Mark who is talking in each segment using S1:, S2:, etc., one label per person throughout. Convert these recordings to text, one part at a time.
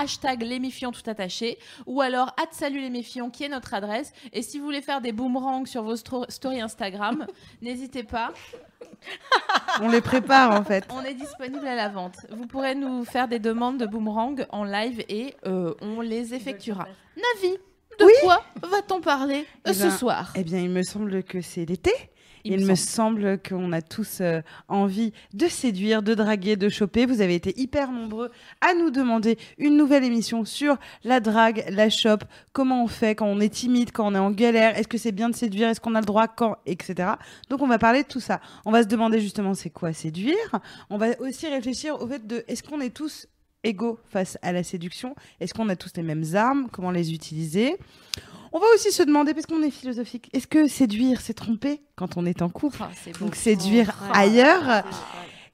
S1: hashtag les méfiants tout attaché, ou alors at salut les méfiants qui est notre adresse. Et si vous voulez faire des boomerangs sur vos stro- stories Instagram, n'hésitez pas,
S2: On les prépare en fait.
S1: on est disponible à la vente. Vous pourrez nous faire des demandes de boomerangs en live et euh, on les effectuera. Navi, de
S2: Oui.
S1: quoi va-t-on parler euh,
S2: Eh
S1: ce
S2: ben,
S1: soir
S2: Eh bien, il me semble que c'est l'été. Il,
S1: me
S2: me semble, qu'on a tous euh, envie de séduire, de draguer, de choper. Vous avez été hyper nombreux à nous demander une nouvelle émission sur la drague, la chope, comment on fait quand on est timide, quand on est en galère, est-ce que c'est bien de séduire, est-ce qu'on a le droit, quand, etc. Donc on va parler de tout ça. On va se demander justement c'est quoi séduire. On va aussi réfléchir au fait de est-ce qu'on est tous égaux face à la séduction Est-ce qu'on a tous les mêmes armes Comment les utiliser on va aussi se demander, parce qu'on est philosophique, est-ce que séduire, c'est tromper quand on est en couple
S1: Ah, c'est beau.
S2: Donc séduire
S1: Oh,
S2: ailleurs.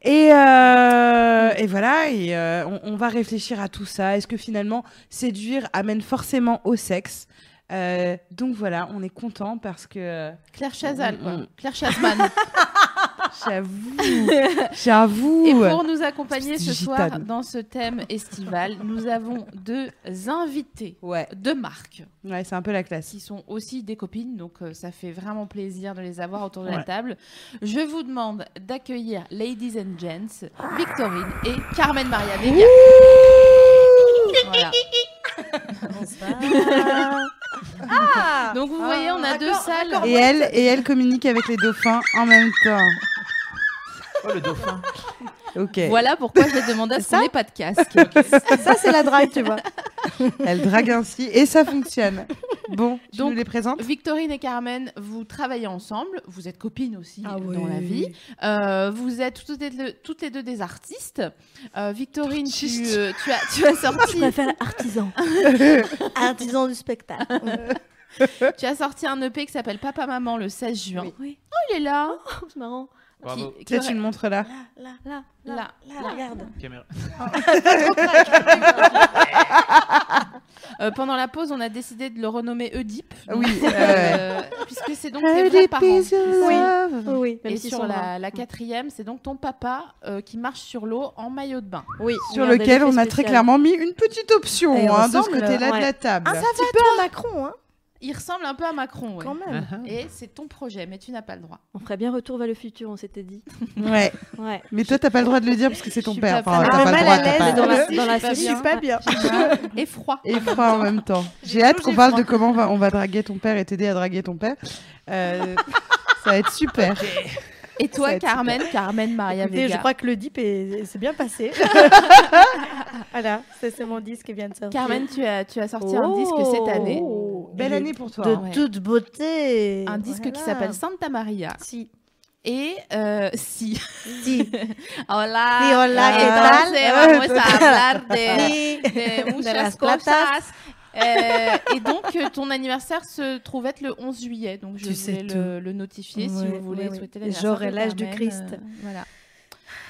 S2: Et, euh, et voilà, et euh, on, on va réfléchir à tout ça. Est-ce que finalement, séduire amène forcément au sexe Euh, Donc voilà, on est content parce que
S1: Claire Chazal, quoi.
S2: Mm, mm.
S1: Claire Chazman.
S2: j'avoue, j'avoue.
S1: Et pour nous accompagner
S2: Petite
S1: ce soir
S2: gitane.
S1: dans ce thème estival, nous avons deux invités
S2: Ouais,
S1: de marque.
S2: ouais c'est un peu la classe.
S1: qui sont aussi des copines, donc euh, ça fait vraiment plaisir de les avoir autour de la
S2: Ouais.
S1: table. Je vous demande d'accueillir, ladies and gents, Victorine et Carmen Maria Vega. Voilà.
S2: Ah.
S1: Donc vous voyez, on a deux salles.
S2: Et elle, et elle communique avec les dauphins en même temps.
S3: Oh, le dauphin.
S2: Ok.
S1: Voilà pourquoi j'ai demandé à ce qu'on n'ait pas de casque.
S2: Ça, c'est la drague, tu vois. Elle drague ainsi et ça fonctionne. Bon, je
S1: Donc,
S2: vous les présente.
S1: Victorine et Carmen, vous travaillez ensemble, vous êtes copines aussi
S2: Ah
S1: euh,
S2: oui.
S1: dans la vie. Euh, vous êtes toutes les deux, toutes les deux des artistes. Euh, Victorine, tu,
S2: Artiste.
S1: euh, tu as, tu as sorti
S4: Je préfère artisan. artisan du spectacle.
S1: Tu as sorti un EP qui s'appelle Papa Maman le 16 juin.
S4: Oui.
S1: Oh, il est là.
S4: Oh, c'est marrant.
S3: Bravo.
S1: Qui- qui
S2: Tiens,
S1: aurait-
S2: tu le montres là.
S4: Là, là,
S1: là,
S4: là, là,
S1: là,
S4: regarde.
S3: Caméra.
S1: Euh, pendant la pause, on a décidé de le renommer E Oedipe.
S2: Ah Oui, E
S1: Donc, euh, puisque Ah, c'est donc tes vrais
S2: Ready,
S1: parents.
S2: peace,
S1: Oui.
S2: love.
S4: oui,
S1: Et sur la, la quatrième, c'est donc ton papa euh, qui marche sur l'eau en maillot de bain.
S4: Oui,
S2: Sur lequel on a très clairement mis une petite option
S4: Et
S2: hein, de ce
S4: ensemble,
S2: côté-là de
S4: ouais.
S2: la table.
S1: Ah,
S4: Un petit peu à Macron, hein,
S1: Il ressemble un peu à Macron, ouais.
S4: quand même.
S3: Ah,
S1: Et c'est ton projet, mais tu n'as pas le droit.
S4: On ferait bien retour vers le futur, on s'était dit.
S2: ouais.
S4: Ouais.
S2: Mais toi, t'as pas le droit de le dire parce que c'est ton
S1: suis
S2: père.
S1: pas
S2: Enfin,
S1: fan.
S2: t'as
S1: Ah,
S2: pas le
S1: mal
S2: droit.
S1: à
S2: t'as
S1: l'aise
S2: pas-
S1: dans la- dans la
S4: je
S1: session.
S4: suis pas bien.
S1: Et froid.
S2: Et froid en même temps. J'ai hâte qu'on parle de comment on va, on va draguer ton père et t'aider à draguer ton père. Euh, ça va être super.
S1: Et
S2: Ça va
S1: toi,
S2: être super.
S1: Carmen, Carmen Maria
S4: Écoutez, je
S1: Vega.
S4: crois que le dip est- s'est bien passé. voilà, ça c'est mon disque qui vient de sortir.
S1: Carmen, tu as, tu as sorti un disque cette année.
S4: Oh,
S2: Belle
S4: de-
S2: année pour toi.
S4: De
S2: hein.
S1: Ouais.
S4: toute beauté.
S1: Un disque qui
S4: Voilà.
S1: s'appelle Santa Maria.
S4: Si.
S1: Et euh, si.
S4: Si.
S1: Hola.
S4: Sí, hola, ¿qué tal?
S1: Entonces, vamos a hablar de,
S4: Si.
S1: de
S4: De
S1: muchas
S4: las
S1: cosas.
S4: platas.
S1: Euh, et donc, euh, ton anniversaire se trouve être le 11 juillet. Donc, je
S2: Tu sais
S1: vais le, le notifier si
S4: Ouais,
S1: vous voulez
S4: ouais, ouais.
S1: souhaiter
S4: J'aurai
S1: de
S4: l'âge du
S1: Carmen,
S4: Christ.
S1: euh, voilà.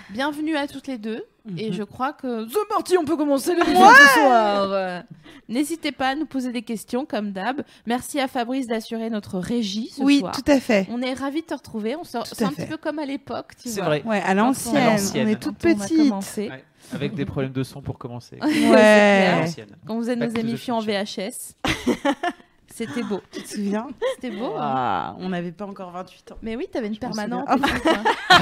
S1: Bienvenue à toutes les deux. Et
S2: Mhm.
S1: je crois que c'est parti, on peut commencer le mois ce soir. Euh, N'hésitez pas à nous poser des questions comme d'hab. Merci à Fabrice d'assurer notre régie ce
S2: Oui,
S1: soir.
S2: tout à fait.
S1: On est ravis de te retrouver. On se
S2: Tout à
S1: sent un
S2: fait.
S1: petit peu comme à l'époque, tu
S3: C'est
S1: vois.
S3: vrai.
S2: Ouais, à l'ancienne.
S1: À
S3: l'ancienne.
S2: On est toutes
S1: Quand on a
S2: petites.
S1: commencé.
S3: Ouais. Avec des problèmes de son pour commencer.
S1: clair.
S2: Ouais.
S3: Ancienne.
S1: Quand vous êtes
S3: Back
S1: nos
S3: to the
S1: émissions en
S3: future.
S1: VHS. C'était beau.
S2: Tu te souviens
S1: C'était beau. hein.
S2: Ah, On n'avait pas encore 28 ans.
S1: Mais oui, t'avais une
S2: m'en
S1: permanente.
S2: souviens.
S1: et tout, quoi.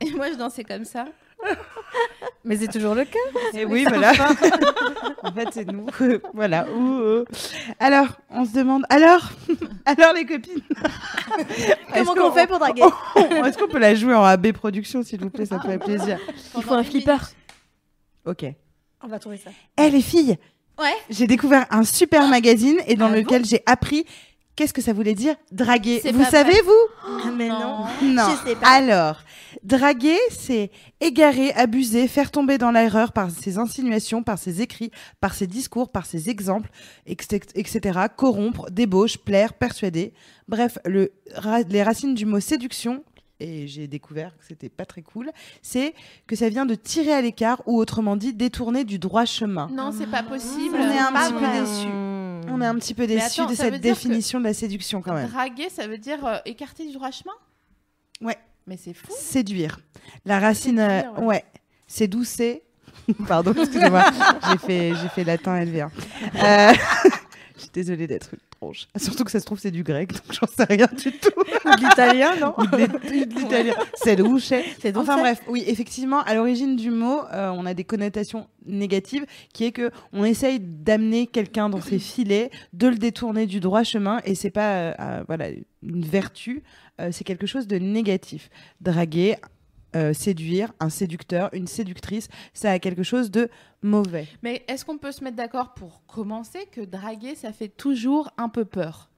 S1: Et moi, je dansais comme ça.
S4: Mais c'est toujours le cas.
S2: Et Eh oui, voilà. en fait, c'est nous. Euh, voilà. Ouh, ouh. Alors, on se demande. Alors, alors les copines. Est-ce
S4: Comment
S2: qu'on-
S4: qu'on fait pour draguer
S2: Est-ce qu'on peut la jouer en AB production, s'il vous plaît Ça me ferait plaisir.
S4: Il faut
S1: Pendant
S4: un
S1: une
S4: flipper.
S2: Ok.
S4: On va trouver ça. Oh.
S2: Eh les filles
S1: Ouais.
S2: J'ai découvert un super magazine et dans
S1: Ah
S2: lequel j'ai appris Qu'est-ce que ça voulait dire draguer
S1: C'est
S2: Vous
S1: pas
S2: savez,
S1: vrai.
S2: vous
S4: mais Oh, non.
S2: Non.
S4: Je sais pas.
S2: Alors, draguer, c'est égarer, abuser, faire tomber dans l'erreur par ses insinuations, par ses écrits, par ses discours, par ses exemples, etc. etc., corrompre, débauche, plaire, persuader. Bref, le, ra- les racines du mot séduction, et j'ai découvert que c'était pas très cool, c'est que ça vient de tirer à l'écart ou autrement dit détourner du droit chemin.
S1: Non, c'est pas possible.
S2: On est un
S1: Pas
S2: petit peu
S1: vrai.
S2: déçus. On est un petit peu déçus
S1: attends,
S2: de
S1: ça veut
S2: cette
S1: dire
S2: définition de la séduction quand même.
S1: Draguer, ça veut dire euh, écarter du droit chemin
S2: Ouais.
S1: Mais c'est fou.
S2: Séduire. La racine,
S1: Séduire,
S2: euh, ouais, c'est doucé. Pardon, excusez-moi, j'ai fait, j'ai fait latin LV1. Euh, Je suis désolée d'être une tronche. Surtout que ça se trouve, c'est du grec, donc j'en sais rien du tout.
S4: Ou de l'italien, non
S2: Ou de- de l'italien. C'est douce.
S4: C'est donc
S2: Enfin
S4: ça.
S2: bref, oui, effectivement, à l'origine du mot, euh, on a des connotations négatives, qui est que on essaye d'amener quelqu'un dans ses filets, de le détourner du droit chemin, et c'est pas, euh, euh, voilà, une vertu, euh, c'est quelque chose de négatif. Draguer, euh, séduire, un séducteur, une séductrice, ça a quelque chose de mauvais.
S1: Mais est-ce qu'on peut se mettre d'accord pour commencer que draguer, ça fait toujours un peu peur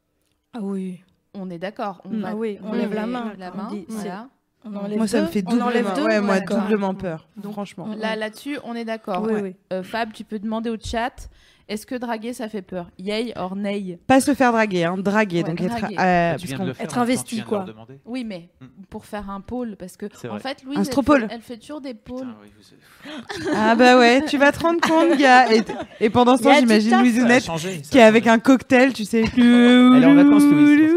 S4: Ah oui.
S1: On est d'accord. On,
S2: Mm.
S1: va-
S4: Ah oui, on
S1: Bah on
S4: lève la main.
S1: La
S4: On
S1: main.
S4: dit, c'est-
S1: voilà.
S4: On enlève
S2: moi, ça me
S4: deux,
S2: fait
S4: on
S2: doublement,
S4: enlève deux.
S2: ouais, moi,
S4: d'accord.
S2: doublement peur,
S1: Donc,
S2: franchement.
S4: on-
S1: Là, là-dessus, on est d'accord.
S4: Oui,
S1: Ouais.
S4: oui.
S1: Euh, Fab, tu peux demander au chat. Est-ce que draguer, ça fait peur Yay or nay
S2: Pas se faire draguer, hein,
S1: Ouais,
S2: draguer, donc
S1: draguer.
S2: être, euh,
S3: Ah, tu viens de
S2: parce
S3: le
S2: qu'on-
S3: faire,
S4: Être
S3: maintenant, tu
S4: investi,
S3: viens de
S4: quoi.
S3: leur demander.
S1: Oui, mais pour faire un pôle, parce que
S3: Mm. C'est
S1: en
S3: vrai.
S1: fait, Louise,
S2: Un
S1: elle
S2: stropole.
S1: fait, elle fait toujours des pôles.
S3: Putain, oui, vous-
S2: ah bah ouais, tu vas te rendre compte, gars. Et, et pendant ce
S4: Il y
S2: temps,
S4: a du
S2: j'imagine
S4: taf.
S2: Louise
S3: Ça a
S2: Ounette
S3: changé, ça
S2: qui est
S3: a
S2: avec
S3: changé.
S2: un cocktail, tu sais que.
S3: Elle est en vacances, Louise,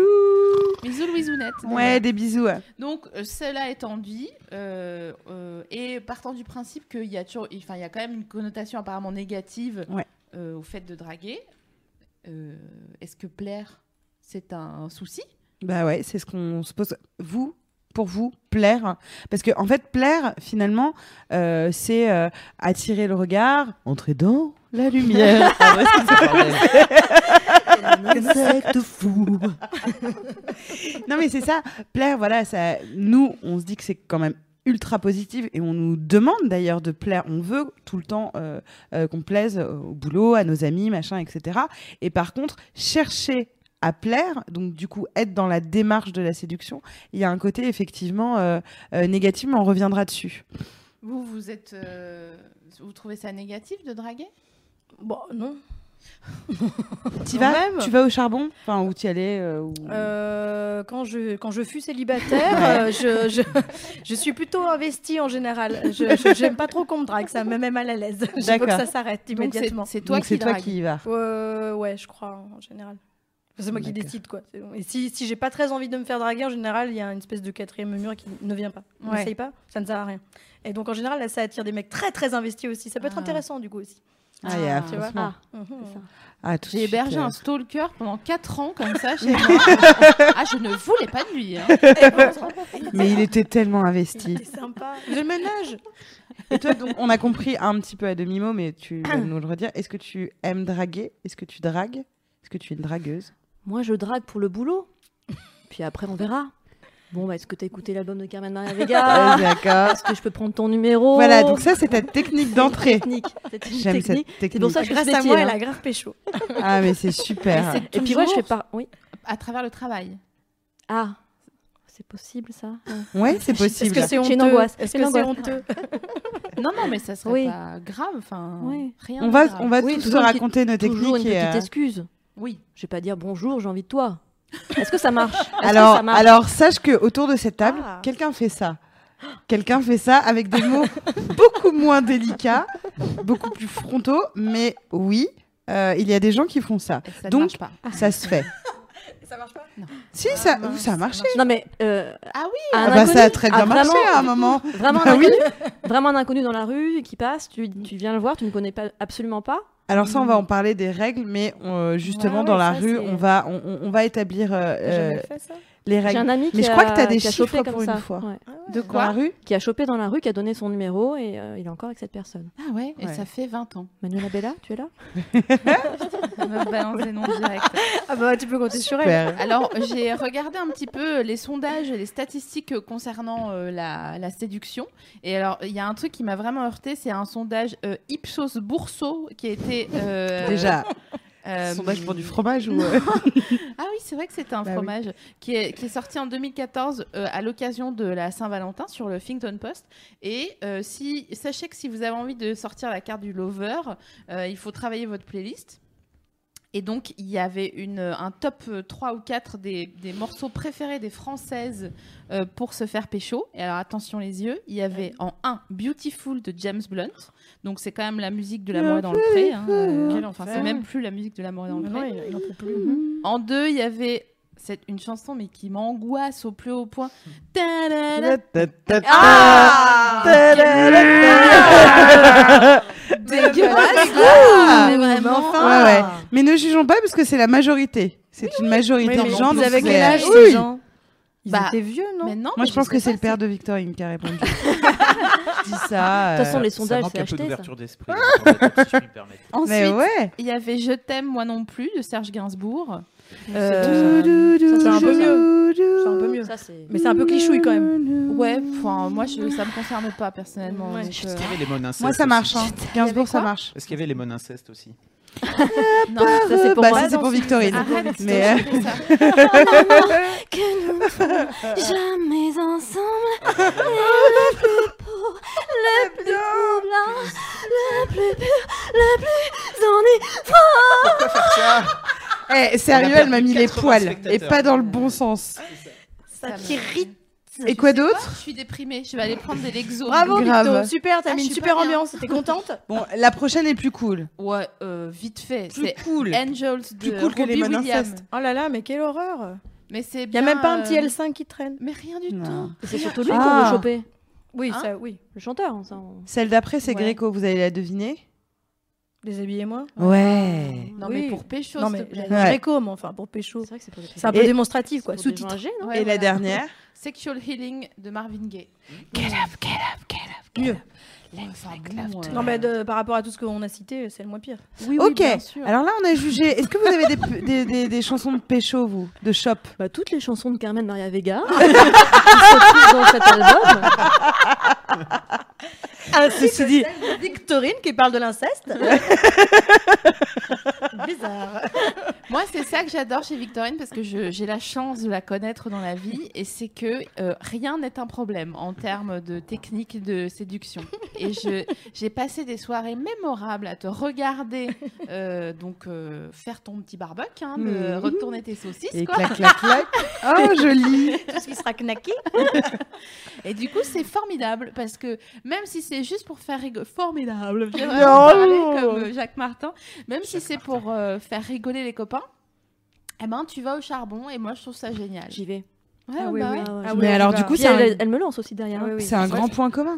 S1: Bisous, Louisounette.
S2: Ouais, des bisous.
S1: Donc, euh, cela étant dit, euh, euh, et partant du principe qu'il y, a toujours- enfin, il y a quand même une connotation apparemment négative
S2: Ouais.
S1: euh, au fait de draguer, euh, est-ce que plaire, c'est un souci
S2: Bah ouais, c'est ce qu'on se pose. Vous, pour vous, plaire. Parce que, en fait, plaire, finalement, euh, c'est euh, attirer le regard, entrer dans la lumière. Insecte fou. non, mais c'est ça. Plaire, voilà, ça. Nous, on se dit que c'est quand même ultra positif et on nous demande d'ailleurs de plaire. On veut tout le temps euh, euh, qu'on plaise au boulot, à nos amis, machin, etc. Et par contre, chercher à plaire, donc du coup être dans la démarche de la séduction, il y a un côté effectivement euh, euh, négatif, mais on reviendra dessus.
S1: Vous, vous êtes, euh, vous trouvez ça négatif de draguer
S4: Bon, non.
S2: Tu
S4: Quand
S2: vas,
S4: même.
S2: tu vas au charbon, enfin où tu allais, euh, ou-
S4: Euh, quand, je, quand je fus célibataire, euh, je, je, je suis plutôt investie en général. Je je- j'aime pas trop qu'on me drague, ça me met mal à l'aise. Je veux que
S2: D'accord.
S4: ça s'arrête
S1: Donc, c'est-
S4: immédiatement.
S1: C'est toi,
S2: Donc,
S1: qui
S2: c'est toi
S1: dragues.
S2: qui y vas.
S4: Euh, ouais, je crois, en général. C'est moi qui
S2: D'accord.
S4: décide, quoi. C'est bon. Et si, si j'ai pas très envie de me faire draguer, en général, il y a une espèce de quatrième mur qui ne vient pas. On
S1: Ouais.
S4: n'essaye pas, ça ne sert à rien. Et donc, en général, là, ça attire des mecs très, très investis aussi. Ça peut être
S1: Ah.
S4: intéressant, du coup, aussi.
S2: Ah, il y a
S1: Ah,
S2: François.
S1: tu
S4: vois.
S2: ah,
S4: Mhm.
S5: ça.
S2: tout de
S1: J'ai
S2: suite,
S1: hébergé
S2: euh,
S1: un stalker pendant 4 ans comme ça chez moi. ah, je ne voulais pas de lui. hein.
S2: Mais il était tellement investi.
S4: C'est sympa. Je ménage.
S2: Et toi, donc, on a compris un petit peu à demi-mot, mais tu vas nous le redire. Est-ce que tu aimes draguer Est-ce que tu dragues Est-ce que tu es une dragueuse
S5: Moi, je drague pour le boulot. Puis après, on verra. Bon, bah, est-ce que t'as écouté l'album de Carmen Maria Vega
S2: Ouais, Ah, D'accord.
S5: Est-ce que je peux prendre ton numéro
S2: Euh, Voilà, donc ça, c'est ta technique d'entrée.
S5: technique. C'est une
S2: J'aime cette
S5: Oh. technique.
S2: technique.
S5: pour ça que je
S4: Grâce
S5: fais ce
S4: à moi,
S5: métier,
S4: elle
S5: hein.
S4: a grave pécho.
S2: Ah, mais c'est
S1: Mais
S2: super.
S1: c'est-
S5: Et puis moi, je
S1: Toujours.
S5: fais pas. Oui.
S1: À travers le travail.
S5: Ah, c'est possible ça
S2: Ouais, c'est
S4: Est-ce
S2: possible.
S4: que c'est
S5: J'ai une
S4: honteux
S5: angoisse.
S4: Est-ce
S5: J'ai
S4: que
S5: une
S4: c'est
S5: angoisse.
S4: honteux
S1: Non, non, mais ça serait
S5: Oui.
S1: pas grave. Enfin,
S5: Oui.
S1: rien.
S2: On
S1: de
S2: va,
S1: grave.
S2: on va
S5: Oui,
S2: tous se
S5: toujours une petite-
S2: raconter nos
S5: Toujours
S2: techniques.
S5: une petite
S2: et, euh,
S5: excuse.
S1: Oui.
S5: Je vais pas dire bonjour, j'ai envie de toi. Est-ce que ça marche Est-ce que
S2: Alors,
S5: ça marche
S2: alors, sache que autour de cette table,
S4: Ah.
S2: quelqu'un fait ça. Quelqu'un fait ça avec des mots beaucoup moins délicats, beaucoup plus frontaux, mais oui, euh, il y a des gens qui font ça.
S1: Et ça
S2: Donc-
S1: ne marche pas.
S5: Ah.
S2: Ça se fait.
S4: Ça marche pas
S2: Si, ça,
S1: mince,
S2: ça a marché.
S5: Non mais. euh,
S1: Ah oui,
S5: à Ah, un
S2: Ah bah, ça a
S5: inconnu-
S2: très
S5: à
S2: bien marché
S5: vraiment-
S2: à un moment.
S5: Vraiment,
S2: Bah
S5: un
S2: oui.
S5: inconnu, vraiment un inconnu dans la rue qui passe, tu, tu viens le voir, tu ne connais pas, absolument pas.
S2: Alors ça, on va en parler des règles, mais euh, justement
S5: Mm. Ouais,
S2: dans
S5: ouais,
S2: la
S5: ça,
S2: rue,
S5: c'est-
S2: on va, on, on- on va établir euh,
S4: J'ai
S2: euh,
S4: jamais fait ça.
S2: les
S5: J'ai un
S2: règles.
S5: ami
S2: Mais
S5: qui
S2: je crois
S5: a-
S2: que t'as des
S5: qui a
S2: chiffres
S5: chopé
S2: pour
S5: comme
S2: une
S5: ça.
S2: fois.
S5: Ouais.
S1: de
S2: dans la
S1: quoi
S2: rue.
S5: Qui a chopé dans la rue, qui a donné son numéro et euh, il est encore avec cette personne.
S1: Ah ouais, et
S2: Ouais.
S1: ça fait 20 ans.
S5: Manuela Bella, tu es là
S1: On va balancer les noms directs.
S4: Ah bah tu peux compter sur elle.
S2: Super.
S1: Alors, j'ai regardé un petit peu les sondages et les statistiques concernant euh, la, la séduction. Et alors, il y a un truc qui m'a vraiment heurté, c'est un sondage euh, Ipsos Bourseau qui a été euh,
S2: Déjà,
S1: Euh,
S2: Sondage pour du fromage ou. euh,
S1: Ah oui, c'est vrai que c'est un
S2: Bah oui.
S1: fromage qui, est, qui est sorti en 2014 euh, à l'occasion de la Saint-Valentin sur le Huffington Post. Et euh, si, sachez que si vous avez envie de sortir la carte du lover, euh, il faut travailler votre playlist. Et donc, il y avait une, un top euh, 3 ou 4 des, des morceaux préférés des Françaises euh, pour se faire pécho. Et alors, attention les yeux, il y avait en 1 Beautiful de James Blunt. Donc, c'est quand même la musique de l'amour est dans le pré. hein, euh, quelle- enfin, c'est même plus la musique de l'amour est dans le pré. Mhm.
S4: il en peut plus.
S1: En deux, il y avait cette, une chanson, mais qui m'angoisse au plus haut point. Ta-da-da,
S5: Ah
S2: Ah
S1: Euh, Dégueulasse
S5: Ah,
S4: Ah,
S1: Mais vraiment
S2: Ouais, ouais. Mais ne jugeons pas parce que c'est la majorité. C'est une majorité
S4: Oui,
S2: de
S4: mais
S2: gens.
S4: ils
S2: donc
S4: avaient
S2: c'est-
S4: quel âge,
S2: Oui.
S4: ces gens Ils
S1: Bah,
S4: étaient vieux, non
S1: Mais non,
S2: Moi,
S1: mais
S2: je pense
S1: sais
S2: que c'est
S1: pas,
S2: le père de Victorine qui a répondu. Je dis ça.
S5: De toute façon,
S2: euh,
S5: les
S3: Ça
S5: sondages,
S3: manque
S5: c'est
S3: un peu
S5: acheté. ça.
S3: d'ouverture d'esprit, en fait, si je puis me permettre.
S1: Ensuite,
S2: Mais ouais.
S1: il y avait Je t'aime, moi non plus, de Serge Gainsbourg.
S4: Euh, ça, c'est un peu C'est un peu mieux.
S5: Ça, c'est.
S4: Mais c'est un peu clichouille quand même.
S1: Ouais, enfin, moi, je, ça me concerne pas personnellement.
S4: Ouais.
S1: donc,
S5: Je
S1: euh,
S3: Est-ce qu'il y avait les mons incestes
S2: Moi, ça
S3: aussi
S2: marche. Hein. Gainsbourg, ça
S1: quoi
S2: marche.
S3: Est-ce qu'il y avait les mons incestes aussi
S1: non.
S5: Ça, c'est pour
S2: Bah,
S5: moi.
S2: ça, c'est pour Victorine.
S1: Arrête, mais
S2: Mais,
S1: euh, ça.
S6: que nous ne
S5: Euh.
S6: serons jamais ensemble.
S5: Ah,
S4: Ah,
S6: Le plus beau, le plus blanc, le plus pur, le plus ennuyeux.
S2: Eh, sérieux,
S3: On a
S2: elle m'a mis
S3: perdu
S2: les
S3: 80
S2: poils.
S3: spectateurs.
S2: Et pas dans le bon sens.
S1: Ça me-
S2: Et quoi
S1: Je sais pas,
S2: d'autre
S1: Je suis déprimée, je vais aller prendre des Lexos.
S4: Bravo,
S2: Grave.
S4: Victor. Super, t'as
S1: Ah,
S4: mis
S1: je
S4: une
S1: suis
S4: super
S1: pas bien.
S4: ambiance. T'es contente
S2: Bon, la prochaine est plus cool.
S1: Ouais, euh, vite fait.
S2: Plus
S1: C'est
S2: cool.
S1: Angels de
S2: Plus cool que les
S1: Robbie
S2: Manon
S1: Williams.
S2: Fest.
S4: Oh là là, mais quelle horreur
S1: Mais c'est
S4: Il y a même pas un petit
S1: euh,
S4: L5 qui traîne.
S1: Mais rien du
S2: Non.
S1: tout.
S5: C'est surtout lui qu'on
S2: Ah.
S5: veut choper.
S4: Oui,
S1: Hein
S4: ça, oui.
S5: Le chanteur, ça. on-
S2: Celle d'après, c'est
S1: Ouais.
S2: Gréco. Vous allez la deviner
S4: Déshabillez-moi.
S2: Ouais.
S1: Non,
S4: Oui.
S1: mais pour pécho,
S4: Non
S1: s'il
S4: mais
S1: te plaît.
S2: Ouais.
S4: Gréco, mais enfin pour Pécho.
S5: C'est vrai que c'est pour des
S4: C'est un peu
S2: Et-
S4: démonstratif quoi,
S5: c'est pour des
S4: sous-titre.
S5: gens âgés, non
S1: Ouais,
S2: Et la
S1: voilà.
S2: dernière
S1: Sexual Healing de Marvin Gaye.
S4: Mieux.
S1: Enfin, bon, euh,
S4: Non mais de- par rapport à tout ce qu'on a cité, c'est le moins pire.
S1: oui, oui,
S2: Ok.
S1: bien sûr.
S2: Alors là, on a jugé. Est-ce que vous avez des, p- des, des- des chansons de pécho, vous De shop
S5: Bah, toutes les chansons de Carmen Maria Vega
S4: Ah.
S5: qui se trouvent dans cet album.
S1: Ah,
S2: Ceci dit,
S4: Victorine qui parle de l'inceste. Bizarre.
S1: Moi, c'est ça que j'adore chez Victorine parce que je- j'ai la chance de la connaître dans la vie et c'est que euh, rien n'est un problème en termes de technique de séduction. Et je- j'ai passé des soirées mémorables à te regarder euh, donc euh, faire ton petit barbecue, hein, de
S2: Mhm.
S1: retourner tes saucisses,
S2: Et
S1: quoi.
S2: clac, clac, clac. Oh, joli.
S4: Tout ce qui sera knacké.
S1: Et du coup, c'est formidable parce que même si c'est juste pour faire rigoler, formidable, je vais
S2: Non.
S1: vraiment parler comme euh, Jacques Martin, même si c'est pour euh, faire rigoler les copains, eh ben tu vas au charbon et moi je trouve ça génial.
S5: J'y vais.
S1: Ouais,
S4: Ah
S1: bah
S4: oui,
S1: ouais.
S4: oui.
S5: ouais,
S4: Ah
S5: j'y
S2: Mais
S4: oui,
S2: alors,
S4: on y
S2: du
S4: va.
S2: coup,
S5: Puis
S2: c'est
S5: elle,
S2: un,
S5: elle me lance aussi derrière. hein.
S1: ah
S4: oui.
S2: c'est un grand point commun.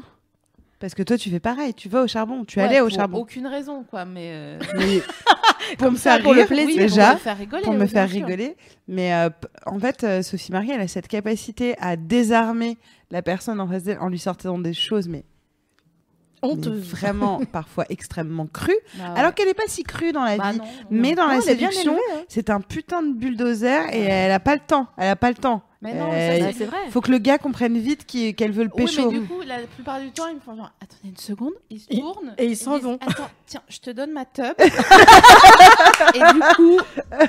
S2: Parce que toi, tu fais pareil. Tu vas au charbon. Tu allais
S1: Ouais,
S2: au
S1: pour
S2: charbon.
S1: Aucune raison quoi, mais euh,
S2: Mais pour me
S4: ça,
S2: faire
S4: pour le
S2: rire,
S4: plaisir,
S1: oui,
S2: déjà.
S1: pour me faire rigoler.
S2: Pour me
S1: oui,
S2: faire
S1: bien sûr.
S2: rigoler. Mais euh, p- en fait, euh, Sophie Marie, elle a cette capacité à désarmer la personne en face d'elle en lui sortant des choses, mais, mais
S4: Honteux.
S2: vraiment parfois extrêmement crues.
S1: Bah ouais.
S2: Alors qu'elle n'est pas si crue dans la
S1: Bah
S2: vie.
S1: non, non.
S2: Mais dans la
S4: Ah, elle est bien hein.
S2: séduction, c'est un putain de bulldozer et elle a pas le temps. Elle a pas le temps.
S1: Mais non,
S2: Euh,
S1: ça,
S5: Bah, c'est vrai.
S2: Faut que le gars comprenne vite qui- qu'elle veut le
S1: Oui,
S2: pécho.
S1: mais du coup, la plupart du temps, ils me font genre, attendez une seconde, ils se
S4: Et-
S1: tournent.
S4: et ils s'en
S1: disent,
S4: vont.
S1: Attends, tiens, je te donne ma tub. et du coup,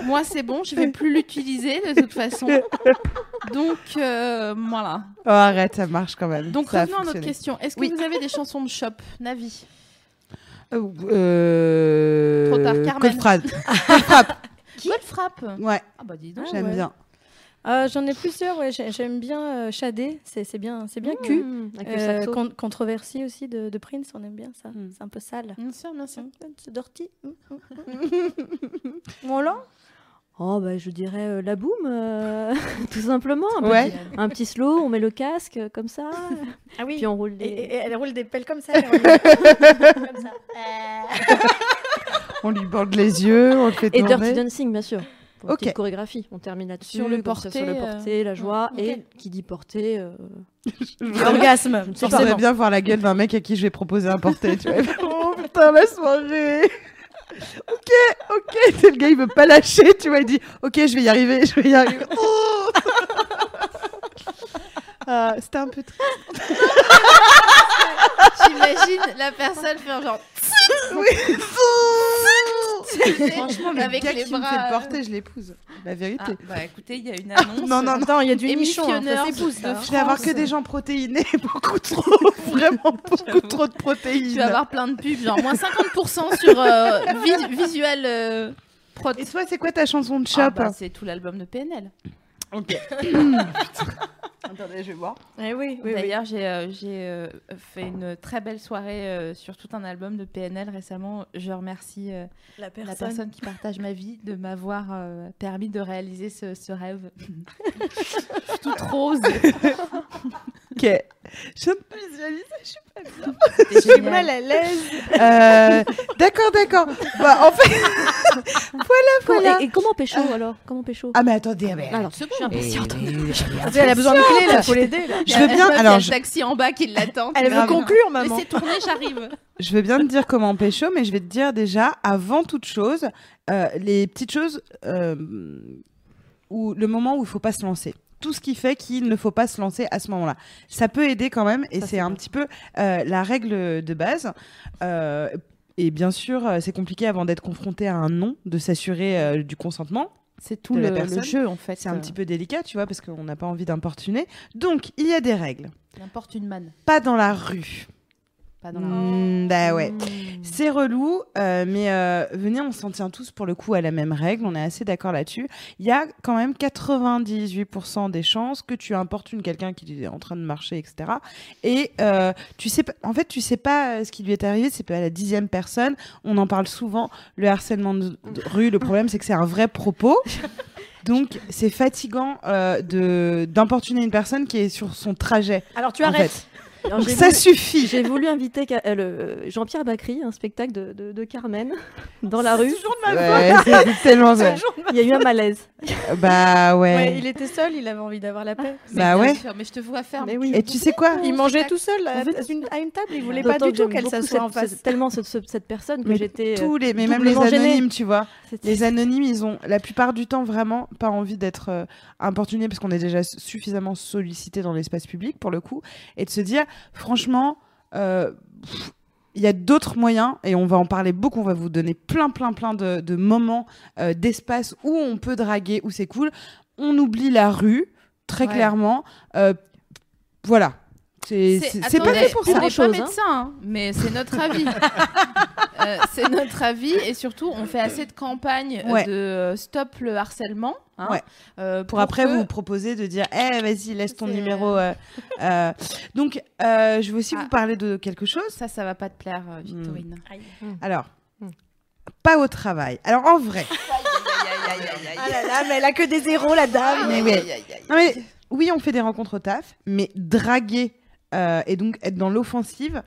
S1: moi, c'est bon, je vais plus l'utiliser de toute façon. Donc, euh, voilà.
S2: Oh, arrête, ça marche quand même.
S1: Donc,
S2: ça a
S1: revenons à notre
S2: fonctionné.
S1: question. Est-ce que
S2: Oui.
S1: vous avez des chansons de shop, Navi
S2: Euh...
S1: Trop tard, Carmen.
S2: Code phrase.
S1: Qui Bonne frappe
S2: Ouais,
S1: Ah bah dis donc.
S2: j'aime
S4: ouais.
S2: bien.
S4: Euh, J'en ai plusieurs, ouais, j'ai- j'aime bien euh, Shadé, c'est c'est bien, c'est bien cul.
S5: Mmh, avec le
S4: Euh,
S5: saxo.
S4: con- controversie aussi de, de Prince, on aime bien ça.
S2: Mm.
S4: C'est un peu sale.
S1: Bien sûr, bien sûr.
S4: C'est dirty. Mm, mm, mm. voilà.
S5: Oh, bah, je dirais euh, la boum, euh, tout simplement. Un,
S2: Ouais.
S5: petit, un petit slow, on met le casque euh, comme ça,
S4: Ah oui.
S5: puis on roule les.
S4: Et, et- et elle roule des pelles comme ça. elle roule- comme ça.
S2: On lui borde les yeux, on le fait
S5: Et
S2: tourner.
S5: Dirty Dancing, bien sûr. Pour une
S2: Ok.
S5: petite chorégraphie, on termine là-dessus.
S1: Sur le
S5: comme ça, sur
S1: porté,
S5: le
S1: euh,
S5: porté, la joie.
S1: ouais, ok.
S5: Et qui dit porté, euh,
S4: Orgasme.
S5: je ne sais
S2: Je
S5: pas.
S2: voudrais bien voir la gueule d'un mec à qui je vais proposer un portrait. tu vois. oh putain, la soirée. ok, ok. C'est le gars, il veut pas lâcher. Tu vois, il dit Ok, je vais y arriver, je vais y arriver. Oh Ah, C'était un peu triste.
S1: J'imagine la personne faire genre.
S2: Oui.
S1: Franchement,
S2: Le
S1: avec
S2: gars
S1: les
S2: qui
S1: bras.
S2: me fait le
S1: euh,
S2: porter, je l'épouse. La vérité.
S1: Ah, bah écoutez, il y a une annonce.
S2: non, non, non.
S4: Attends, il y a du nichon, hein,
S1: Émissionneur
S4: ça s'épouse, ça,
S1: de
S4: hein.
S2: Je vais avoir que
S1: France.
S2: des gens protéinés, beaucoup trop, vraiment beaucoup trop de protéines.
S1: Tu vas avoir plein de pubs, genre moins 50% sur euh, vi- visual euh, prot.
S2: Et toi, c'est quoi ta chanson de
S1: Ah,
S2: shop
S4: hein.
S1: bah, c'est tout l'album de PNL.
S2: Attendez, je vais voir.
S4: Eh oui, oui, oui.
S1: D'ailleurs, j'ai euh, j'ai, euh, fait une très belle soirée euh, sur tout un album de PNL récemment. Je remercie euh,
S4: La
S1: la personne qui partage ma vie de m'avoir euh, permis de réaliser ce, ce rêve. je suis toute rose.
S2: Ok. Je-
S1: C'était
S4: J'ai
S1: génial.
S4: mal à l'aise.
S2: Euh, d'accord, d'accord. Bah, en fait.
S5: Comment-
S2: Voilà.
S5: et, et comment pécho alors Comment pécho
S2: Ah, mais attendez, ah, mais-
S5: Alors, c'est bon.
S4: Elle a besoin de clés, là, faut l'aider. là.
S2: je
S1: La
S2: veux bien.
S1: meuf,
S2: Alors,
S1: il y a
S2: je,
S1: le taxi en bas qui l'attend.
S4: Elle veut
S2: Grave.
S4: conclure,
S1: Mais
S4: maman.
S1: c'est tourné, j'arrive.
S2: je veux bien te dire comment pécho, mais je vais te dire déjà, avant toute chose, euh, les petites choses euh, où le moment où il faut pas se lancer. Tout ce qui fait qu'il ne faut pas se lancer à ce moment-là. Ça peut aider quand même, et c'est
S5: Ça, c'est
S2: un
S5: bien.
S2: petit peu euh, la règle de base. Euh, et bien sûr, euh, c'est compliqué avant d'être confronté à un non, de s'assurer euh, du consentement.
S1: C'est tout
S2: De la
S1: le, le
S2: personne.
S1: jeu en fait.
S2: C'est un petit peu délicat, tu vois, parce qu'on n'a pas envie d'importuner. Donc, il y a des règles.
S1: N'importe une manne.
S2: Pas dans la rue.
S1: Pas dans la-
S2: Mm, bah ouais. C'est relou, euh, mais euh, venez, on s'en tient tous pour le coup à la même règle. On est assez d'accord là-dessus. Il y a quand même 98% des chances que tu importunes quelqu'un qui est en train de marcher, etc. Et euh, tu sais, pas- en fait, tu sais pas euh, ce qui lui est arrivé. C'est pas la dixième personne. On en parle souvent. Le harcèlement de, de rue, le problème, c'est que c'est un vrai propos. Donc, c'est fatigant euh, de d'importuner une personne qui est sur son trajet.
S4: Alors tu
S2: en
S4: arrêtes.
S2: fait.
S5: Alors,
S2: Donc,
S5: j'ai
S2: ça
S5: voulu-
S2: suffit.
S5: J'ai voulu inviter Ca- euh, le, euh, Jean-Pierre Bacry, à un spectacle de, de- de Carmen, dans la rue.
S2: Ouais, c'est c'est tellement vrai.
S5: Il y a eu un malaise.
S2: Bah
S4: Ouais,
S2: ouais.
S4: il était seul, il avait envie d'avoir la paix.
S1: Mais
S2: Bah
S1: bien
S2: ouais.
S1: sûr, mais je te vois faire.
S5: Mais oui.
S2: Et tu sais quoi
S4: Il mangeait tout seul à,
S5: En fait,
S4: à une, à une table, il voulait
S5: D'autant
S4: pas du
S5: que
S4: tout
S5: j'aime
S4: qu'elle
S5: beaucoup
S4: s'assoie en
S5: cette-
S4: face.
S5: cette- tellement cette, ce- cette personne que
S2: Mais
S5: j'étais. euh,
S2: Tous les, mais même les
S5: doublement gênée.
S2: anonymes, tu vois.
S5: c'était-
S2: Les anonymes, ils ont la plupart du temps vraiment pas envie d'être euh, importunés parce qu'on est déjà s- suffisamment sollicité dans l'espace public pour le coup, et de se dire franchement, euh, pff, il y a d'autres moyens et on va en parler beaucoup. On va vous donner plein, plein, plein de, de moments, euh, d'espace où on peut draguer, où c'est cool. On oublie la rue très
S1: Ouais.
S2: clairement. euh, voilà, c'est c'est- c'est pas
S1: attendez,
S2: fait pour
S1: On
S2: ça.
S1: n'est pas
S5: Chose, hein.
S1: médecin, hein, mais c'est notre avis. Euh, c'est notre avis et surtout, on fait assez de campagnes euh,
S2: Ouais.
S1: de euh, stop le harcèlement. hein,
S2: Ouais.
S1: euh,
S2: pour après
S1: que-
S2: vous proposer de dire eh vas-y laisse ton
S1: C'est-
S2: numéro euh, euh. donc euh, je vais aussi
S1: Ah.
S2: vous parler de quelque chose
S1: Ça, ça va pas te plaire, euh, Victorine.
S2: Mm. alors
S5: Hmm.
S2: pas au travail alors en vrai
S4: Ah là là, mais elle a que des zéros, la
S1: Ah,
S4: dame.
S2: Ah mais ouais. Non, mais oui on fait des rencontres au taf mais draguer euh, et donc être dans l'offensive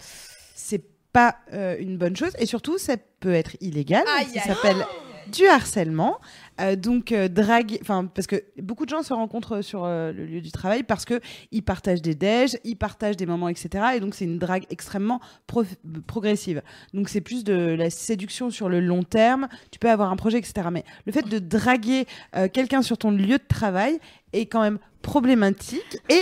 S2: c'est pas euh, une bonne chose et surtout ça peut être illégal
S1: Aïe,
S2: ça
S1: aïe,
S2: s'appelle du harcèlement Euh, donc euh, draguer enfin parce que beaucoup de gens se rencontrent sur euh, le lieu du travail parce que ils partagent des déj, ils partagent des moments, etc. Et donc c'est une drague extrêmement pro- progressive. Donc c'est plus de la séduction sur le long terme. Tu peux avoir un projet, etc. Mais le fait de draguer euh, quelqu'un sur ton lieu de travail est quand même problématique et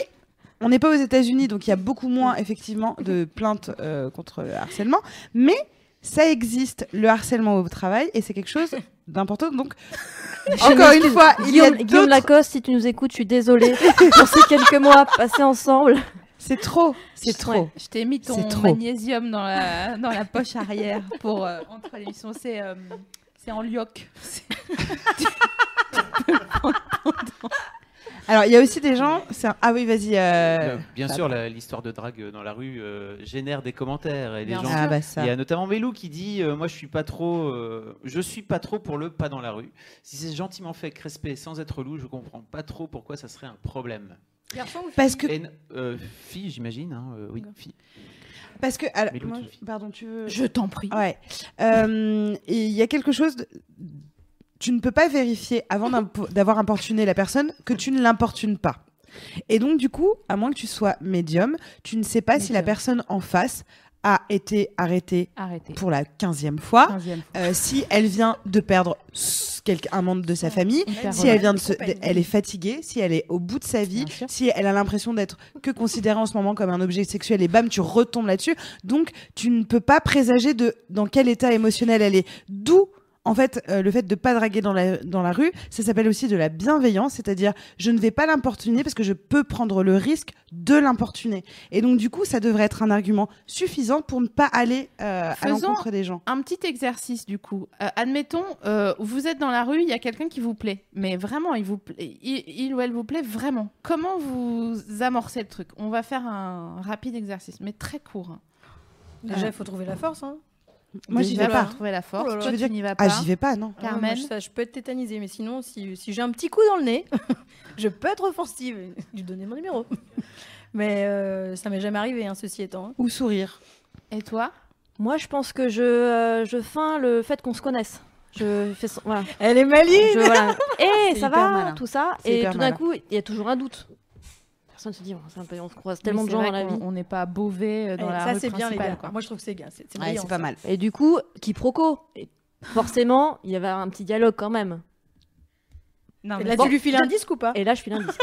S2: on n'est pas aux États-Unis, donc il y a beaucoup moins effectivement de plaintes euh, contre le harcèlement, mais ça existe le harcèlement au travail et c'est quelque chose d'important. Donc encore une fois, il y a
S5: Guillaume, Guillaume
S2: d'autres
S5: Lacoste, si tu nous écoutes, je suis désolée pour ces quelques mois passés ensemble.
S2: C'est trop, c'est trop.
S5: Ouais.
S1: Je t'ai mis
S2: C'est
S1: ton
S2: trop.
S1: magnésium dans la, dans la poche arrière pour euh, entre l'émission. C'est euh, c'est en lyoc. C'est-
S2: Alors, il y a aussi des gens. c'est un- Ah oui, vas-y. euh,
S3: Bien
S2: ça
S3: sûr, la- l'histoire de drague dans la rue euh, génère des commentaires et les
S1: Bien
S3: gens.
S1: sûr.
S2: Ah bah ça.
S3: Il y a notamment Mélou qui dit euh, moi je suis pas trop euh, je suis pas trop pour le pas dans la rue. Si c'est gentiment fait avec respect sans être loup, je comprends pas trop pourquoi ça serait un problème.
S2: Parce que,
S3: Et n- euh, fille j'imagine hein, euh, oui, fille.
S2: parce que. alors,
S3: Mélou,
S2: moi,
S3: tu le fais.
S2: pardon, tu veux.
S1: Je t'en
S4: Ah.
S1: prie.
S2: Ouais. Euh, et il y a quelque chose. de- Tu ne peux pas vérifier avant d'impo- d'avoir importuné la personne que tu ne l'importunes pas. Et donc, du coup, à moins que tu sois médium, tu ne sais pas si la
S1: Médium.
S2: personne en face a été arrêtée
S1: Arrêtez.
S2: pour la quinzième fois,
S1: 15e fois.
S2: euh, si elle vient de perdre s- quelqu'un- un membre de sa famille,
S1: Hyper
S2: si elle
S1: relou.
S2: vient de se, elle est fatiguée, si elle est au bout de sa vie,
S1: Bien sûr.
S2: si elle a l'impression d'être que considérée en ce moment comme un objet sexuel et bam, tu retombes là-dessus. Donc, tu ne peux pas présager de dans quel état émotionnel elle est. D'où En fait, euh, le fait de pas draguer dans la, dans la rue, ça s'appelle aussi de la bienveillance, c'est-à-dire je ne vais pas l'importuner parce que je peux prendre le risque de l'importuner. Et donc, du coup, ça devrait être un argument suffisant pour ne pas aller euh, à
S1: Faisons
S2: l'encontre des gens.
S1: Un petit exercice du coup. Euh, admettons, euh, vous êtes dans la rue, il y a quelqu'un qui vous plaît, mais vraiment, il, vous pla- il, il ou elle vous plaît vraiment. Comment vous amorcez le truc On va faire un rapide exercice, mais très court. hein.
S4: Déjà, il faut trouver la force. Hein.
S2: Moi, j'y
S1: Déjà,
S2: vais
S1: pour
S2: pas.
S1: Trouver la force.
S4: Oh là là.
S1: Toi,
S2: Tu veux
S1: tu
S2: dire-
S1: n'y vas pas.
S2: Ah, j'y vais pas, non.
S4: Ah ouais,
S1: Carmen
S4: moi, je- ça, je peux être tétanisée, mais sinon, si, si j'ai un petit coup dans le nez, je peux être offensive. lui donner mon numéro. Mais euh, ça m'est jamais arrivé, hein, ceci étant.
S2: Ou sourire.
S1: Et toi
S5: Moi, je pense que je, euh, je feins le fait qu'on se connaisse. Je fais son- voilà.
S4: Elle est maligne
S5: Je- voilà. Eh,
S2: Ah, C'est
S5: ça
S2: hyper
S5: va,
S2: malin.
S5: tout ça.
S2: C'est
S5: Et
S2: hyper
S5: tout d'un
S2: malin.
S5: coup, il y a toujours un doute. Personne se dit, oh, c'est un peu- on se croise tellement
S1: Oui,
S5: de
S1: c'est
S5: gens dans
S1: vrai
S5: la
S1: qu'on-
S5: vie.
S1: On n'est pas à Beauvais euh, dans
S4: Eh,
S1: la
S4: Ça,
S1: rue
S4: c'est bien, les gars.
S1: principale, quoi.
S4: Moi, je trouve que c'est bien. C'est c'est
S2: Ouais,
S4: brillant,
S2: c'est pas
S4: ça.
S2: mal.
S5: Et du coup, quiproquo. Et forcément, il y avait un petit dialogue quand même.
S2: Non,
S4: Et Là,
S5: Bon,
S4: tu lui files un disque ou pas
S5: Et là, je file un disque.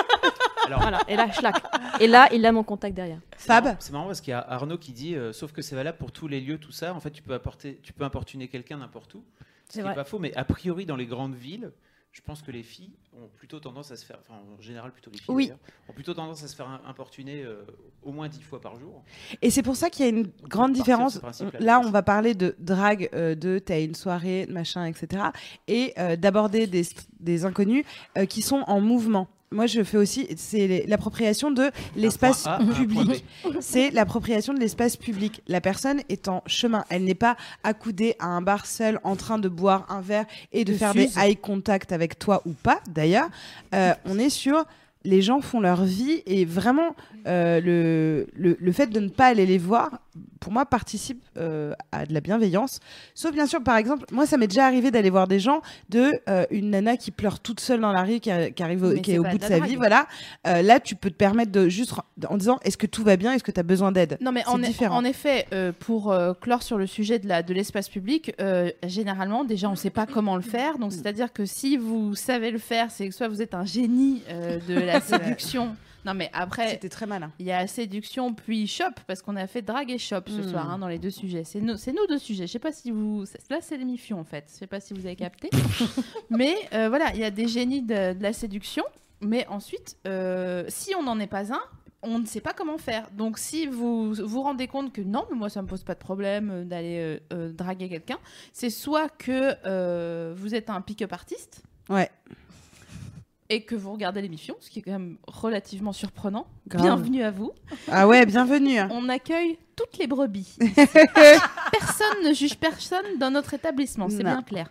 S3: Alors-
S5: Voilà. Et là, schlac. Et là, il a mon contact derrière.
S3: C'est
S2: Fab
S3: marrant- C'est marrant parce qu'il y a Arnaud qui dit, euh, sauf que c'est valable pour tous les lieux, tout ça. En fait, tu peux, apporter, tu peux importuner quelqu'un n'importe où.
S4: C'est
S3: Ce qui n'est
S4: vrai.
S3: pas faux, mais a priori, dans les grandes villes, je pense que les filles ont plutôt tendance à se faire, enfin, en général, plutôt les filles,
S2: Oui.
S3: d'ailleurs, ont plutôt tendance à se faire im- importuner euh, au moins dix fois par jour.
S2: Et c'est pour ça qu'il y a une
S3: peut
S2: grande
S3: partir de ce
S2: différence.
S3: principe-là,
S2: Là,
S3: bien
S2: on
S3: sûr.
S2: va parler de drague, euh, de t'as une soirée, machin, etc. Et euh, d'aborder des, des inconnus euh, qui sont en mouvement. Moi, je fais aussi, c'est les- l'appropriation de l'espace
S3: Un point A, un ah, point
S2: public.
S3: B.
S2: C'est l'appropriation de l'espace public. La personne est en chemin. Elle n'est pas accoudée à un bar seul en train de boire un verre et de
S4: De
S2: faire
S4: Suze.
S2: des eye contact avec toi ou pas, d'ailleurs. Euh, on est sur les gens font leur vie et vraiment euh, le, le, le fait de ne pas aller les voir, pour moi, participe euh, à de la bienveillance. Sauf bien sûr, par exemple, moi, ça m'est déjà arrivé d'aller voir des gens de euh, une nana qui pleure toute seule dans la rue, qui, a- qui arrive au-
S1: Mais
S2: qui
S1: c'est
S2: est au
S1: pas
S2: bout
S1: de la
S2: de sa
S1: drague.
S2: vie, voilà. Euh, là, tu peux te permettre de juste en disant, est-ce que tout va bien, est-ce que tu as besoin d'aide
S1: Non, mais
S2: C'est
S1: en, e-
S2: différent.
S1: en effet, euh, pour euh, clore sur le sujet de la- de l'espace de public, euh, généralement, déjà, on ne sait pas comment le faire. Donc, c'est-à-dire que si vous savez le faire, c'est que soit vous êtes un génie euh, de la séduction. Non, mais après,
S2: C'était très malin.
S1: il y a séduction puis shop, parce qu'on a fait drague et shop ce
S2: Hmm.
S1: soir hein, dans les deux sujets. C'est nos, c'est nos deux sujets. Je sais pas si vous. c'est- Là, c'est l'émission en fait. Je sais pas si vous avez capté. mais euh, voilà, il y a des génies de, de la séduction. Mais ensuite, euh, si on n'en est pas un, on ne sait pas comment faire. Donc, si vous vous rendez compte que non, mais moi, ça me pose pas de problème euh, d'aller euh, euh, draguer quelqu'un, c'est soit que euh, vous êtes un pick-up artiste
S2: Ouais.
S1: et que vous regardez l'émission, ce qui est quand même relativement surprenant.
S2: Grave.
S1: Bienvenue à vous.
S2: Ah ouais, bienvenue. hein.
S1: On accueille toutes les brebis. personne ne juge personne dans notre établissement, c'est
S2: Non.
S1: bien clair.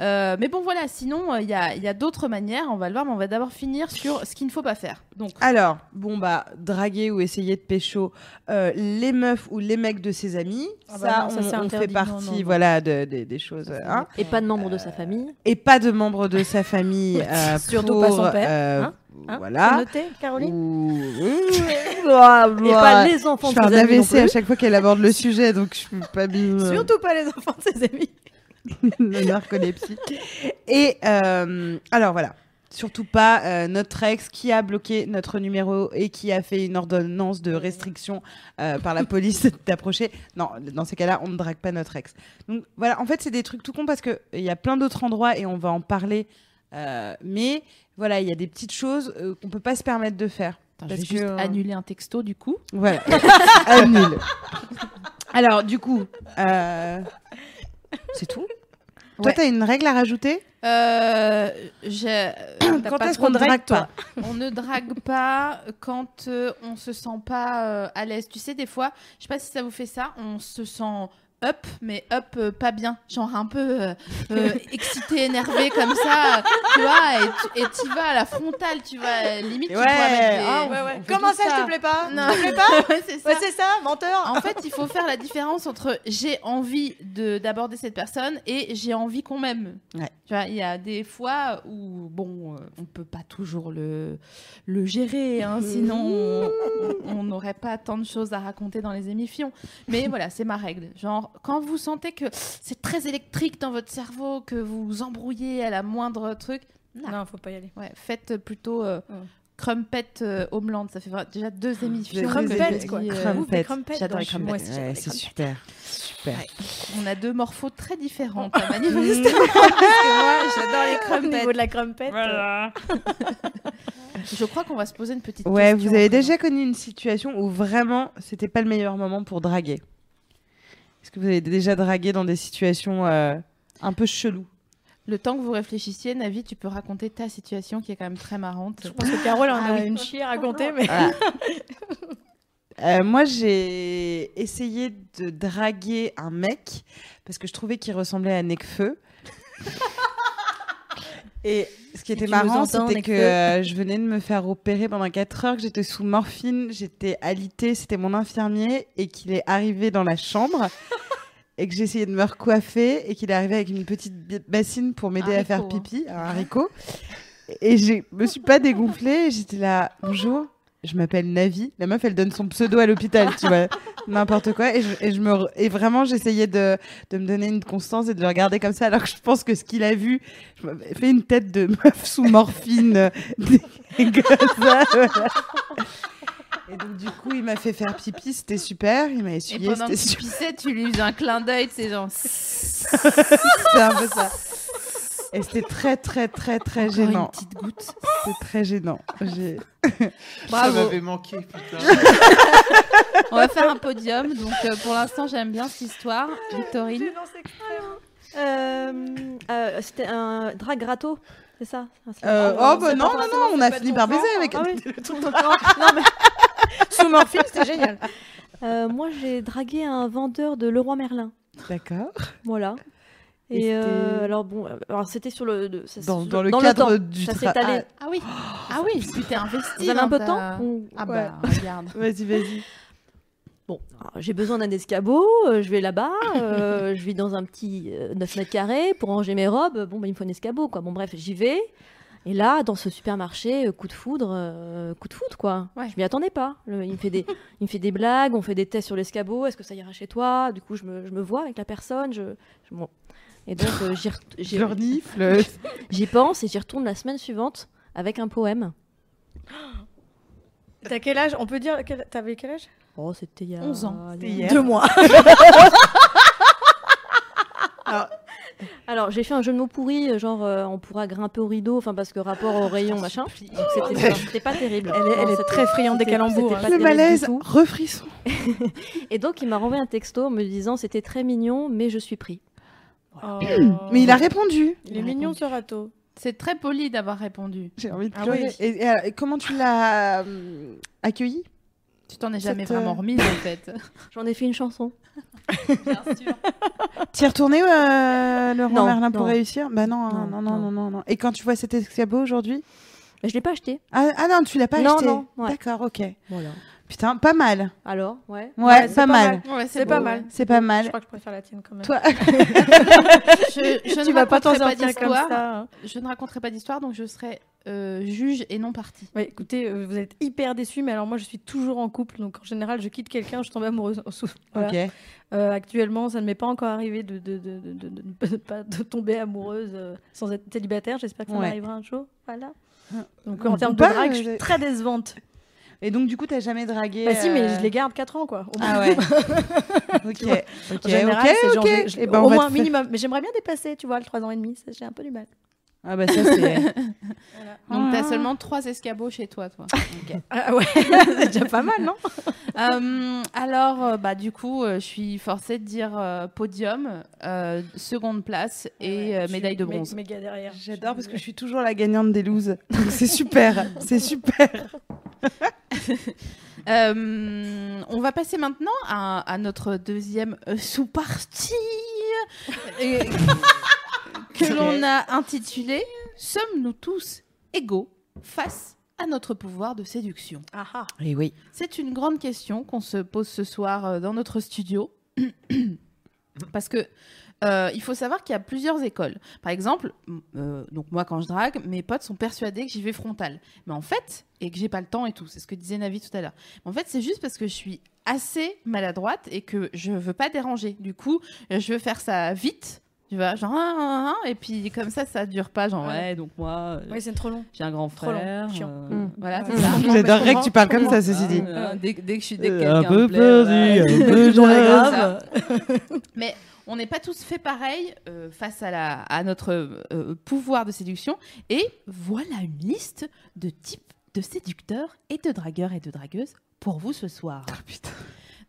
S1: Euh, mais bon, voilà, sinon, il y a, y a d'autres manières, on va le voir, mais on va d'abord finir sur ce qu'il ne faut pas faire. Donc,
S2: Alors, bon bah, draguer ou essayer de pécho euh, les meufs ou les mecs de ses amis,
S4: Ah bah
S2: ça,
S4: non, ça,
S2: on-
S4: c'est
S2: on, fait
S4: interdit, non,
S2: partie,
S4: non, non.
S2: voilà, de- de- des choses. hein.
S5: Et pas de membre de sa famille.
S2: Et pas de membres de sa famille. euh,
S4: Surtout
S2: pour,
S4: pas son père,
S2: euh,
S4: hein, Hein
S2: voilà.
S4: T'as noté, Caroline
S2: Ou-
S5: Et pas les enfants
S2: Je
S5: de
S2: fais un
S5: ses amis non
S2: AVC à
S5: plus.
S2: chaque fois qu'elle aborde le sujet, donc je suis pas bien. euh,
S4: Surtout pas les enfants de ses amis.
S2: le narcolepsie. Et euh, alors voilà, surtout pas euh, notre ex qui a bloqué notre numéro et qui a fait une ordonnance de restriction euh, par la police d'approcher. Non, dans ces cas-là, on ne drague pas notre ex. Donc voilà, en fait, c'est des trucs tout cons parce qu'il y a plein d'autres endroits et on va en parler. euh, mais voilà, il y a des petites choses euh, qu'on peut pas se permettre de faire.
S1: Attends,
S2: parce
S1: je vais juste
S2: que, euh,
S1: annuler un texto du coup.
S2: Voilà. Annule. Alors, du coup, euh, c'est tout Toi,
S1: Ouais.
S2: t'as une règle à rajouter
S1: Euh, j'ai- t'as
S2: Quand
S1: pas
S2: est-ce
S1: trop
S2: qu'on
S1: de règles,
S2: drague
S1: toi
S2: pas
S1: On ne drague pas quand euh, on se sent pas euh, à l'aise. Tu sais, des fois, je sais pas si ça vous fait ça, on se sent up, mais up euh, pas bien, genre un peu euh, euh, excité, énervé comme ça, tu vois, et tu et t'y vas à la frontale, tu vois, euh, limite tu
S2: Ouais,
S1: pourras mettre des-
S2: ah,
S1: on fait tout
S4: Comment ça, je te plais pas
S1: Non. Ah,
S4: Je te plais pas
S1: Ouais, c'est ça.
S4: Ouais, c'est ça, menteur
S1: En fait, il faut faire la différence entre j'ai envie de d'aborder cette personne et j'ai envie qu'on m'aime.
S2: Ouais.
S1: Tu vois, il y a des fois où bon, euh, on peut pas toujours le le gérer, hein, sinon on- on on n'aurait pas tant de choses à raconter dans les émissions. Mais voilà, c'est ma règle. Genre quand vous sentez que c'est très électrique dans votre cerveau, que vous vous embrouillez à la moindre truc,
S4: Non, faut pas y aller.
S1: ouais, faites plutôt euh,
S4: Ouais.
S1: Crumpet euh, Homeland. Ça fait vra- déjà deux émissions.
S2: Crumpet,
S1: Crumpet,
S4: quoi.
S2: Crumpets.
S4: des crumpets
S5: J'adore
S4: dans
S5: les
S4: le- moi aussi, j'adore
S2: Ouais,
S4: les
S2: c'est
S4: crumpets.
S2: super, super.
S1: On a deux morphos très différents.
S2: Mmh.
S1: manifestement.
S4: Ah,
S1: parce que moi, j'adore les
S4: Au
S1: crumpets.
S4: niveau de la crumpette. euh,
S1: Je crois qu'on va se poser une petite
S2: Ouais,
S1: question.
S2: vous avez
S1: après.
S2: déjà connu une situation où vraiment c'était pas le meilleur moment pour draguer. Est-ce que vous avez déjà dragué dans des situations euh, un peu cheloues
S1: Le temps que vous réfléchissiez, Navi, tu peux raconter ta situation qui est quand même très marrante.
S4: Je pense que Carole en
S5: Ah
S4: a
S5: oui.
S4: une chier à raconter, mais
S2: Voilà. Euh, moi, j'ai essayé de draguer un mec parce que je trouvais qu'il ressemblait à Necfeu. Et ce qui était
S4: tu nous
S2: marrant,
S4: entends,
S2: c'était que
S4: Necfeu
S2: euh, je venais de me faire opérer pendant 4 heures, que j'étais sous morphine, j'étais alitée, c'était mon infirmier, et qu'il est arrivé dans la chambre, et que j'ai essayé de me recoiffer, et qu'il est arrivé avec une petite bi- bassine pour m'aider à
S1: Haricot,
S2: faire
S1: hein.
S2: pipi, un haricot. Et je me suis pas dégonflée, et j'étais là, bonjour, je m'appelle Navi. La meuf, elle donne son pseudo à l'hôpital, tu vois, n'importe quoi. Et, je, et, je me, re- et vraiment, j'essayais de, de me donner une constance et de le regarder comme ça, alors que je pense que ce qu'il a vu, je m'avais fait une tête de meuf sous morphine euh, dégueulasse. voilà. Et donc, du coup, il m'a fait faire pipi, c'était super. Il m'a
S1: Et
S2: essuyé,
S1: pendant que
S2: c'était
S1: tu
S2: super.
S1: pissais, tu lui faisais un clin d'œil, c'est genre.
S2: C'était un peu ça. Et c'était très, très, très, très
S1: Encore
S2: gênant.
S1: une petite goutte.
S2: C'était très gênant. J'ai-
S3: Ça
S1: Bravo.
S3: m'avait manqué, putain.
S1: On va faire un podium. Donc euh, pour l'instant, j'aime bien cette histoire. Victorine.
S5: Euh, euh, C'était un drag râteau, c'est ça
S2: Euh, oh, bah
S4: Oh, c'est pas
S2: non, non,
S4: forcément-
S2: non, on
S4: c'est
S2: a
S4: pas
S2: fini
S4: ton
S2: par
S4: genre.
S2: baiser avec.
S5: Ah oui.
S2: le truc de-
S4: sous morphine, c'était génial.
S5: Euh, Moi, j'ai dragué un vendeur de Leroy Merlin.
S2: D'accord.
S5: Voilà.
S2: Et
S5: Et euh,
S2: c'était-
S5: alors bon, euh, alors c'était sur le de- ça-
S2: Dans,
S5: sur-
S2: dans le
S5: dans
S2: cadre
S5: temps.
S2: du
S5: Ça s'est
S2: travail.
S5: étalé.
S1: Ah oui. Ah oui. Tu t'es investi.
S5: Vous avez un
S1: dans
S5: peu de
S1: ta-
S5: temps ou-
S1: Ah
S2: Ouais.
S1: bah regarde.
S2: Vas-y, vas-y.
S5: Bon, alors, j'ai besoin d'un escabeau, euh, je vais là-bas, euh, je vis dans un petit euh, 9 mètres carrés pour ranger mes robes. Bon, bah, il me faut un escabeau, quoi. Bon, bref, j'y vais. Et là, dans ce supermarché, euh, coup de foudre, euh, coup de foudre, quoi.
S1: Ouais.
S5: Je m'y attendais pas. Le- il, me fait des, il me fait des blagues, on fait des tests sur l'escabeau, est-ce que ça ira chez toi Du coup, je me, je me vois avec la personne. Je, je- bon. Et donc, euh, j'y ret- j'y-
S2: Pleurnifle.
S5: j'y pense et j'y retourne la semaine suivante avec un poème.
S4: T'as quel âge On peut dire. quel- T'avais quel âge
S5: Oh, c'était il y a
S1: 11 ans.
S5: il y a-
S2: C'était hier.
S4: Deux mois.
S5: Alors, j'ai fait un jeu de mots pourri, euh, genre euh, on pourra grimper au rideau, enfin parce que rapport au rayon, machin. Donc, C'était c'était pas terrible.
S4: Oh, Elle est, elle
S5: Non,
S4: est
S5: c'était-
S4: très friande des
S5: c'était-
S4: calembours.
S5: c'était
S4: hein.
S5: pas
S2: Le
S5: terrible du
S2: malaise,
S5: tout.
S2: refrisson.
S5: Et donc, il m'a renvoyé un texto me disant c'était très mignon, mais je suis pris.
S4: Oh.
S2: Mais il a répondu.
S4: Il est mignon ce râteau.
S1: C'est très poli d'avoir répondu.
S2: J'ai envie de
S1: Ah
S2: pleurer.
S1: oui.
S2: Et, et alors, et comment tu l'as euh, accueilli
S1: Tu t'en es jamais
S2: Cette, euh,
S1: vraiment remise en fait.
S5: J'en ai fait une chanson.
S2: T'y es retourné, euh, Laurent
S5: Non,
S2: Merlin, pour
S5: non.
S2: réussir Bah non, hein, non,
S5: Non,
S2: non, non,
S5: non.
S2: non, non. Et quand tu vois cet escabeau aujourd'hui
S5: Mais je l'ai pas acheté.
S2: ah, ah non, tu l'as pas
S5: Non,
S2: acheté
S5: non, ouais.
S2: D'accord, ok.
S5: Voilà.
S2: Putain, pas mal.
S5: Alors, ouais.
S2: Ouais,
S4: Ouais,
S2: pas,
S4: c'est pas
S2: mal.
S4: mal.
S1: Ouais,
S4: C'est pas
S1: beau,
S4: mal.
S1: ouais.
S2: C'est pas
S4: Je
S2: mal.
S4: crois que je préfère la tienne quand même.
S2: Toi,
S1: Je, je
S4: tu
S1: ne
S4: vas pas t'en
S1: raconterai pas
S4: sortir comme
S1: d'histoire.
S4: ça. hein.
S1: Je ne raconterai pas d'histoire, donc je serai euh, juge et non partie.
S4: Ouais, écoutez, euh, vous êtes hyper déçus, mais alors moi je suis toujours en couple, donc en général je quitte quelqu'un, je tombe amoureuse. Voilà.
S2: ok.
S4: Euh, actuellement, ça ne m'est pas encore arrivé de de, de, de, de- de- de- pas- de tomber amoureuse euh, sans être célibataire. J'espère que ça
S2: Ouais.
S4: m'arrivera un jour. Voilà.
S2: Ah,
S4: Donc
S2: on
S4: en termes de
S2: peut pas,
S4: drague, je
S2: euh,
S4: suis très décevante.
S2: Et donc, du coup, t'as jamais dragué
S4: Bah si, mais
S2: euh,
S4: je les garde 4 ans quoi. Au moins.
S2: Ah ouais. ok. Ok,
S4: En général,
S2: ok,
S4: c'est genre,
S2: ok.
S4: je- je-
S2: Eh ben, on
S4: au
S2: va
S4: moins
S2: te faire-
S4: minimum. Mais j'aimerais bien dépasser, tu vois, le 3 ans et demi. ça, J'ai un peu du mal.
S2: Ah bah ça c'est.
S1: Donc t'as
S2: Ah.
S1: seulement trois escabeaux chez toi, toi.
S4: Ah ouais, c'est déjà pas mal, non
S1: Euh, alors, euh, bah du coup, euh, je suis forcée de dire euh, podium, euh, seconde place et euh, médaille de bronze.
S4: Méga derrière.
S2: J'adore parce que je suis toujours la gagnante des looses. Donc c'est super, c'est super.
S1: Euh, on va passer maintenant à, à notre deuxième euh, sous-partie et- que l'on a intitulée Sommes-nous tous égaux face à notre pouvoir de séduction
S4: Ah, ah.
S2: Et oui.
S1: C'est une grande question qu'on se pose ce soir euh, dans notre studio. Parce que euh, il faut savoir qu'il y a plusieurs écoles. Par exemple, m- euh, donc moi quand je drague, mes potes sont persuadés que j'y vais frontal. Mais en fait, et que j'ai pas le temps et tout, c'est ce que disait Navi tout à l'heure. En fait, c'est juste parce que je suis assez maladroite et que je veux pas déranger. Du coup, euh, je veux faire ça vite Tu vois, genre, ah, ah, ah, et puis comme ça, ça dure pas. Genre,
S4: Ouais.
S1: ouais, donc moi, euh,
S4: Oui, c'est trop long.
S1: j'ai un grand
S4: Trop long,
S1: frère.
S4: chiant. Mmh.
S1: euh,
S5: Mm.
S1: Voilà, c'est
S4: Ouais.
S1: ça. Non, mais je
S2: J'adorerais que
S1: comprends,
S2: tu parles
S1: je
S2: comme ça,
S1: comprends.
S2: ceci dit.
S1: Ah, dès, dès que je suis dès que
S3: Euh,
S1: quelqu'un
S3: un peu
S1: me plaît, voilà,
S3: perdu,
S1: je
S3: un
S1: suis
S3: peu
S1: toujours
S3: grave.
S1: comme ça. Mais on n'est pas tous faits pareil euh, face à, la, à notre euh, pouvoir de séduction. Et voilà une liste de types de séducteurs et de dragueurs et de dragueuses pour vous ce soir.
S2: Oh,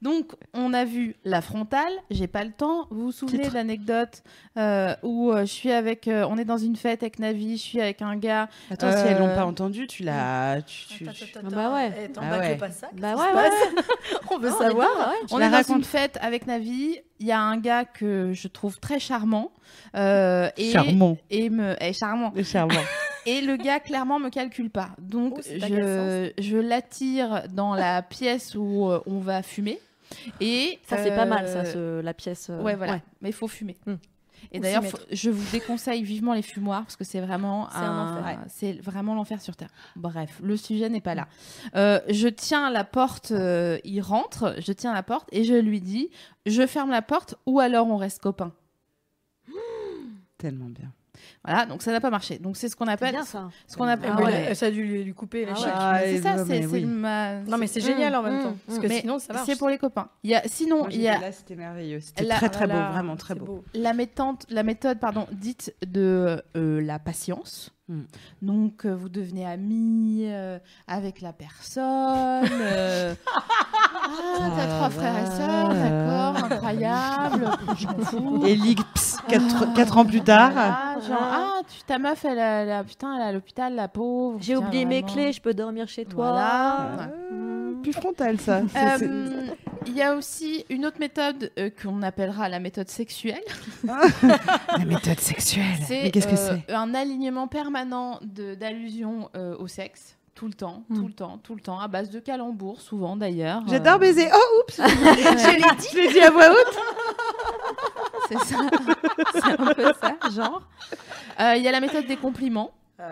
S1: Donc, on a vu la frontale, j'ai pas le temps. Vous vous souvenez de l'anecdote euh, où euh, je suis avec, euh, on est dans une fête avec Navi, je suis avec un gars.
S2: Attends, si elles l'ont pas
S1: Euh,
S2: entendu, tu l'as. Tu, tu- tu-
S5: Ah bah ouais.
S4: Eh, t'en
S2: Ah
S4: bats que
S2: ouais.
S4: pas ça, qu'est-ce
S5: Bah
S4: qui
S5: ouais,
S4: se
S5: ouais.
S4: passe
S1: Oh,
S4: On veut
S5: Ah, on est
S4: savoir.
S5: dedans, ouais.
S1: on
S2: la
S1: est dans
S2: raconte.
S1: une fête avec Navi. Il y a un gars que je trouve très charmant euh, et
S2: Charmant.
S1: et me est charmant.
S2: Charmant.
S1: Et le gars, clairement, me calcule pas. Donc,
S4: Oh, c'est
S1: je,
S4: agaçant,
S1: je l'attire dans la pièce où euh, on va fumer. Et
S5: Ça, c'est pas mal,
S1: euh,
S5: ça, ce- la pièce. euh,
S1: Ouais, voilà. Mais il faut fumer.
S5: Hmm.
S1: Et
S4: Ou
S1: d'ailleurs,
S4: s'y
S1: faut- je vous déconseille vivement les fumoirs parce que c'est vraiment
S4: C'est un enfer.
S1: c'est vraiment l'enfer sur terre. Bref, le sujet n'est pas là.
S4: Hmm.
S1: Euh, je tiens à la porte, euh, il rentre, je tiens à la porte et je lui dis, je ferme la porte ou alors on reste copains.
S2: Tellement bien.
S1: Voilà, donc ça n'a pas marché. Donc c'est ce qu'on
S5: C'est
S1: appelle
S5: bien, ça.
S1: ce qu'on appelle.
S4: Ah
S1: voilà.
S4: ouais, Ça a dû lui, lui couper
S5: Ah
S4: la
S5: ouais.
S4: chic.
S2: Ah,
S1: C'est
S2: et
S1: ça,
S2: bah,
S1: c'est
S2: mais
S1: c'est
S2: oui.
S1: ma-
S4: Non, mais c'est
S5: Mm,
S4: génial en même
S5: mm,
S4: temps.
S5: mm.
S4: Parce que
S1: Mais
S4: sinon, ça marche.
S1: C'est pour les copains. Il y a, sinon,
S2: Moi,
S1: il y a
S2: j'étais Là, c'était merveilleux. C'était
S1: La-
S2: très, très
S4: Voilà,
S2: beau. Vraiment très
S4: Ah c'est
S2: beau.
S1: la méthode, la méthode pardon, dite de euh, la patience.
S5: Hmm.
S2: Mm.
S1: Donc, euh, vous devenez ami euh, avec la personne. euh, ah, t'as
S2: Ah,
S1: trois frères et sœurs,
S2: ouais.
S1: d'accord, incroyable. Je m'en fous.
S2: Et Ligue, 4, ans plus tard.
S1: Voilà, genre, ah, tu, ta meuf, elle, a- elle a- putain, elle est à l'hôpital, la pauvre.
S5: J'ai
S1: Putain,
S5: oublié mes
S1: vraiment.
S5: clés, je peux dormir chez toi.
S1: Voilà.
S4: Ah.
S1: Ouais.
S5: Mm.
S2: Euh, Plus frontal, ça. C'est- c'est-
S1: Euh, Il y a aussi une autre méthode euh, qu'on appellera la méthode sexuelle.
S2: La méthode sexuelle.
S1: C'est
S2: Mais qu'est-ce que
S1: euh,
S2: c'est
S1: un alignement permanent de- d'allusions euh, au sexe, tout le temps,
S5: Mm.
S1: tout le temps, tout le temps, à base de calembours, souvent d'ailleurs.
S2: Hmm. J'adore
S1: Euh,
S2: baiser. Oh, oups
S1: ouais,
S2: Je l'ai dit à voix haute.
S1: C'est ça, c'est un peu ça, genre. Euh, Il y a la méthode des compliments.
S2: Ah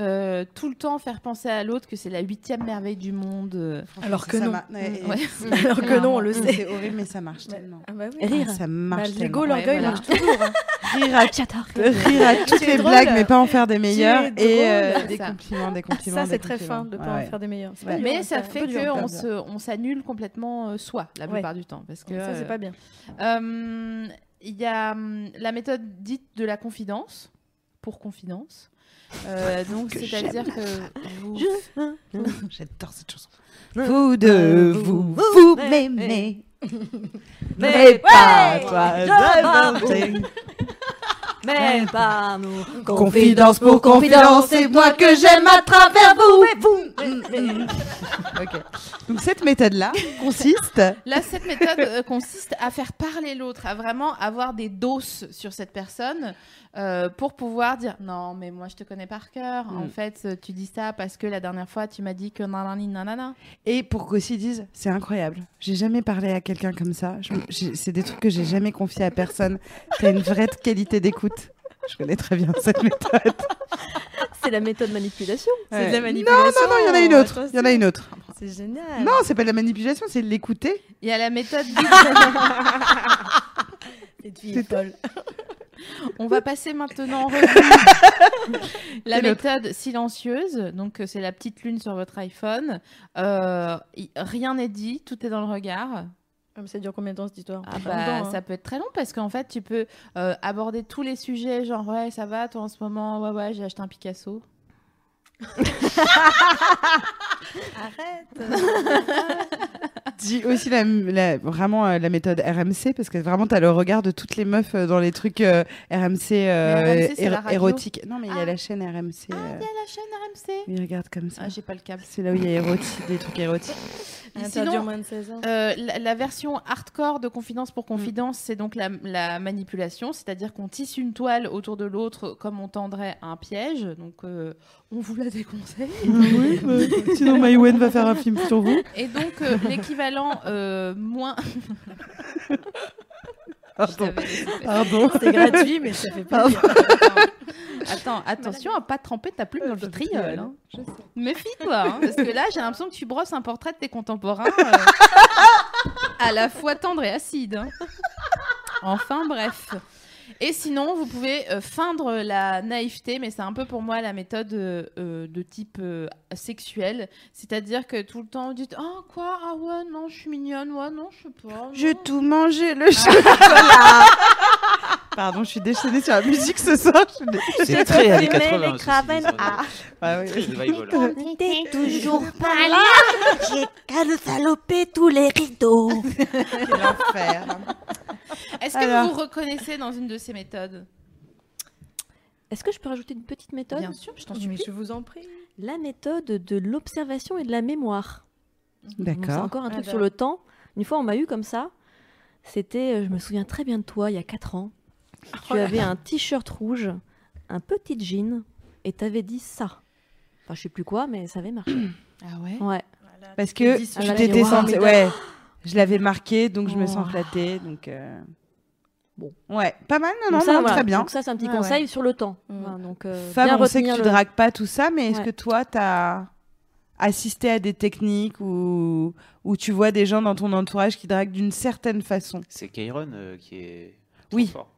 S1: Euh, tout le temps faire penser à l'autre que c'est la huitième merveille du monde. euh,
S4: Alors que
S2: Ça
S4: non.
S2: m'a- ouais,
S1: Ouais.
S4: Alors que non, on le sait.
S2: Ah, C'est horrible, mais ça marche tellement.
S4: Ah bah oui.
S5: Rire.
S2: Ah, Ça
S4: Bah,
S2: marche
S4: L'ego,
S1: tellement.
S4: l'orgueil
S1: Ouais,
S4: marche toujours. hein.
S2: tellement. Rire à,
S5: J'adore.
S2: rire à toutes
S4: Tu es
S2: les
S4: drôle.
S2: blagues, mais pas en faire des meilleurs.
S4: drôle.
S2: Et euh,
S1: C'est
S2: des
S1: ça.
S2: compliments, des compliments.
S4: Ça,
S2: des
S4: c'est très fin
S2: compliments.
S4: de ne pas
S2: Ouais.
S4: en faire des meilleurs. C'est pas
S2: Ouais.
S4: dur,
S1: Mais
S4: hein,
S1: ça
S4: c'est un
S1: fait
S4: peu dur.
S1: qu'on
S2: perdre.
S1: se, on s'annule complètement euh, soi la
S4: Ouais.
S1: plupart du temps parce que
S4: Ça,
S1: euh,
S4: c'est pas bien.
S1: Euh, Il y a hum, la méthode dite de la confidence, pour confidence. Euh, donc,
S2: Que
S1: c'est-à-dire que vous-
S2: J'adore cette chanson. Vous deux, vous, vous m'aimez.
S5: Mais
S2: pas
S5: ouais,
S2: toi,
S5: je
S2: je m'aime.
S5: Mais pas nous.
S2: Confidence pour confidence, c'est moi que j'aime à travers vous. Mm, Ok. Donc cette méthode-là consiste.
S1: Là, cette méthode euh, consiste à faire parler l'autre, à vraiment avoir des doses sur cette personne euh, pour pouvoir dire non, mais moi je te connais par cœur. En
S2: Mm.
S1: fait, euh, tu dis ça parce que la dernière fois tu m'as dit que nanani nanana.
S2: Et pour qu'aussi ils disent, c'est incroyable. J'ai jamais parlé à quelqu'un comme ça. Je- j'ai- C'est des trucs que j'ai jamais confiés à personne. T'as une vraie qualité d'écoute. Je connais très bien cette méthode.
S5: C'est la méthode manipulation.
S4: C'est de la manipulation.
S2: Non, non, non, il y en a une autre. Il y en a une autre.
S4: C'est génial.
S2: Non, c'est pas de la manipulation, c'est de l'écouter.
S1: Il y a la méthode. dite-
S4: Cette fille est folle.
S1: On va passer maintenant en revue la
S2: C'est l'autre.
S1: méthode silencieuse. Donc, euh, c'est la petite lune sur votre iPhone. Euh, y- rien n'est dit, tout est dans le regard.
S4: Ah, mais Ça dure combien de temps cette histoire
S1: Ah
S4: Pas
S1: bah,
S4: longtemps, hein.
S1: Ça peut être très long parce qu'en fait, tu peux euh, aborder tous les sujets. Genre, ouais, ça va, toi en ce moment, ouais, ouais, j'ai acheté un Picasso.
S2: Dis aussi la, la- vraiment euh, la méthode RMC parce que vraiment t'as le regard de toutes les meufs euh, dans les trucs euh, RMC, euh,
S1: Mais RMC, c'est
S2: éro-
S1: la radio.
S2: érotique. Non, mais il y a
S1: Ah.
S2: la chaîne RMC.
S1: Ah,
S2: euh,
S1: il y a la chaîne RMC.
S2: ils regardent comme ça.
S1: Ah, j'ai pas le câble.
S2: C'est là où il y a érotique, des trucs érotiques.
S4: Ah, ça
S1: Sinon,
S4: dure moins de 16 ans.
S1: Euh, la, la version hardcore de confidence pour confidence, c'est donc la, la manipulation, c'est-à-dire qu'on tisse une toile autour de l'autre comme on tendrait un piège. Donc, euh, on vous la déconseille.
S2: oui, sinon Maïwen va faire un film sur vous.
S1: Et donc, euh, l'équivalent euh, moins. Je
S2: Pardon.
S1: t'avais laissé faire.
S2: Pardon.
S4: C'est gratuit, mais ça fait pas.
S1: Attends, attention à pas tremper ta plume dans le vitriol. hein.
S2: Je sais.
S1: Méfie-toi, hein, parce que là, j'ai l'impression que tu brosses un portrait de tes contemporains euh, à la fois tendre et acide. hein. Enfin, bref. Et sinon, vous pouvez euh, feindre la naïveté, mais c'est un peu pour moi la méthode euh, euh, de type euh, sexuel. C'est-à-dire que tout le temps, vous dites Ah, quoi Ah, ouais, non, je suis mignonne, ouais, non, je sais pas.
S2: J'ai
S1: non.
S2: tout mangé, le chocolat. Pardon, je suis déchaînée sur la musique ce soir. je suis dé-
S3: C'est très années
S6: Fumer
S2: hein,
S3: 80.
S6: les
S3: ceci dit,
S6: cravanes.
S3: ça,
S6: Ah.
S2: Ah oui.
S3: Très revival.
S6: T'es toujours pas là J'ai qu'à le saloper tous les rideaux.
S2: Quel enfer.
S1: Est-ce que
S2: Alors.
S1: vous vous reconnaissez dans une de ces méthodes
S5: Est-ce que je peux rajouter une petite méthode
S1: Bien sûr, je t'en
S4: Mais
S1: supplie.
S4: je vous en prie.
S5: La méthode de l'observation et de la mémoire. Donc, C'est
S2: D'accord.
S5: encore un
S4: Ah
S5: truc
S4: bah.
S5: sur le temps. Une fois, on m'a eu comme ça. C'était, euh, je me souviens très bien de toi, il y a 4 ans. Tu avais un t-shirt rouge, un petit jean, et t'avais dit ça. Enfin, je sais plus quoi, mais ça avait marché.
S1: Ah ouais
S5: Ouais.
S2: Parce que
S4: Ils sont
S2: tu
S5: là,
S2: t'étais
S5: les rois,
S2: sentie.
S5: mais
S2: Ouais. Je l'avais marqué, donc je me sens
S5: Oh.
S2: flattée. Donc. euh,
S5: Bon.
S2: Ouais, pas mal, non, non,
S5: Donc ça,
S2: non,
S5: voilà.
S2: très bien.
S5: Donc ça, c'est un petit
S2: Ouais,
S5: conseil sur le temps.
S4: Mm.
S5: Voilà, donc, euh,
S2: Fab,
S5: bien
S2: on sait que
S5: retenir
S2: tu
S5: le-
S2: dragues pas tout ça, mais est-ce
S5: Ouais.
S2: que toi, t'as assisté à des techniques où, où tu vois des gens dans ton entourage qui draguent d'une certaine façon
S3: C'est Kairon euh, qui est. trop
S2: Oui.
S3: fort.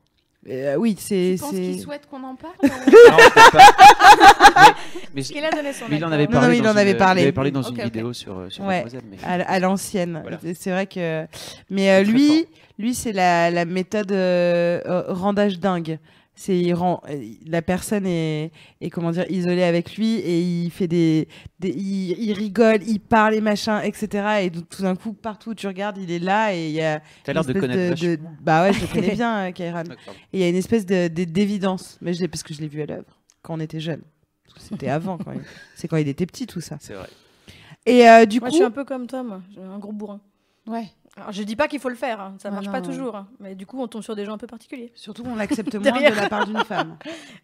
S2: Euh, Oui, c'est.
S1: Tu penses
S2: c'est-
S1: qu'ils souhaitent qu'on en parle
S3: Non, peut-être pas. mais, mais je-
S4: Il a donné son
S3: mais il en
S4: accord.
S3: avait
S2: Non,
S3: parlé.
S2: non, il
S3: dans
S2: en
S3: une-
S2: avait parlé.
S3: Il avait parlé dans
S1: Ok,
S3: une
S1: ok.
S3: vidéo sur, euh, sur
S2: Ouais.
S3: Mademoiselle, mais-
S2: à, à l'ancienne.
S3: Voilà.
S2: C'est vrai que. Mais euh,
S3: Très
S2: lui,
S3: fort.
S2: lui c'est la, la méthode euh, euh, rendage dingue. C'est il rend euh, la personne est, est, comment dire isolée avec lui et il fait des, des- il, il rigole, il parle et machin, etc. Et tout tout d'un coup partout où tu regardes, il est là et il y a
S3: T'as l'air de
S2: une espèce
S3: connaître
S2: de-
S3: vachement.
S2: bah ouais, je le connais bien euh, Kairan.
S3: D'accord.
S2: Et il y a une espèce de de- d'évidence, mais je l'ai parce que je l'ai vu à l'œuvre quand on était jeune. C'était avant quand il- c'est quand il était petit tout ça.
S3: C'est vrai.
S2: Et euh, du
S4: Moi,
S2: coup,
S4: je suis un peu comme toi, moi. J'ai un gros bourrin.
S1: Ouais.
S4: Alors, je dis pas qu'il faut le faire, hein.
S2: Ah
S4: ça
S1: Ouais,
S4: marche
S1: non,
S4: pas
S1: ouais.
S4: toujours. hein. Mais du coup, on tombe sur des gens un peu particuliers.
S2: surtout on l'accepte moins de
S4: Derrière.
S2: la part d'une femme.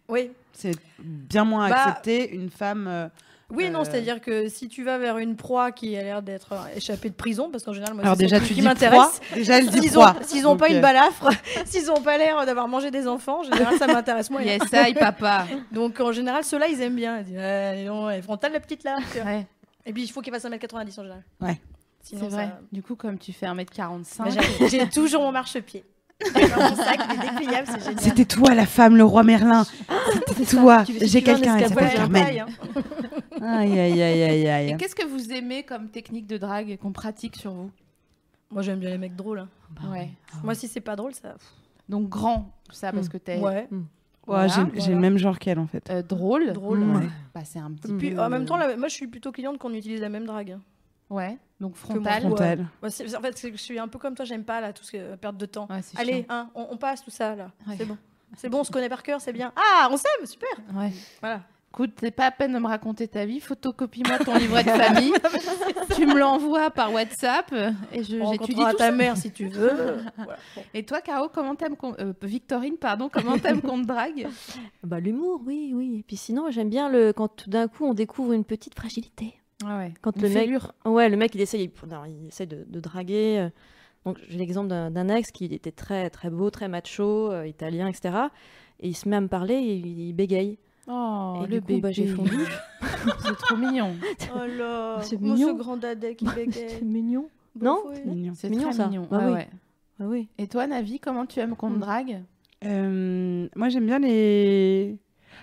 S4: Oui.
S2: C'est bien moins
S4: Bah-
S2: accepté une femme. euh,
S4: Oui,
S2: Euh,
S4: non, c'est-à-dire que si tu vas vers une proie qui a l'air d'être euh, échappée de prison, parce qu'en général, moi,
S2: Alors
S4: c'est
S2: déjà
S4: ça
S2: tu dis
S4: qui
S2: proie.
S4: m'intéresse.
S2: Déjà elle dit
S4: S'ils ont,
S2: proie.
S4: s'ils ont pas
S2: Donc,
S4: une
S2: euh,
S4: balafre, s'ils ont pas l'air d'avoir mangé des enfants, en général, ça m'intéresse moins.
S1: Yes, aïe, papa.
S4: Donc en général, ceux-là, ils aiment bien. Ils disent, Ah, dis donc, elle est frontale, la petite là.
S1: Ouais,
S4: Et puis il faut qu'il fasse 1m90 en général.
S2: Ouais.
S4: Sinon,
S1: c'est vrai.
S4: ça-
S1: Du coup, comme tu fais 1m45,
S4: Bah, j'ai- J'ai toujours mon marchepied. Dans mon sac, il est dépliable, c'est génial.
S2: C'était toi la femme, le roi Merlin. C'était toi.
S5: Tu fais
S2: J'ai
S5: toujours un
S2: quelqu'un, elle
S5: escabeau
S2: s'appelle
S4: Ouais,
S5: à
S2: Carmen.
S4: pareil, hein.
S2: Aïe aïe aïe aïe
S1: Et
S2: aïe.
S1: qu'est-ce que vous aimez comme technique de drague qu'on pratique sur vous
S4: Moi, j'aime bien les mecs drôles. hein.
S1: Ouais.
S4: Moi, si c'est pas drôle, ça.
S1: Donc grand, ça parce que t'es
S4: Hmm. Ouais.
S2: Ouais, J'ai
S4: Voilà.
S2: j'ai le même genre qu'elle en fait.
S1: euh, drôle.
S4: Drôle.
S2: Ouais.
S4: ouais.
S1: Bah, c'est un petit
S4: Et puis
S1: peu.
S4: en même temps, la- moi, je suis plutôt cliente qu'on utilise la même drague. hein.
S1: Ouais. Donc
S4: mon
S1: frontal.
S4: front.
S2: Frontale.
S4: Moi, c'est- en fait, c'est que je suis un peu comme toi. J'aime pas là tout ce que perte de temps.
S1: Ouais, Ah, c'est
S4: Allez, hein, on, on passe tout ça là.
S1: Ouais.
S4: C'est bon. C'est bon, on se connaît par cœur, c'est bien. Ah, on s'aime, super.
S1: chiant. Ouais.
S4: Voilà.
S1: Écoute, c'est pas à peine de me raconter ta vie. Photocopie-moi ton livret de famille. tu me l'envoies par WhatsApp euh, et je-
S4: On
S1: j'étudie
S4: rencontrera
S1: tout
S4: ta
S1: ça.
S4: mère si tu veux. Voilà. Bon.
S1: Et toi, Caro, comment t'aimes qu'on- euh, Victorine, pardon, comment t'aimes qu'on te drague
S5: Bah, l'humour, oui, oui. Et puis sinon, j'aime bien le... quand tout d'un coup, on découvre une petite fragilité.
S1: Ah ouais.
S5: Quand
S1: Une
S5: le mec-
S1: fêlure.
S5: Ouais, le mec, il essaye, il, non, il essaye de, de draguer. euh. Donc, j'ai l'exemple d'un d'un ex qui était très, très beau, très macho, euh, italien, etc. Et il se met à me parler et il, il bégaye.
S1: Oh,
S5: et
S1: le
S5: du coup, bah, j'ai
S1: bébé.
S5: fondu.
S1: c'est trop mignon.
S4: Oh là,
S5: C'est
S4: mon
S5: mignon. Bah,
S4: ce grand dadais qui
S5: C'est
S4: bégaye.
S5: mignon.
S4: Beau
S5: Non.
S4: fouet.
S2: Mignon.
S1: C'est
S5: Mignon,
S1: très
S5: ça.
S1: mignon.
S5: Bah
S1: Ah
S5: oui.
S1: ouais.
S5: Ah oui.
S1: Et toi, Navi, comment tu aimes qu'on te
S5: Hmm.
S1: drague
S2: Euh, moi, j'aime bien les.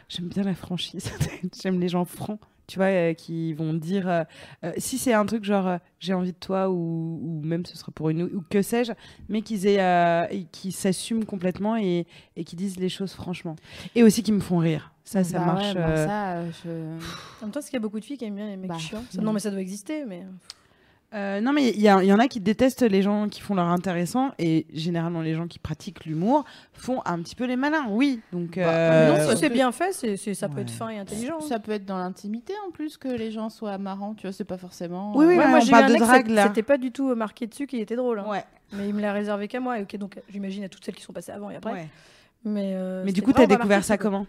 S2: J'aime bien la franchise. j'aime les gens francs, tu vois, euh, qui vont dire. euh, euh, si c'est un truc genre euh, j'ai envie de toi ou, ou même ce sera pour une ou que sais-je, mais qu'ils aient. euh, et qui s'assument complètement et, et qui disent les choses franchement. Et aussi qui me font rire. Ça, ça
S1: Bah
S2: marche.
S1: ouais, bah
S2: euh,
S1: ça, euh, je-
S4: En même temps, c'est qu'il y a beaucoup de filles qui aiment bien les mecs
S1: Bah,
S4: chiants. Ça-
S1: non.
S4: Non, mais ça doit exister. Mais
S2: Euh, non, mais il y, a- il y en a qui détestent les gens qui font leur intéressant, et généralement les gens qui pratiquent l'humour font un petit peu les malins, oui. Donc, euh,
S4: Bah, non, si
S1: ça,
S4: c'est bien fait, c'est- c'est- ça peut
S2: Ouais.
S4: être fin et intelligent. hein.
S1: Ça peut être dans l'intimité en plus que les gens soient marrants, tu vois, c'est pas forcément.
S2: Oui, oui,
S1: euh,
S2: ouais,
S4: moi
S2: on
S4: j'ai eu
S2: parle
S4: un
S2: de
S4: ex,
S2: drague, là.
S4: C'était pas du tout euh, marqué dessus qu'il était drôle. hein.
S2: ouais,
S4: Mais il me l'a réservé qu'à moi. Et ok, donc j'imagine à toutes celles qui sont passées avant et après.
S2: ouais.
S4: Mais, euh,
S2: Mais
S4: c'était
S2: du coup,
S4: vraiment
S2: t'as
S4: pas
S2: découvert
S4: marqué
S2: ça
S4: dessus, quoi.
S2: comment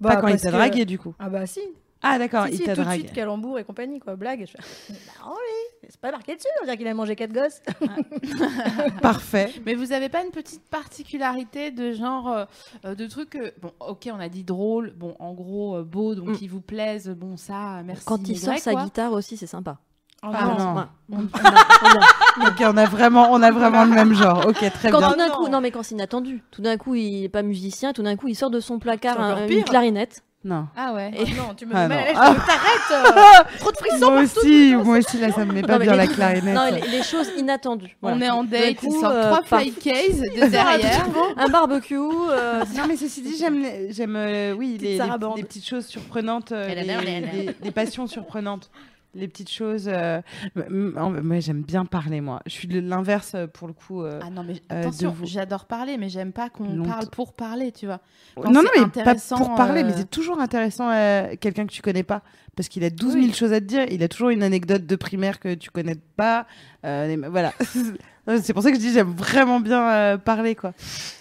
S4: Bah,
S2: Pas quand il
S4: parce
S2: t'a
S4: que-
S2: dragué, du coup.
S4: Ah bah si.
S2: Ah, d'accord,
S4: si,
S2: il
S4: si,
S2: t'a
S4: tout de
S2: dragué.
S4: suite Calembour et compagnie quoi, blague. Je fais, Bah oui, c'est pas marqué dessus, on dirait qu'il a mangé quatre gosses.
S2: Parfait.
S1: Mais vous avez pas une petite particularité de genre euh, euh, de trucs que- bon, ok, on a dit drôle, bon, en gros euh, beau, donc
S5: Mm.
S1: qui vous plaise, bon ça, merci.
S5: Quand il
S1: mais
S5: sort
S1: vrai,
S5: sa
S1: quoi.
S5: guitare aussi, c'est sympa.
S2: Oh
S5: Ah,
S2: non.
S5: non, ouais.
S2: Ok, on a vraiment, on a vraiment le même genre. Ok, très
S5: Quand
S2: bien.
S5: tout d'un coup, non mais quand c'est inattendu, tout d'un coup il est pas musicien, tout d'un coup il sort de son placard
S4: C'est encore
S5: un- une
S4: pire.
S5: clarinette.
S2: Non.
S1: Ah ouais.
S4: Oh non, tu me
S2: Ah
S4: mets mal à l'aise,
S2: non.
S4: je- t'arrêtes euh, Trop de frissons
S2: Moi
S4: partout
S2: aussi, moi aussi, là, ça me met pas
S5: Non, Eh, mais
S2: bien
S5: les-
S2: la clarinette.
S5: Non, les, les choses inattendues.
S1: On
S5: Voilà.
S1: est en
S5: Tout d'un
S1: date,
S5: coup,
S1: il sort
S5: euh,
S1: trois
S5: paf.
S1: flight cases de derrière.
S5: un barbecue. euh,
S2: Non, mais ceci dit, j'aime, les- j'aime, euh, oui,
S4: Petite
S2: les, les-
S4: Sarah Bande.
S2: les petites choses surprenantes, euh,
S1: Elle a
S2: les,
S1: l'air, elle a
S2: les- les passions surprenantes, les petites choses. euh, m- m- Moi, j'aime bien parler, moi. Je suis de l'inverse euh, pour le coup. euh.
S1: Ah non, mais
S2: Euh,
S1: attention,
S2: de vous-
S1: j'adore parler, mais j'aime pas qu'on
S2: Longtemps.
S1: parle pour parler, tu vois. Quand
S2: non, non,
S1: c'est
S2: mais pas
S1: intéressant,
S2: pour parler, mais
S1: euh,
S2: c'est toujours intéressant à quelqu'un que tu connais pas, parce qu'il a 12 000 choses à te dire. Il a toujours une anecdote de primaire que tu connais pas. euh, les- voilà. c'est pour ça que je dis, j'aime vraiment bien euh, parler, quoi.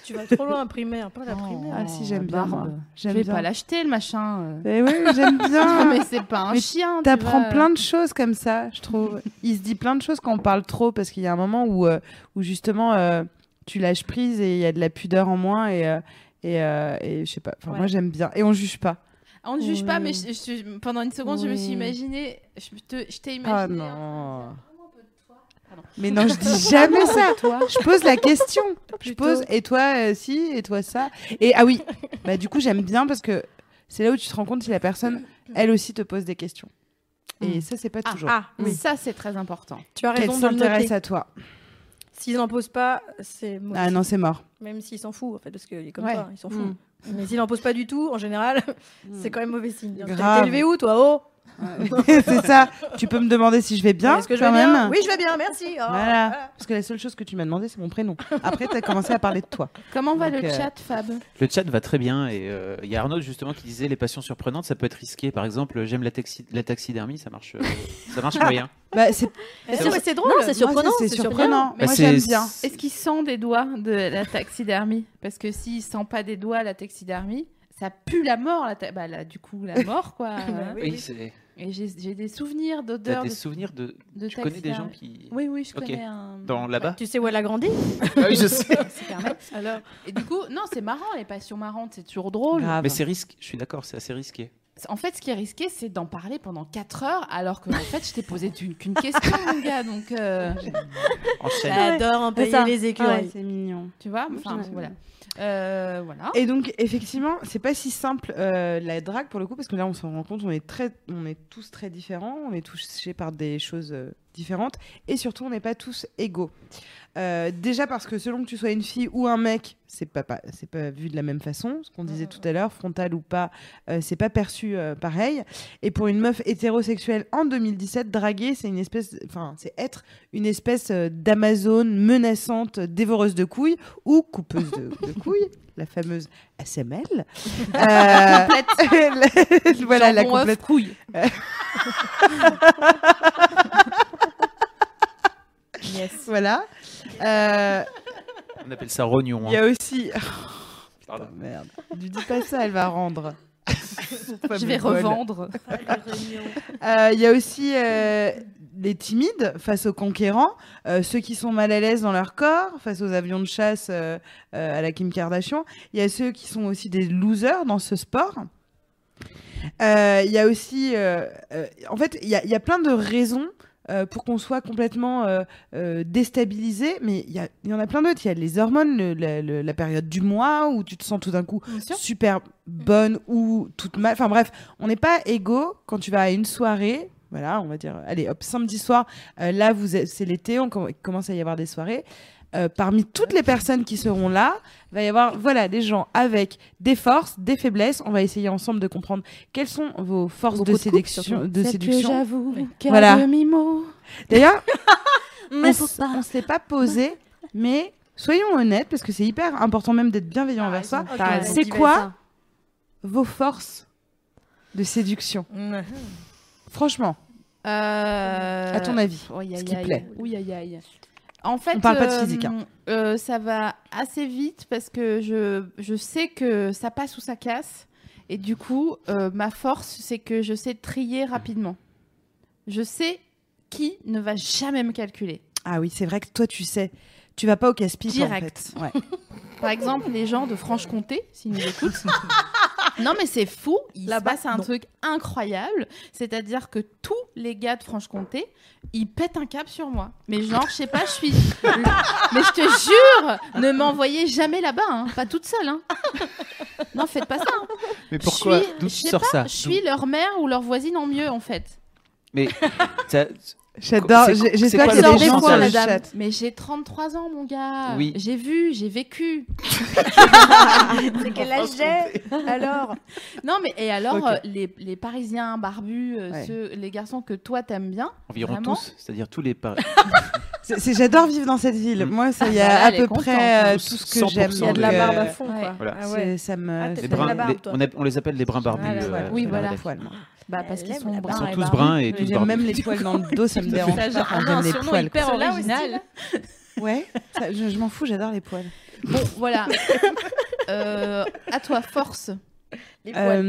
S4: Tu vas trop loin, primaire, pas la
S1: Oh.
S4: primaire.
S2: Ah si, j'aime bien.
S1: barbe.
S2: moi.
S1: Je
S2: J'aime
S1: vais
S2: bien.
S1: pas l'acheter, le machin. euh.
S2: Eh oui, j'aime bien.
S1: Non, mais c'est pas un
S2: Mais
S1: chien. tu
S2: T'apprends
S1: vois.
S2: plein de choses comme ça, je trouve. Il se dit plein de choses quand on parle trop, parce qu'il y a un moment où, euh, où justement, euh, tu lâches prise et il y a de la pudeur en moins. Et, euh, et, euh, et je sais pas. Enfin,
S4: Ouais.
S2: moi, j'aime bien. Et on juge pas.
S1: Ah, On ne juge pas, mais
S5: Oui.
S1: je- je- pendant une seconde, je me suis
S5: Oui.
S1: imaginée. Je te- je t'ai
S4: hein,
S2: Ah
S1: imaginé. hein.
S2: non. Mais non, je dis jamais ça. Je pose la question. Je pose et toi euh, si et toi ça. Et ah oui, bah du coup j'aime bien parce que c'est là où tu te rends compte si la personne elle aussi te pose des questions. Et ça c'est pas
S1: Ah,
S2: toujours.
S4: Ah,
S1: Oui. Ça, c'est très important.
S4: tu as
S2: Qu'elle
S4: raison de le
S2: s'intéresse
S4: noter.
S2: à toi.
S4: S'ils n'en posent pas, c'est mauvais.
S2: Ah non, c'est mort.
S4: Même s'ils s'en foutent, en fait, parce qu'il est comme
S1: Ouais.
S4: toi, ils s'en foutent.
S5: Mm.
S4: Mais s'ils n'en posent pas du tout, en général, c'est quand même mauvais signe. T'es
S2: Mm. Grave.
S4: élevé où, toi Oh
S2: c'est ça. Tu peux me demander si je vais bien
S4: Est-ce que je vais
S2: quand
S4: bien
S2: même.
S4: Oui, je vais bien, merci. Oh,
S2: Voilà. Parce que la seule chose que tu m'as demandé c'est mon prénom. Après tu as commencé à parler de toi.
S1: Comment va
S2: Donc,
S1: le
S2: euh,
S1: chat, Fab
S3: Le chat va très bien et euh, il y a Arnaud justement qui disait les passions surprenantes ça peut être risqué par exemple j'aime la, taxi- la taxidermie ça marche euh, ça
S1: Ah,
S3: marche moyen
S2: Bah c'est
S4: Mais
S3: C'est
S4: c'est-
S3: vrai.
S4: c'est drôle.
S5: Non, c'est surprenant.
S2: moi, c'est- c'est surprenant.
S3: Bah,
S2: Moi
S3: c'est-
S2: j'aime bien.
S1: Est-ce qu'il sent des doigts de la taxidermie Parce que s'il sent pas des doigts la taxidermie, ça pue la mort. La ta- bah, là, du coup, la mort, quoi.
S4: Bah oui.
S3: oui, c'est-
S1: Et j'ai j'ai des souvenirs
S3: t'as
S1: d'odeurs
S3: des
S1: de,
S3: souvenirs de
S1: de
S3: tu connais des gens
S1: taxidermie.
S3: qui
S1: Oui, oui, je
S3: Ok.
S1: connais un.
S3: dans là-bas
S4: Tu sais où elle a grandi
S3: Ah oui, je sais.
S1: C'est permis.
S4: Alors,
S1: Et du coup, non, c'est marrant, les passions marrantes, c'est toujours drôle.
S2: Grave.
S3: mais c'est risqué je suis d'accord c'est assez risqué
S1: En fait, ce qui est risqué, c'est d'en parler pendant 4 heures, alors que en fait, je t'ai posé une- qu'une question, mon gars. Donc,
S4: Ah,
S1: euh,
S3: enchaîne
S4: j'adore empailler
S5: C'est ça.
S4: les
S2: Ouais,
S4: écureuils.
S2: c'est mignon.
S1: tu vois, enfin,
S2: j'aime
S1: voilà. Euh, voilà.
S2: Et donc, effectivement, c'est pas si simple euh, la drague pour le coup, parce que là, on s'en rend compte, on est, très, on est tous très différents, on est touchés par des choses euh, différentes, et surtout, on n'est pas tous égaux. Euh, déjà parce que selon que tu sois une fille ou un mec, c'est pas, pas- c'est pas vu de la même façon, ce qu'on disait tout à l'heure, frontal ou pas, euh, c'est pas perçu euh, pareil. Et pour une meuf hétérosexuelle en 2017, draguer, c'est une espèce, enfin, c'est être une espèce euh, d'amazone menaçante, euh, dévoreuse de couilles ou coupeuse de, de couilles, la fameuse ASML. Euh, la- voilà la
S1: Jambon, œuf,
S2: complète.
S1: couille. yes.
S2: Voilà. Euh,
S3: on appelle ça rognon
S2: Il
S3: hein.
S2: y a aussi.
S3: Pardon.
S2: Putain, merde. Ne dis pas ça, elle va rendre.
S1: Je vais
S2: Pauvre Paul.
S1: revendre.
S2: Euh, Il y a aussi euh, les timides face aux conquérants, euh, ceux qui sont mal à l'aise dans leur corps face aux avions de chasse euh, euh, à la Kim Kardashian. Il y a ceux qui sont aussi des losers dans ce sport. Euh, Il y a aussi, euh, euh, en fait, il y, a- il y a plein de raisons. euh, pour qu'on soit complètement euh, euh, déstabilisé, mais il y, a- il y en a plein d'autres. Il y a les hormones, le- la- le- la période du mois où tu te sens tout d'un coup super bonne ou toute mal. Enfin bref, on n'est pas égaux quand tu vas à une soirée. Voilà, on va dire, allez, hop, samedi soir, euh, là, vous êtes- c'est l'été, on com- il commence à y avoir des soirées. Euh, parmi toutes les personnes qui seront là, il va y avoir voilà des gens avec des forces, des faiblesses. On va essayer ensemble de comprendre quelles sont vos forces de,
S5: Beaucoup de couples,
S2: séduction,
S5: surtout.
S2: de séduction.
S1: j'avoue
S2: qu'à Voilà.
S1: demi-mot.
S2: D'ailleurs, on
S5: Mais faut pas.
S2: ne s'est pas posé, mais soyons honnêtes, parce que c'est hyper important même d'être bienveillant
S1: Ah,
S2: envers soi.
S4: Ok.
S5: T'as raison.
S2: C'est
S5: Divers,
S2: quoi
S5: ça.
S2: vos forces de séduction
S4: Mm.
S2: Franchement, à ton avis. ce qui plaît.
S1: Oui, aïe, aïe. En fait,
S2: On parle pas de
S1: euh,
S2: physique, hein.
S1: euh, ça va assez vite parce que je, je sais que ça passe ou ça casse. Et du coup, euh, ma force, c'est que je sais trier rapidement. Je sais qui ne va jamais me calculer.
S2: Ah oui, c'est vrai que toi, tu sais. Tu vas pas au casse-pipe, en
S1: Direct.
S2: fait. Ouais.
S1: Par exemple, les gens de Franche-Comté, s'ils nous écoutent. non, mais c'est fou. Il se
S4: Là-bas,
S1: passe un
S4: non.
S1: truc incroyable. C'est-à-dire que tous les gars de Franche-Comté, ils pètent un câble sur moi. Mais genre, je sais pas, je suis. Mais je te jure, ne m'envoyez jamais là-bas, hein. pas toute seule. hein. Non, faites pas ça. hein.
S3: Mais pourquoi
S1: Je suis-
S3: D'où
S1: je
S3: tu
S1: sais
S3: sors
S1: pas,
S3: ça
S1: Je suis leur mère ou leur voisine en mieux, en fait.
S3: Mais ça-
S2: J'adore.
S3: C'est-
S2: j'ai-
S3: c'est
S2: J'espère
S3: quoi
S2: qu'il y a
S3: le
S2: des gens
S3: mensonge
S2: sur le
S3: madame
S2: chat.
S1: Mais j'ai 33 ans, mon gars.
S3: Oui.
S1: J'ai vu, j'ai vécu.
S4: C'est quel âge j'ai Alors,
S1: Non, mais et alors,
S2: Ok.
S1: euh, les, les Parisiens barbus, euh,
S2: Ouais.
S1: ceux- les garçons que toi t'aimes bien,
S3: environ
S1: Vraiment
S3: tous, c'est-à-dire tous les par-
S2: C'est- c'est- J'adore vivre dans cette ville.
S3: Mm.
S2: Moi, ça y
S1: Ah,
S2: a
S1: là,
S2: à
S1: elle est
S2: peu
S1: contente,
S2: près
S3: hein.
S2: euh, tout ce que
S3: 100%
S2: j'aime.
S4: il y a de la
S3: Donc,
S4: barbe à
S2: euh,
S4: fond,
S1: ouais.
S4: quoi.
S3: Voilà.
S4: Ah
S2: c'est-
S4: ouais.
S2: Ça me.
S4: Ah, t'es
S2: ça
S3: les
S4: pas
S2: me-
S4: de
S3: bruns,
S4: la barbe,
S3: les-
S4: toi.
S3: on, a- on les appelle les brins barbus.
S4: Ah, la
S3: euh,
S4: barbe.
S1: Oui,
S3: à la
S1: voilà.
S2: Les
S3: rédaction.
S2: poils, moi.
S1: bah, parce
S4: Elle
S1: qu'ils
S4: aime
S1: sont
S4: la
S3: Ils
S1: bruns.
S3: sont
S1: et
S3: tous
S1: barbus.
S3: bruns et tous
S2: J'aime
S3: barbus.
S2: même les poils dans le dos, ça me dérange.
S1: Ça,
S2: pas
S1: genre,
S2: quand
S1: ah,
S2: J'aime les
S1: surnom
S2: poils.
S1: hyper
S4: Ceux-là
S1: original.
S2: Ouais, ça, je, je m'en fous, j'adore les poils.
S1: Bon, voilà. Euh, à toi, force.
S4: Les poils.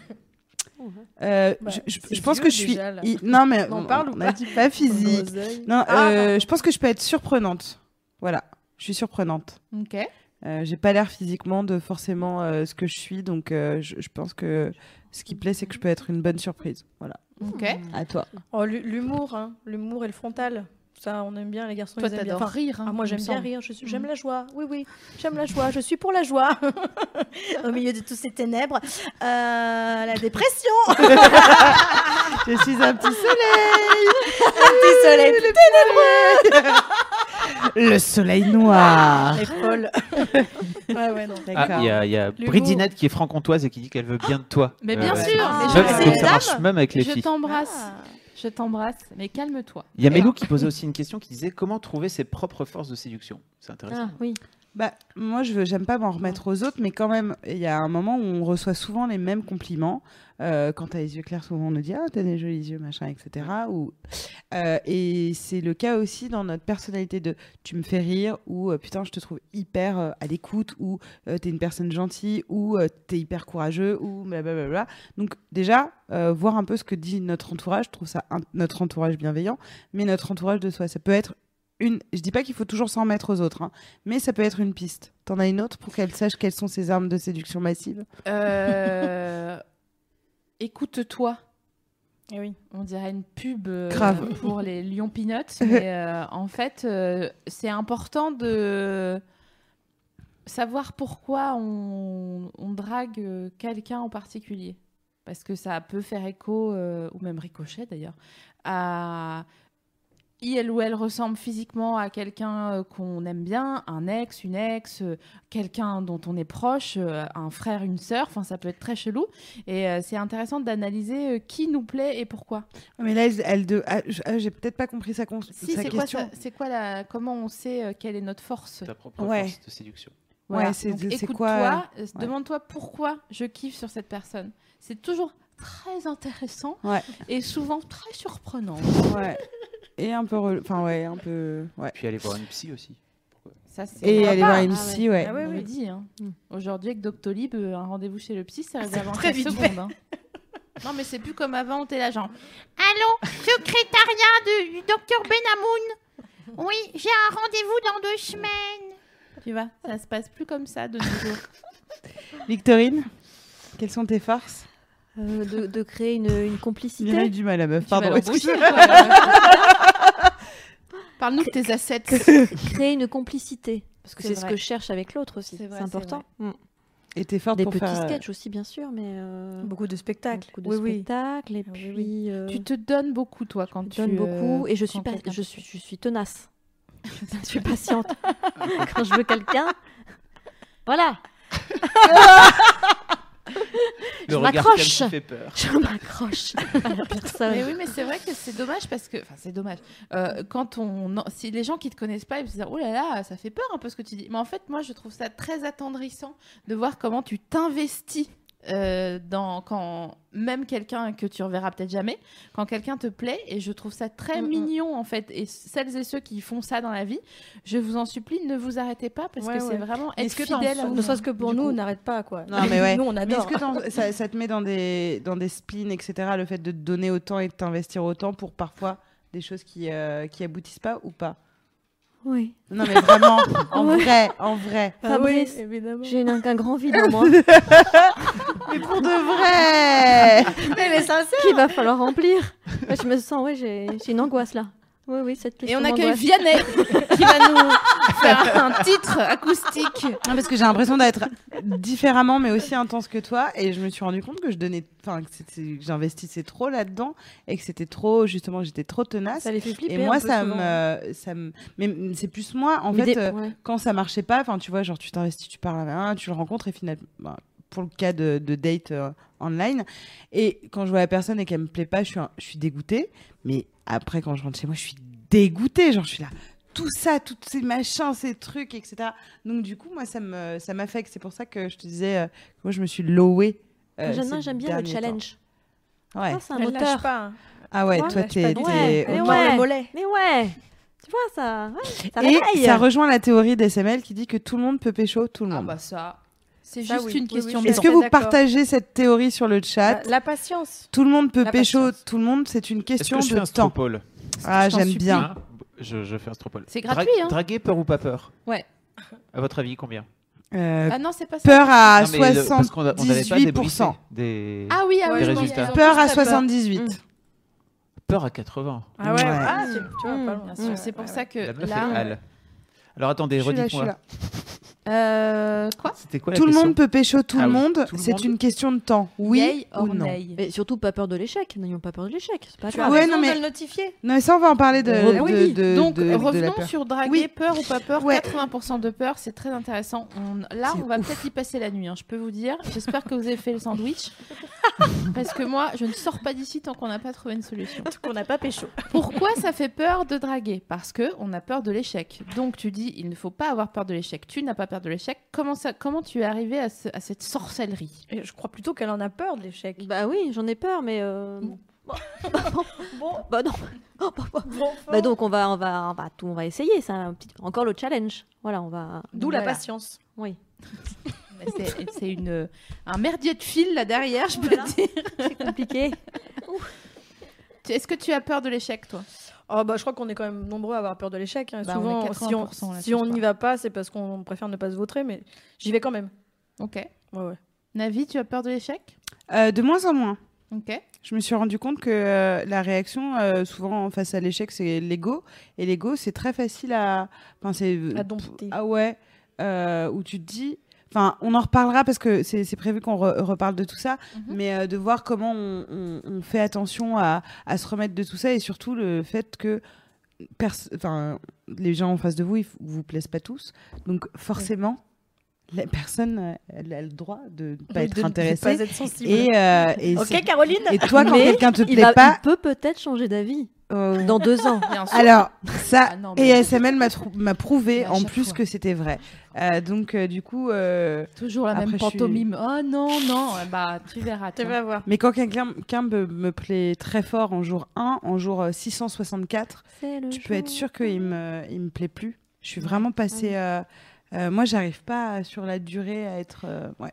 S2: Euh, euh,
S4: Bah,
S2: je, je-
S4: c'est
S2: je pense
S4: vieux
S2: que je suis.
S4: déjà, là.
S2: i- Non, mais
S4: On en
S2: on-
S4: parle ou
S2: on a dit pas physique. Non,
S4: Ah,
S2: euh, je pense que je peux être surprenante. Voilà, je suis surprenante.
S1: Ok.
S2: Euh, j'ai pas l'air physiquement de forcément euh, ce que je suis, donc euh, je, je pense que ce qui plaît, c'est que je peux être une bonne surprise. Voilà.
S1: Ok.
S2: À toi.
S4: Oh, l'hu- l'humour, hein. l'humour et le frontal. Ça, on aime bien les garçons.
S1: Toi,
S4: ils aiment bien.
S1: t'adores
S4: Enfin,
S1: rire. hein,
S4: ah, moi,
S1: il
S4: j'aime
S1: me
S4: bien
S1: semble.
S4: rire. Je suis- J'aime la joie. Oui, oui. J'aime la joie. Je suis pour la joie. Au milieu de toutes ces ténèbres, euh, la dépression.
S2: Je suis un petit soleil,
S4: Désolée.
S2: le soleil noir.
S4: Elle est folle. ouais, ouais, non.
S3: Ah,
S2: D'accord.
S3: il y a, il y a
S4: L'humour.
S3: Bridinette qui est franc-comtoise et qui dit qu'elle veut bien de toi.
S1: Mais bien
S3: Euh,
S1: sûr.
S4: Ah.
S1: mais je-
S4: Meuf,
S3: Même,
S4: c'est
S3: donc
S4: une
S3: ça marche même avec les
S1: je
S3: filles.
S1: t'embrasse.
S4: Ah.
S1: Je t'embrasse. Mais calme-toi.
S3: Il y a Mélou qui posait aussi une question qui disait comment trouver ses propres forces de séduction. C'est intéressant.
S5: Ah, oui.
S2: Bah, moi, je veux- j'aime pas m'en remettre aux autres, mais quand même, il y a un moment où on reçoit souvent les mêmes compliments. Euh, quand t'as les yeux clairs, souvent on nous dit Ah, t'as des jolis yeux, machin, etc. Ou... Euh, et c'est le cas aussi dans notre personnalité de Tu me fais rire, ou euh, Putain, je te trouve hyper euh, à l'écoute, ou euh, T'es une personne gentille, ou euh, T'es hyper courageux, ou blablabla. Donc, déjà, euh, voir un peu ce que dit notre entourage, je trouve ça un- notre entourage bienveillant, mais notre entourage de soi. Ça peut être une. Je dis pas qu'il faut toujours s'en mettre aux autres, hein, mais ça peut être une piste. T'en as une autre pour qu'elle sache quelles sont ses armes de séduction massive
S1: Euh, Écoute-toi.
S4: Eh oui.
S1: On dirait une pub euh,
S2: Grave.
S1: pour les Lions Peanuts, mais euh, en fait, euh, c'est important de savoir pourquoi on, on drague euh, quelqu'un en particulier. Parce que ça peut faire écho, euh, ou même ricochet d'ailleurs, à. Il ou elle ressemble physiquement à quelqu'un euh, qu'on aime bien, un ex, une ex, euh, quelqu'un dont on est proche, euh, un frère, une sœur, enfin ça peut être très chelou. Et euh, c'est intéressant d'analyser euh, qui nous plaît et pourquoi.
S2: Mais là, elle, elle de... ah, je- ah, j'ai peut-être pas compris sa, con-
S1: Si,
S2: sa
S1: c'est quoi,
S2: question.
S1: ça- c'est quoi la, comment on sait euh, quelle est notre force
S3: Ta propre
S2: Ouais.
S3: force de séduction.
S1: Voilà.
S2: c'est-
S1: Donc,
S2: c'est
S1: écoute-toi,
S2: quoi,
S1: euh,
S2: ouais.
S1: demande-toi pourquoi je kiffe sur cette personne. C'est toujours très intéressant
S2: Ouais.
S1: et souvent très surprenant.
S2: Ouais. Et un peu. rel- Enfin, ouais, un peu. Ouais.
S3: Puis aller voir une psy aussi.
S1: Ça, c'est-
S2: Et
S1: on
S2: aller
S1: en
S2: voir
S1: parle.
S2: une
S5: Ah
S2: psy, ouais.
S4: Ah
S1: On
S4: ouais,
S1: le
S4: oui.
S1: dit, hein.
S2: Hmm.
S5: Mm.
S1: Aujourd'hui, avec Doctolib, euh, un rendez-vous chez le psy, ça réserve en
S4: Ah, très
S1: 15
S4: vite
S1: secondes. hein. Non, mais c'est plus comme avant, t'es là, genre Allô, secrétariat de- du docteur Benamoun Oui, j'ai un rendez-vous dans deux semaines. Tu vois, ça se passe plus comme ça de nos jours.
S2: Victorine, quelles sont tes forces
S5: Euh, de, de créer une, une complicité.
S2: Mireille du mal à meuf,
S1: Tu vas
S2: pardon.
S1: l'embrouiller,
S2: excuse-moi.
S1: quoi. Parle-nous de tes assets.
S5: euh, Créer une complicité. Parce que
S1: C'est
S5: c'est ce
S1: vrai.
S5: que je cherche avec l'autre aussi.
S1: C'est
S5: C'est
S1: vrai, c'est
S5: important. Mm.
S2: Et tes forces
S5: Des
S2: pour
S5: petits
S2: faire.
S5: sketchs aussi, bien sûr, mais. euh,
S4: Beaucoup de spectacles.
S5: beaucoup de
S4: oui, oui.
S5: spectacles. Et
S4: Ah oui,
S5: puis.
S4: oui.
S5: euh,
S1: Tu te donnes beaucoup, toi, quand
S5: me
S1: tu
S5: donne beaucoup
S1: euh,
S5: et je suis pas,
S1: rencontres quelqu'un.
S5: je suis, je suis tenace. je suis patiente. Quand je veux quelqu'un, voilà,
S3: Le
S5: Je
S3: regard
S5: m'accroche.
S3: qui fait peur.
S5: je m'accroche à la personne.
S1: Mais oui, mais c'est vrai que c'est dommage parce que, enfin, c'est dommage. Euh, quand on, en- si les gens qui te connaissent pas, ils se disent, oh là là, ça fait peur un peu ce que tu dis. Mais en fait, moi, je trouve ça très attendrissant de voir comment tu t'investis. euh, dans quand même quelqu'un que tu reverras peut-être jamais quand quelqu'un te plaît et je trouve ça très
S5: Mm, mm.
S1: mignon en fait et celles et ceux qui font ça dans la vie je vous en supplie ne vous arrêtez pas parce
S4: Ouais,
S1: que c'est
S4: ouais.
S1: vraiment
S2: Mais
S1: être
S2: est-ce que t'en
S1: fidèle à
S2: sou-
S4: Ne serait-ce que pour
S2: Du
S4: nous,
S2: coup-
S4: on n'arrête pas, quoi.
S2: Non, mais ouais.
S4: Nous, on
S2: euh, Mais est-ce
S4: adore.
S2: que t'en- ça, ça te met dans des, dans des spleens, etc., le fait de te donner autant et de t'investir autant pour parfois des choses qui, euh, qui aboutissent pas ou pas
S5: Oui.
S2: Non, mais vraiment, en
S5: Ouais.
S2: vrai, en vrai.
S4: Ah
S5: Fabrice,
S4: évidemment.
S5: j'ai un, un grand vide en moi
S2: Mais pour de vrai
S4: Elle est sincère.
S5: qu'il va falloir remplir. Ouais, je me sens, oui, j'ai j'ai une angoisse là. Oui, oui, cette
S1: Et
S5: question
S1: on accueille
S5: d'angoisse.
S1: Vianney qui va nous faire un titre acoustique.
S2: Non, parce que j'ai l'impression d'être différemment, mais aussi intense que toi. Et je me suis rendu compte que je donnais, enfin, que c'était- que j'investissais trop là-dedans et que c'était trop, justement, j'étais trop tenace.
S4: Ça les fait flipper.
S2: Et
S4: un
S2: moi,
S4: peu
S2: ça
S4: souvent.
S2: me, ça me, mais mm, c'est plus moi, en
S5: Mais
S2: fait,
S5: des-
S2: euh,
S5: ouais.
S2: quand ça marchait pas, enfin, tu vois, genre, tu t'investis, tu parles à un, tu le rencontres et finalement, bah, pour le cas de, de date euh, online, et quand je vois la personne et qu'elle me plaît pas, je suis, un- je suis dégoûtée. Mais après, quand je rentre chez moi, je suis dégoûtée. Genre, je suis là, tout ça, tous ces machins, ces trucs, etc. Donc, du coup, moi, ça me, ça m'affecte. C'est pour ça que je te disais, euh, que moi, je me suis lowée. euh,
S5: J'aime-
S2: ces
S5: non, j'aime bien le
S2: derniers temps.
S5: challenge.
S2: Ouais.
S5: Ça, c'est un
S4: Elle lâche
S5: moteur.
S4: pas. hein.
S2: Ah ouais,
S4: Ouais,
S2: toi,
S4: lâche pas
S2: t'es. t'es-
S4: du tout.
S5: Ouais,
S4: Elle
S5: Et
S4: tord le
S5: ouais.
S4: mollet.
S5: Mais ouais, tu vois, ça, ouais, ça
S2: Et
S5: réveille.
S2: ça rejoint la théorie d'SML qui dit que tout le monde peut pécho tout le
S1: Ah
S2: monde.
S1: bah ça, c'est
S4: Ça,
S1: juste
S4: oui.
S1: une
S4: Oui, oui,
S1: question
S4: je
S1: de
S4: suis
S2: Est-ce
S1: temps.
S2: que
S4: suis
S2: vous
S4: d'accord.
S2: partagez cette théorie sur le chat
S1: Bah,
S4: La, la patience.
S2: Tout le monde peut
S4: la
S2: pécho
S4: patience.
S2: tout le monde, c'est une
S3: Est-ce
S2: question
S3: que je fais
S2: de
S3: un
S2: temps.
S3: stropole
S2: Ah,
S1: Je t'en
S2: j'aime
S1: supplie.
S2: bien.
S3: Hein je, je fais un stropole.
S1: C'est gratuit, hein.
S3: Draguer, peur ou pas peur
S1: Ouais.
S3: À votre avis, combien
S2: Euh,
S1: Ah non, c'est pas ça.
S2: peur à
S3: Non, mais le- parce qu'on a- on avait pas
S2: 78%.
S3: débriefé des...
S1: Ah oui, ah oui,
S3: Des
S1: je pense
S3: résultats.
S1: qu'ils ont
S2: Peur
S1: tous
S2: à
S1: très peur.
S2: 78.
S3: Peur à 80.
S4: Ah ouais.
S2: Ouais.
S4: Ah, tu, tu vois,
S5: Mm.
S4: pas loin.
S1: Bien sûr, Mmh, Ah c'est pour ça que
S3: La meuf, elle
S1: là,
S3: hale. Alors attendez,
S2: Je suis là, je suis
S3: redites-moi.
S2: là.
S1: euh, quoi
S3: Ah, C'était quoi la
S2: Tout le
S3: question
S2: monde peut pécho tout
S3: Ah
S2: le
S3: oui,
S2: monde,
S3: tout le
S2: c'est
S3: monde.
S2: une question de temps. Oui
S1: Yay
S2: ou
S1: or
S2: non
S1: nay
S5: Et surtout, pas peur de l'échec. N'ayons pas peur de l'échec. C'est pas
S4: Tu as
S5: grave.
S2: Ouais,
S4: raison
S2: non, mais-
S4: de le notifier.
S2: Non, mais ça, on va en parler de,
S5: Ah
S2: de,
S5: oui.
S2: de-
S1: Donc
S2: de- de la
S1: revenons
S2: peur.
S1: sur draguer,
S2: Oui.
S1: peur ou pas peur,
S2: Ouais.
S1: 80% de peur, c'est très intéressant. On- Là,
S2: C'est
S1: on va
S2: ouf.
S1: peut-être y passer la nuit, hein, je peux vous dire. J'espère que vous avez fait le sandwich. Parce que moi, je ne sors pas d'ici tant qu'on n'a pas trouvé une solution.
S4: Tout qu'on n'a pas pécho.
S1: Pourquoi ça fait peur de draguer Parce que on a peur de l'échec. Donc tu dis, il ne faut pas avoir peur de l'échec. Tu n'as pas peur de l'échec. Comment, ça, comment tu es arrivé à, ce- à cette sorcellerie
S4: Et je crois plutôt qu'elle en a peur de l'échec.
S5: Bah oui, j'en ai peur, mais. euh,
S2: Mm.
S4: Bon,
S5: Bah non.
S4: bon,
S5: Bah donc on va, on va, on va tout, on va essayer. C'est un petit- encore le challenge. Voilà, on va.
S4: D'où la
S1: Voilà.
S4: patience.
S5: Oui.
S1: Mais c'est- C'est une- euh, un merdier de fil là derrière, je peux te dire.
S5: Compliqué.
S1: Tu- Est-ce que tu as peur de l'échec, toi
S4: Oh bah je crois qu'on est quand même nombreux à avoir peur de l'échec. hein.
S1: Bah, on
S4: Souvent,
S1: est
S4: si on
S1: 80% là-dessus,
S4: si on
S1: je
S4: n'y
S1: crois.
S4: va pas, c'est parce qu'on préfère ne pas se vautrer, mais j'y vais quand même.
S1: Ok.
S4: Ouais, ouais.
S1: Navi, tu as peur de l'échec
S2: Euh, de moins en moins.
S1: Ok.
S2: Je me suis rendu compte que euh, la réaction, euh, souvent face à l'échec, c'est l'ego. Et l'ego, c'est très facile à. Enfin, c'est.
S4: À dompter.
S2: Ah ouais. euh, où tu te dis. Enfin, on en reparlera parce que c'est c'est prévu qu'on re- reparle de tout ça,
S1: Mhm.
S2: mais euh, de voir comment on, on- on fait attention à, à se remettre de tout ça et surtout le fait que pers- enfin, les gens en face de vous, ils f- vous plaisent pas tous. Donc forcément, la personne, euh, elle a le droit de ne pas
S4: De- de
S2: être
S4: ne
S2: intéressée.
S4: Pas être sensible.
S2: Et, euh, et c'est-
S4: Ok Caroline.
S2: et toi, quand
S5: Mais
S2: quelqu'un te
S5: Il,
S2: plaît
S5: va,
S2: pas,
S5: il peut peut-être changer d'avis
S2: euh,
S5: dans deux ans.
S1: Bien sûr.
S2: alors ça,
S1: Ah non, mais-
S2: et SML m'a trou- m'a prouvé
S1: Mais à
S2: en
S1: chaque
S2: plus
S1: fois.
S2: que c'était vrai. Euh, donc euh, du coup, euh,
S1: Toujours la même
S2: Après, je suis-
S1: pantomime. Oh non, non, euh, bah tu verras.
S4: Tu
S1: toi.
S4: vas voir.
S2: mais quand quelqu'un quelqu'un me, me plaît très fort en jour 1, en jour euh, 664,
S5: C'est le
S2: tu peux être
S5: jour.
S2: sûr qu'il me il me plaît plus. Je suis
S1: Ah
S2: vraiment passée. euh, euh, moi, j'arrive pas à- sur la durée à être. euh, ouais.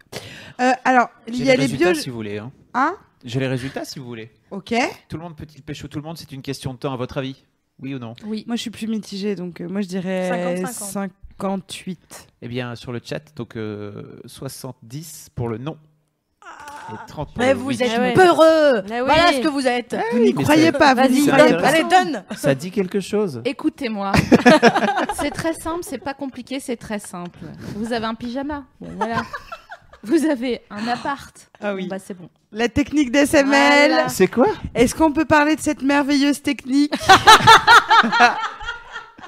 S2: Euh, alors, il y a les bio.
S3: si vous voulez. hein.
S2: Hein
S3: J'ai les résultats si vous voulez.
S2: Ok.
S3: Tout le monde peut-il pécho tout le monde C'est une question de temps, à votre avis Oui ou non
S1: Oui.
S2: Moi, je suis plus mitigée, donc euh, moi, je dirais
S4: 50-50.
S2: 58.
S3: Eh bien, sur le chat, donc euh, 70 pour le non. Et 30 pour
S4: Mais
S3: le
S4: vous
S3: oui.
S4: êtes
S5: Ah ouais.
S4: peureux.
S5: Ah oui.
S4: Voilà ce que vous êtes.
S2: Vous n'y
S3: mais
S2: croyez
S3: ça-
S2: pas, vous
S5: Vas-y,
S2: n'y
S3: ça
S2: croyez
S3: m'intéresse.
S2: pas.
S4: Allez donne.
S3: Ça dit quelque chose
S1: Écoutez-moi. c'est très simple, c'est pas compliqué, c'est très simple. Vous avez un pyjama. Bon, voilà. Vous avez un appart.
S2: Ah oui.
S1: Bon, Bah c'est bon.
S2: La technique d'SML.
S1: Voilà.
S3: C'est quoi
S2: Est-ce qu'on peut parler de cette merveilleuse technique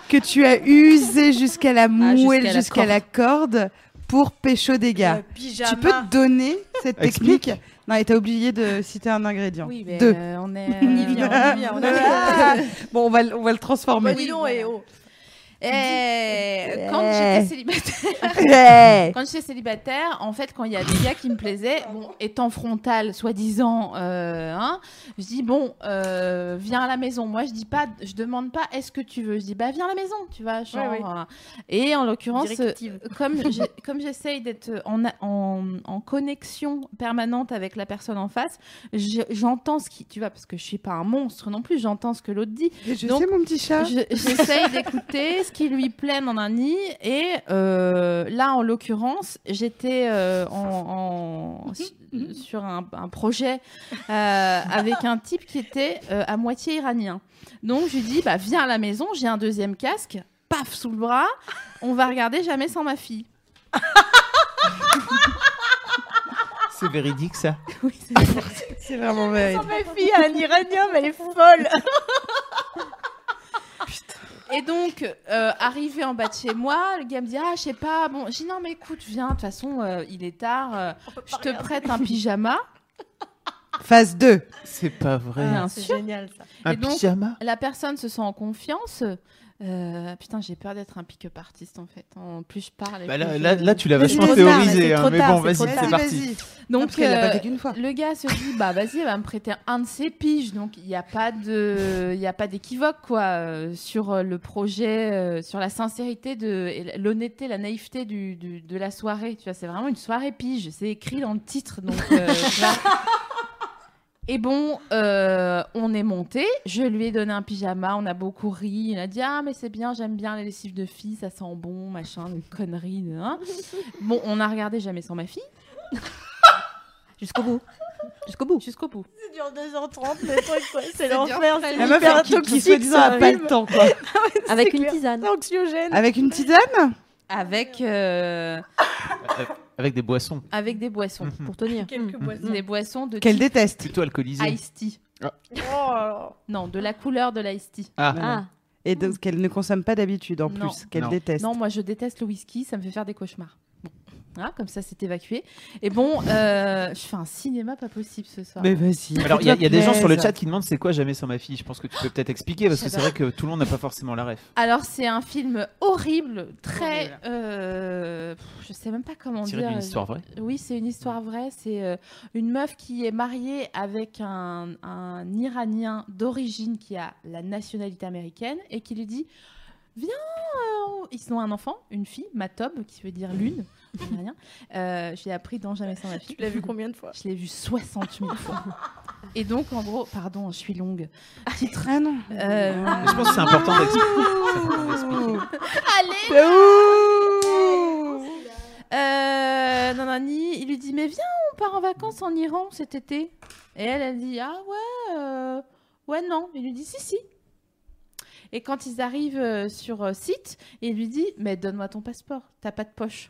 S2: que tu as usée jusqu'à
S4: Ah,
S2: la moelle,
S1: jusqu'à la
S2: jusqu'à la, corde pour pécho des gars
S4: Le Euh, pyjama.
S2: Tu peux te donner cette
S3: Explique.
S2: technique Non, et t'as oublié de citer un ingrédient.
S1: Oui, mais
S2: Deux.
S1: euh, on est.
S4: On y vient, on y vient, on y
S2: Ah bon, on va, le- on va le
S4: Bah,
S2: transformer.
S4: dis donc, et oh.
S1: Eh, quand
S2: Ouais.
S1: j'étais célibataire.
S5: Eh.
S2: Ouais.
S1: Quand j'étais célibataire, en fait, quand il y a des gars qui me plaisaient, bon, étant frontal, soi-disant, euh, hein, je dis bon, euh, viens à la maison. Moi, je dis pas, je demande pas, est-ce que tu veux Je dis bah viens à la maison, tu vois. Genre,
S4: Ouais, ouais.
S1: voilà. Et en l'occurrence, euh,
S4: Directive.
S1: comme j'ai- comme j'essaye d'être en, a- en, en connexion permanente avec la personne en face, je- j'entends ce qui, tu vois, parce que je suis pas un monstre non plus, j'entends ce que l'autre dit.
S2: Je
S1: Donc,
S2: sais, mon petit chat.
S1: Je- J'essaye d'écouter choses qui lui plaisent en un nid. Et euh, là, en l'occurrence, j'étais euh, en, en- su- sur un, un projet euh, avec un type qui était euh, à moitié iranien. Donc, je lui dis, bah, viens à la maison, j'ai un deuxième casque, paf, sous le bras, on va regarder jamais sans ma fille.
S3: C'est véridique ça.
S2: C'est vraiment vrai.
S4: Ma fille a un uranium, elle est folle.
S1: Et donc, euh, arrivé en bas de chez moi, le gars me dit Ah, je sais pas. Bon, j'ai dit Non, mais écoute, viens, de toute façon, euh, il est tard, euh, je te prête un pyjama.
S2: Phase 2.
S3: C'est pas vrai.
S2: Ah.
S1: Bien
S4: Ah, C'est
S1: sûr.
S4: génial ça.
S3: Un
S1: et donc-
S3: pyjama.
S1: La personne se sent en confiance. Euh, putain, j'ai peur d'être un pick-up artiste en fait. En plus, je parle. et
S3: Bah
S1: plus
S3: là,
S1: je-
S3: là, là, tu l'as
S4: Mais c'est
S3: vachement
S4: trop tard,
S3: théorisé.
S4: c'est
S3: hein,
S4: trop
S3: mais
S4: tard,
S3: bon,
S4: c'est
S3: vas-y,
S4: trop tard.
S3: c'est parti.
S2: Donc,
S1: donc,
S2: elle l'a
S1: euh,
S2: pas fait qu'une fois.
S1: le gars se dit Bah, vas-y, elle va me prêter un de ses piges. Donc, il n'y a pas de, il y a pas d'équivoque quoi euh, sur euh, le projet, euh, sur la sincérité de, et la- l'honnêteté, la naïveté du, du- de la soirée. Tu vois, c'est vraiment une soirée pige. C'est écrit dans le titre. Donc, euh, tu vois. Et bon, euh, on est monté. Je lui ai donné un pyjama. On a beaucoup ri. Il a dit ah mais c'est bien, j'aime bien les lessives de filles, ça sent bon, machin, des conneries. hein. Bon, on a regardé jamais sans ma fille
S5: Jusqu'au bout. Jusqu'au bout.
S1: jusqu'au bout.
S4: C'est dur 2h30, le truc, quoi. C'est
S1: dur,
S4: l'enfer.
S1: très
S4: C'est
S1: dur.
S2: La meuf
S4: hyper
S2: elle quitte, qui
S4: toxique,
S2: soi-disant
S4: ça,
S2: a pas
S4: oui.
S2: le temps quoi.
S5: Avec
S4: C'est
S5: une
S4: clair.
S5: tisane.
S4: C'est anxiogène.
S2: Avec une tisane
S1: Avec, euh,
S3: Euh, Avec des boissons.
S1: avec des boissons.
S3: Mhm.
S5: Pour tenir.
S4: Quelques boissons.
S1: Des boissons de
S2: qu'elle
S1: type
S2: déteste.
S3: Plutôt
S2: Ah,
S3: alcoolisé.
S1: iced tea.
S4: Oh.
S1: Non, de la couleur de l'ice tea.
S5: Ah,
S2: Et donc qu'elle ne consomme pas d'habitude en
S1: Non.
S2: plus, qu'elle
S3: Non.
S2: déteste.
S1: Non, moi je déteste le whisky, ça me fait faire des cauchemars. Bon. Ah, comme ça, c'est évacué. Et bon, euh, je fais un cinéma pas possible ce soir.
S2: Mais vas-y.
S3: Alors, il y, a- il y a des gens sur le
S2: Plaise.
S3: chat qui demandent c'est quoi Jamais sans ma fille. Je pense que tu peux peut-être expliquer parce que c'est vrai que tout le monde n'a pas forcément la ref.
S1: Alors, c'est un film horrible, très.
S3: Horrible.
S1: euh, pff, je sais même pas comment
S3: Tiré
S1: dire.
S3: d'une histoire vraie.
S1: Oui, c'est une histoire vraie. C'est euh, une meuf qui est mariée avec un, un Iranien d'origine qui a la nationalité américaine et qui lui dit Viens, euh, on- ils ont un enfant, une fille, Matob, qui veut dire lune. en iranien. Euh, je l'ai appris dans Jamais sans ma fille.
S4: Tu l'as vu combien de fois
S1: Je l'ai vu 60 000 fois. Et donc, en gros, pardon, je suis longue. Titre.
S2: Ah non.
S1: euh,
S3: Je pense que c'est important d'expliquer.
S1: Allez Euh, Nanani, il lui dit Mais viens, on part en vacances en Iran cet été. Et elle, elle dit Ah ouais, euh, ouais, non. Il lui dit Si, si. Et quand ils arrivent euh, sur euh, site, il lui dit Mais donne-moi ton passeport, t'as pas de poche.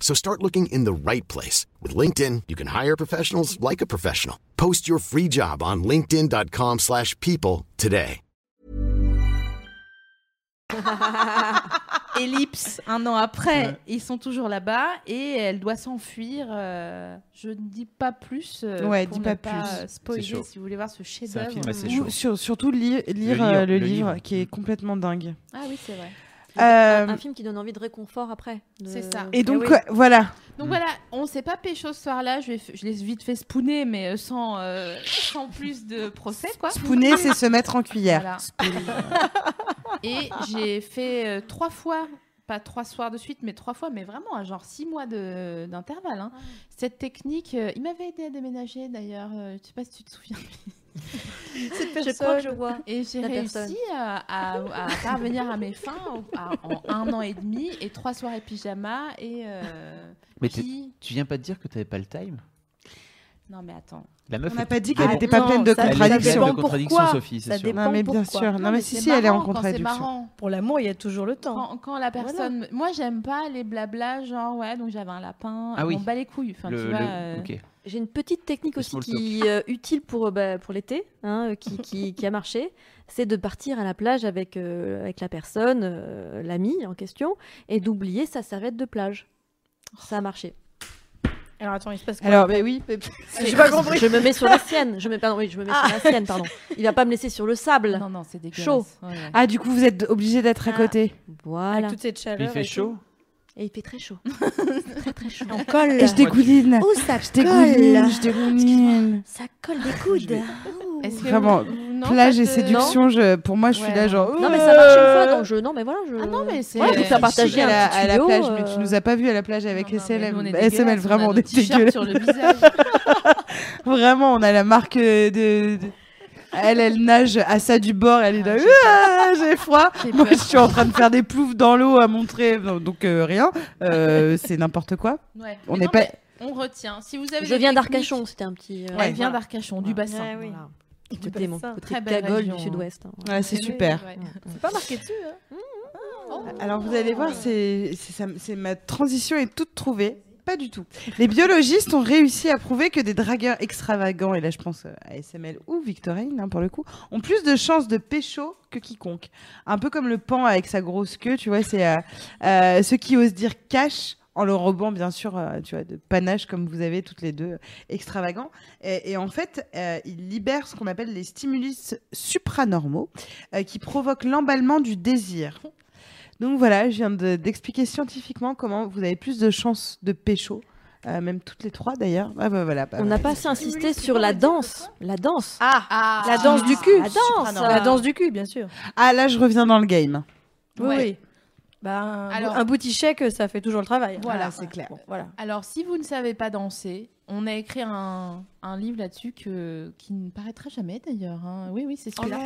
S7: So start looking in the right place. With LinkedIn, you can hire professionals like a professional. Post your free job on linkedin.com/people slash people today.
S1: Ellipse, un an après,
S3: Ouais.
S1: ils sont toujours là-bas et elle doit s'enfuir. euh, je ne dis pas plus. euh,
S2: Ouais,
S1: pour
S2: dis
S1: ne
S2: pas plus.
S1: euh, spoiler
S3: C'est chaud.
S1: si vous voulez voir ce
S3: C'est un
S1: chef-d'œuvre.
S3: film assez chaud.
S2: Ou sur- surtout li- lire
S3: livre,
S2: euh, le,
S3: le
S2: livre,
S3: livre.
S2: qui est complètement dingue.
S1: Ah oui, c'est vrai.
S2: Euh,
S5: Un, un film qui donne envie de réconfort après. de-
S1: C'est ça.
S2: et donc
S5: ah, Eh oui.
S2: quoi, voilà.
S1: Donc
S3: Mm.
S1: voilà, on s'est pas pécho ce soir-là. Je, vais f- je l'ai vite fait spooner, mais euh, sans, euh, sans plus de procès, quoi.
S2: Spooner, c'est se mettre en cuillère.
S1: Voilà. Et j'ai fait euh, trois fois, pas trois soirs de suite, mais trois fois, mais vraiment à genre six mois de- d'intervalle. hein. Cette technique, euh, il m'avait aidé à déménager d'ailleurs. euh, je sais pas si tu te souviens.
S5: Je crois que je vois.
S1: Et j'ai
S5: La
S1: réussi à, à- à parvenir à mes fins au- à- en un an et demi et trois soirées pyjama et. euh,
S3: Mais t'es-
S1: puis...
S3: tu viens pas de dire que t'avais pas le time
S1: Non mais attends.
S3: La meuf
S2: On
S3: est-
S2: n'a pas dit
S3: Ah
S2: qu'elle
S3: bon.
S2: n'était pas
S4: non,
S2: pleine de
S4: ça- ça
S3: Elle est pleine de
S2: contradictions.
S4: dépend.
S3: contradictions,
S4: pourquoi.
S3: Sophie, c'est
S4: Ça
S3: sûr.
S4: dépend.
S2: Non mais bien
S4: Pourquoi
S2: sûr. Non, mais
S1: c'est
S2: si si, elle est en
S1: marrant quand c'est
S2: contradiction.
S1: marrant.
S4: Pour l'amour, il y a toujours le temps.
S1: Quand, quand la personne. Moi, j'aime pas les blabla, genre, ouais, donc j'avais un lapin,
S3: Ah oui.
S1: on bat les couilles. Enfin,
S3: Le-
S1: tu vois.
S3: le-
S1: euh,
S3: ok.
S5: J'ai une petite technique
S3: Le
S5: aussi
S3: small
S5: qui est euh, utile pour, euh, bah, pour l'été, hein, euh, qui, qui, qui a marché, c'est de partir à la plage avec, euh, avec la personne, euh, l'ami en question, et d'oublier sa serviette de plage. Ça a marché.
S4: Alors attends, il se passe quoi
S2: Alors mais oui,
S4: J'ai pas compris.
S5: Je me mets sur la sienne. Je me, pardon, oui, je me mets sur la sienne, pardon. Il va pas me laisser sur le sable.
S1: Ah. Non, non, c'est dégueulasse.
S5: Chaud.
S1: Ouais, ouais.
S2: ah du coup vous êtes obligé d'être à
S5: Ah.
S2: côté.
S5: Voilà.
S4: Avec toute cette
S3: Il
S4: chaleur.
S3: fait
S4: et
S3: chaud
S5: Et il fait très chaud. très très chaud.
S4: On colle.
S2: Et je dégouline.
S4: Ah. Oh, ça
S2: Je dégouline,
S4: colle.
S2: je dégouline.
S4: Ça colle les coudes.
S1: Est-ce que
S2: Vraiment,
S1: vous- non,
S2: Plage
S1: pas
S2: et
S1: de-
S2: séduction, je, pour moi, je suis
S1: Ouais,
S2: là
S1: non.
S2: genre.
S5: Non mais ça marche une fois dans le jeu. Non mais voilà, je
S1: Ah non, mais c'est.
S5: Voilà, faut faire partager
S2: à,
S5: un
S2: la,
S5: petit
S2: à la
S5: tuyau,
S2: plage, mais
S5: euh.
S2: tu nous as pas vu à la plage avec
S1: Non, non, mais
S2: SML.
S1: nous, on est
S2: SML,
S1: dégueulasses,
S2: vraiment,
S1: on
S2: on
S1: a nos
S2: est
S1: t-shirts
S2: dégueulasse.
S1: sur le visage.
S2: Vraiment, on a la marque euh, de. de- Elle, elle nage à ça du bord, elle est là, Ah, j'ai froid.
S1: J'ai
S2: Moi, je
S1: peur.
S2: suis en train de faire des ploufs dans l'eau à montrer, Non, donc euh, rien. Euh, c'est n'importe quoi.
S1: Ouais.
S2: On
S1: Mais
S2: n'est
S1: non,
S2: pas-
S1: mais On retient. Si vous avez
S5: Je
S1: des
S5: viens
S1: techniques-
S5: d'Arcachon, c'était un petit euh,
S1: Elle vient d'Arcachon, du bassin.
S4: Ah Ouais, oui.
S5: voilà.
S4: Du
S5: côté mon
S4: bassin.
S5: côté
S1: Très belle
S5: Cagole du
S1: région,
S5: sud-ouest. hein, voilà.
S2: Ouais, c'est
S1: Oui,
S2: super.
S1: ouais.
S4: C'est pas marqué dessus. Hein.
S2: Alors vous allez voir, c'est c'est ça- c'est ma transition est toute trouvée. Pas du tout. Les biologistes ont réussi à prouver que des dragueurs extravagants, et là je pense euh, à SML ou Victorine hein, pour le coup, ont plus de chances de pécho que quiconque. Un peu comme le pan avec sa grosse queue, tu vois, c'est euh, euh, ceux qui osent dire cash en le robant bien sûr, euh, tu vois, de panache comme vous avez toutes les deux, euh, extravagants. Et, et en fait, euh, ils libèrent ce qu'on appelle les stimulus supranormaux, euh, qui provoquent l'emballement du désir. Donc voilà, je viens de- d'expliquer scientifiquement comment vous avez plus de chances de pécho, euh, même toutes les trois d'ailleurs. Ah bah voilà. bah
S5: On
S2: voilà.
S5: n'a pas assez insisté sur la danse, la danse.
S4: Ah,
S1: Ah,
S4: la danse du cul. Ah,
S5: La danse.
S4: La danse du cul, bien sûr.
S2: Ah là, je reviens dans le game.
S4: Oui,
S1: Ouais.
S4: oui. Bah, un,
S1: Alors-
S4: un bouti chèque, ça fait toujours le travail.
S1: Voilà,
S2: c'est clair.
S4: Bon, voilà.
S1: Alors, si vous ne savez pas danser, on a écrit un, un livre là-dessus que, qui ne paraîtra jamais d'ailleurs. hein. Oui, oui, c'est
S4: Oh
S1: celui-là.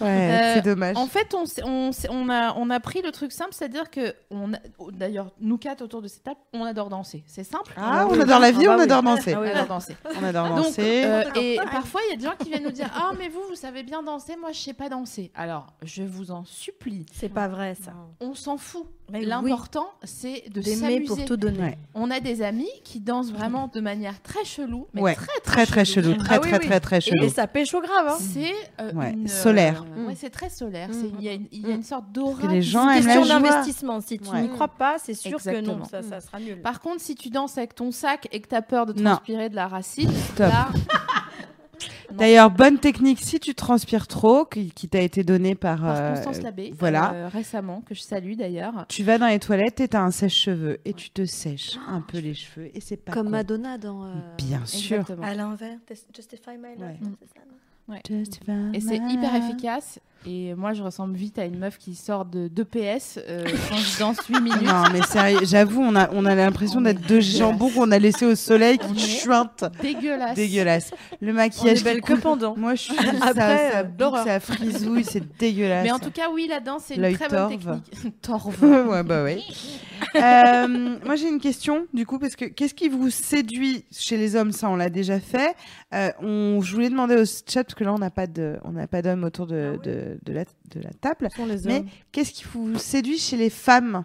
S2: Ouais,
S1: Euh,
S2: c'est dommage.
S1: En fait, on, s'est- on, s'est- on a, on a pris le truc simple, c'est-à-dire que, on a- oh, d'ailleurs, nous quatre autour de cette table, on adore danser. C'est simple.
S2: Ah, on adore la vie,
S4: Ah bah
S2: on
S4: oui.
S2: adore danser.
S4: Ah
S1: On
S4: oui,
S1: adore danser.
S2: On adore
S1: Donc,
S2: danser.
S1: euh, et parfois, il y a des gens qui viennent nous dire Ah, mais vous, vous savez bien danser, moi, je sais pas danser. Alors, je vous en supplie,
S4: C'est pas vrai, ça.
S1: on s'en fout.
S4: Mais Eh oui.
S1: L'important, c'est de
S4: D'aimer
S1: s'amuser.
S4: pour tout donner.
S2: Ouais.
S1: On a des amis qui dansent vraiment de manière très chelou, mais
S2: Ouais,
S1: très,
S2: très très chelou, très
S1: Ah oui,
S2: très,
S1: oui.
S2: très très
S4: Et
S2: chelou.
S4: ça pêche au grave. Hein.
S1: C'est euh,
S2: Ouais,
S1: une, euh,
S2: solaire.
S1: ouais, c'est très solaire. C'est- Il y a une, il y a une sorte
S2: que
S1: d'aura.
S2: les
S1: qui
S2: gens
S1: se
S2: aiment la
S4: Question
S1: détourne.
S2: joie.
S4: d'investissement. Si tu
S2: Ouais.
S4: n'y crois pas, c'est sûr que
S1: Exactement.
S4: non, ça, ça sera nul.
S1: Par contre, si tu danses avec ton sac et que t'as peur de
S2: Non.
S1: transpirer de la racine,
S2: Stop.
S1: là,
S2: D'ailleurs, bonne technique si tu transpires trop, qui, qui t'a été donnée par,
S1: par
S2: euh,
S1: Constance Labbé,
S2: voilà.
S1: euh, récemment, que je salue d'ailleurs.
S2: Tu vas dans les toilettes et t'as un sèche-cheveux et tu te sèches un peu les cheveux et c'est pas
S5: Comme
S2: con.
S5: Madonna dans. euh,
S2: Bien sûr.
S1: Exactement.
S4: À
S6: l'envers, justify my
S2: Ouais.
S4: Mm.
S2: Just
S1: Et c'est hyper efficace. Et moi, je ressemble vite à une meuf qui sort de 2 PS euh, quand je danse 8 minutes.
S2: Ah Non, mais sérieux, j'avoue, on a, on a l'impression d'être deux jambons qu'on a laissés au soleil
S1: On
S2: qui
S1: est
S2: chuintent.
S1: Dégueulasse.
S2: Dégueulasse. Le
S4: On est
S2: maquillage.
S4: belle
S2: qui
S4: que
S2: coule.
S4: pendant.
S2: Moi, je suis ça,
S4: Après,
S2: ça,
S4: euh,
S2: boucle,
S4: l'horreur.
S2: ça frisouille, c'est dégueulasse.
S1: Mais en tout cas, oui, la danse, c'est une
S2: L'œil
S1: très bonne
S2: torve.
S1: technique. torve.
S2: ouais, bah ouais. Euh, moi, j'ai une question, du coup, parce que qu'est-ce qui vous séduit chez les hommes Ça, on l'a déjà fait. Euh, on, je voulais demander au chat, parce que là, on n'a pas de- on n'a pas d'hommes autour
S1: Ah
S2: de, de, de la, de la table.
S4: Sont les
S2: Mais
S4: hommes.
S2: qu'est-ce qui vous séduit chez les femmes,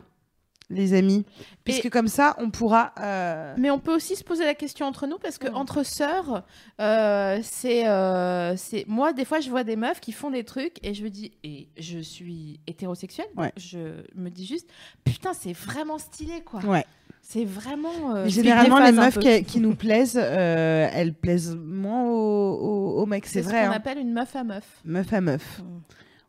S2: les amis Puisque
S1: Et-
S2: comme ça, on pourra. euh,
S1: Mais on peut aussi se poser la question entre nous parce que entre sœurs, euh, c'est euh, c'est moi des fois je vois des meufs qui font des trucs et je me dis et je suis hétérosexuelle, donc
S2: Ouais.
S1: je me dis juste putain c'est vraiment stylé quoi.
S2: Ouais.
S1: C'est vraiment. euh,
S2: Généralement,
S4: Explique
S2: les
S4: les phases
S2: meufs
S4: un
S2: qui, qui nous plaisent, euh, elles plaisent moins aux, aux, aux mecs. C'est
S1: c'est ce
S2: vrai,
S1: qu'on
S2: hein.
S1: appelle une meuf à meuf.
S2: meuf à meuf.
S4: Mm.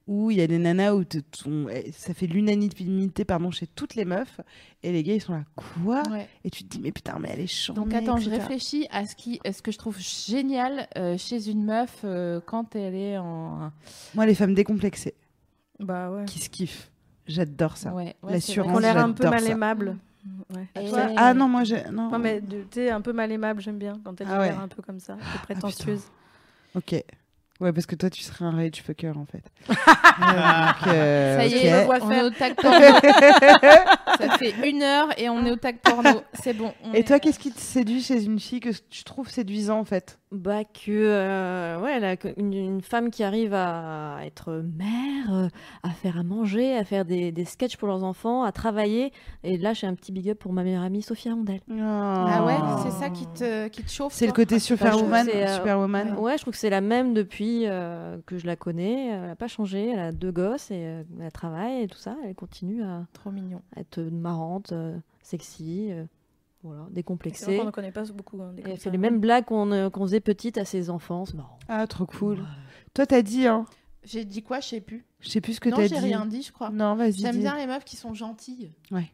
S2: Où il y a des nanas où t- ton- eh, ça fait l'unanimité pardon, chez toutes les meufs. Et les gars, ils sont là, quoi
S1: Ouais.
S2: Et tu te dis, mais putain, Ah, mais euh, elle est chante.
S1: Donc attends, je réfléchis à ce, qui, à ce que je trouve génial euh, chez une meuf euh, quand elle est en.
S2: Moi, les femmes décomplexées
S4: Bah ouais.
S2: qui se kiffent, j'adore ça.
S1: Ouais, ouais,
S2: L'assurance.
S1: c'est
S4: On
S1: vrai.
S4: l'air un peu
S2: j'adore
S4: mal
S2: ça.
S4: aimable. Ouais.
S1: Et-
S4: Toi-
S2: Ah non, moi, j'ai. Non.
S4: Non, mais de- t'es un peu mal aimable, j'aime bien quand elle
S2: Ah
S4: a l'air
S2: ouais.
S4: un peu comme ça, un peu prétentieuse.
S2: Ok. Ouais, parce que toi, tu serais un rage fucker en fait. Donc, euh,
S1: Ça y
S2: ok.
S1: est,
S4: ok.
S1: on est au tag porno. Ça fait une heure et on est au tag porno. C'est bon. on
S2: Et
S1: est-
S2: toi, qu'est-ce qui te séduit chez une fille que tu trouves séduisant en fait
S5: Bah que euh, ouais, là, que- une, une femme qui arrive à être mère, euh, à faire à manger, à faire des, des sketchs pour leurs enfants, à travailler. Et là, j'ai un petit big up pour ma meilleure amie Sophia Rondel.
S1: Ah ouais, c'est ça qui te, qui te chauffe.
S2: C'est le
S1: toi
S2: côté Superwoman.
S5: c'est, euh,
S2: Superwoman.
S5: Ouais, je trouve que c'est la même depuis euh, que je la connais. Elle n'a pas changé. Elle a deux gosses et euh, elle travaille et tout ça. Elle continue à
S1: Ah, Trop mignon.
S5: être marrante, euh, sexy, euh, voilà,
S4: C'est vrai
S5: décomplexée.
S4: qu'on ne connaît pas beaucoup. hein, des
S5: Et
S4: comme
S5: elle
S4: ça.
S5: fait les mêmes blagues qu'on euh, qu'on faisait petite à ses enfants. C'est marrant.
S2: Ah, trop cool. Toi, t'as dit, hein
S1: J'ai dit quoi Je sais plus.
S2: Je sais plus ce que
S1: Non,
S2: t'as
S1: j'ai
S2: dit.
S1: rien dit, je crois.
S2: Non, vas-y.
S1: J'aime
S2: dis.
S1: bien les meufs qui sont gentilles.
S2: Ouais.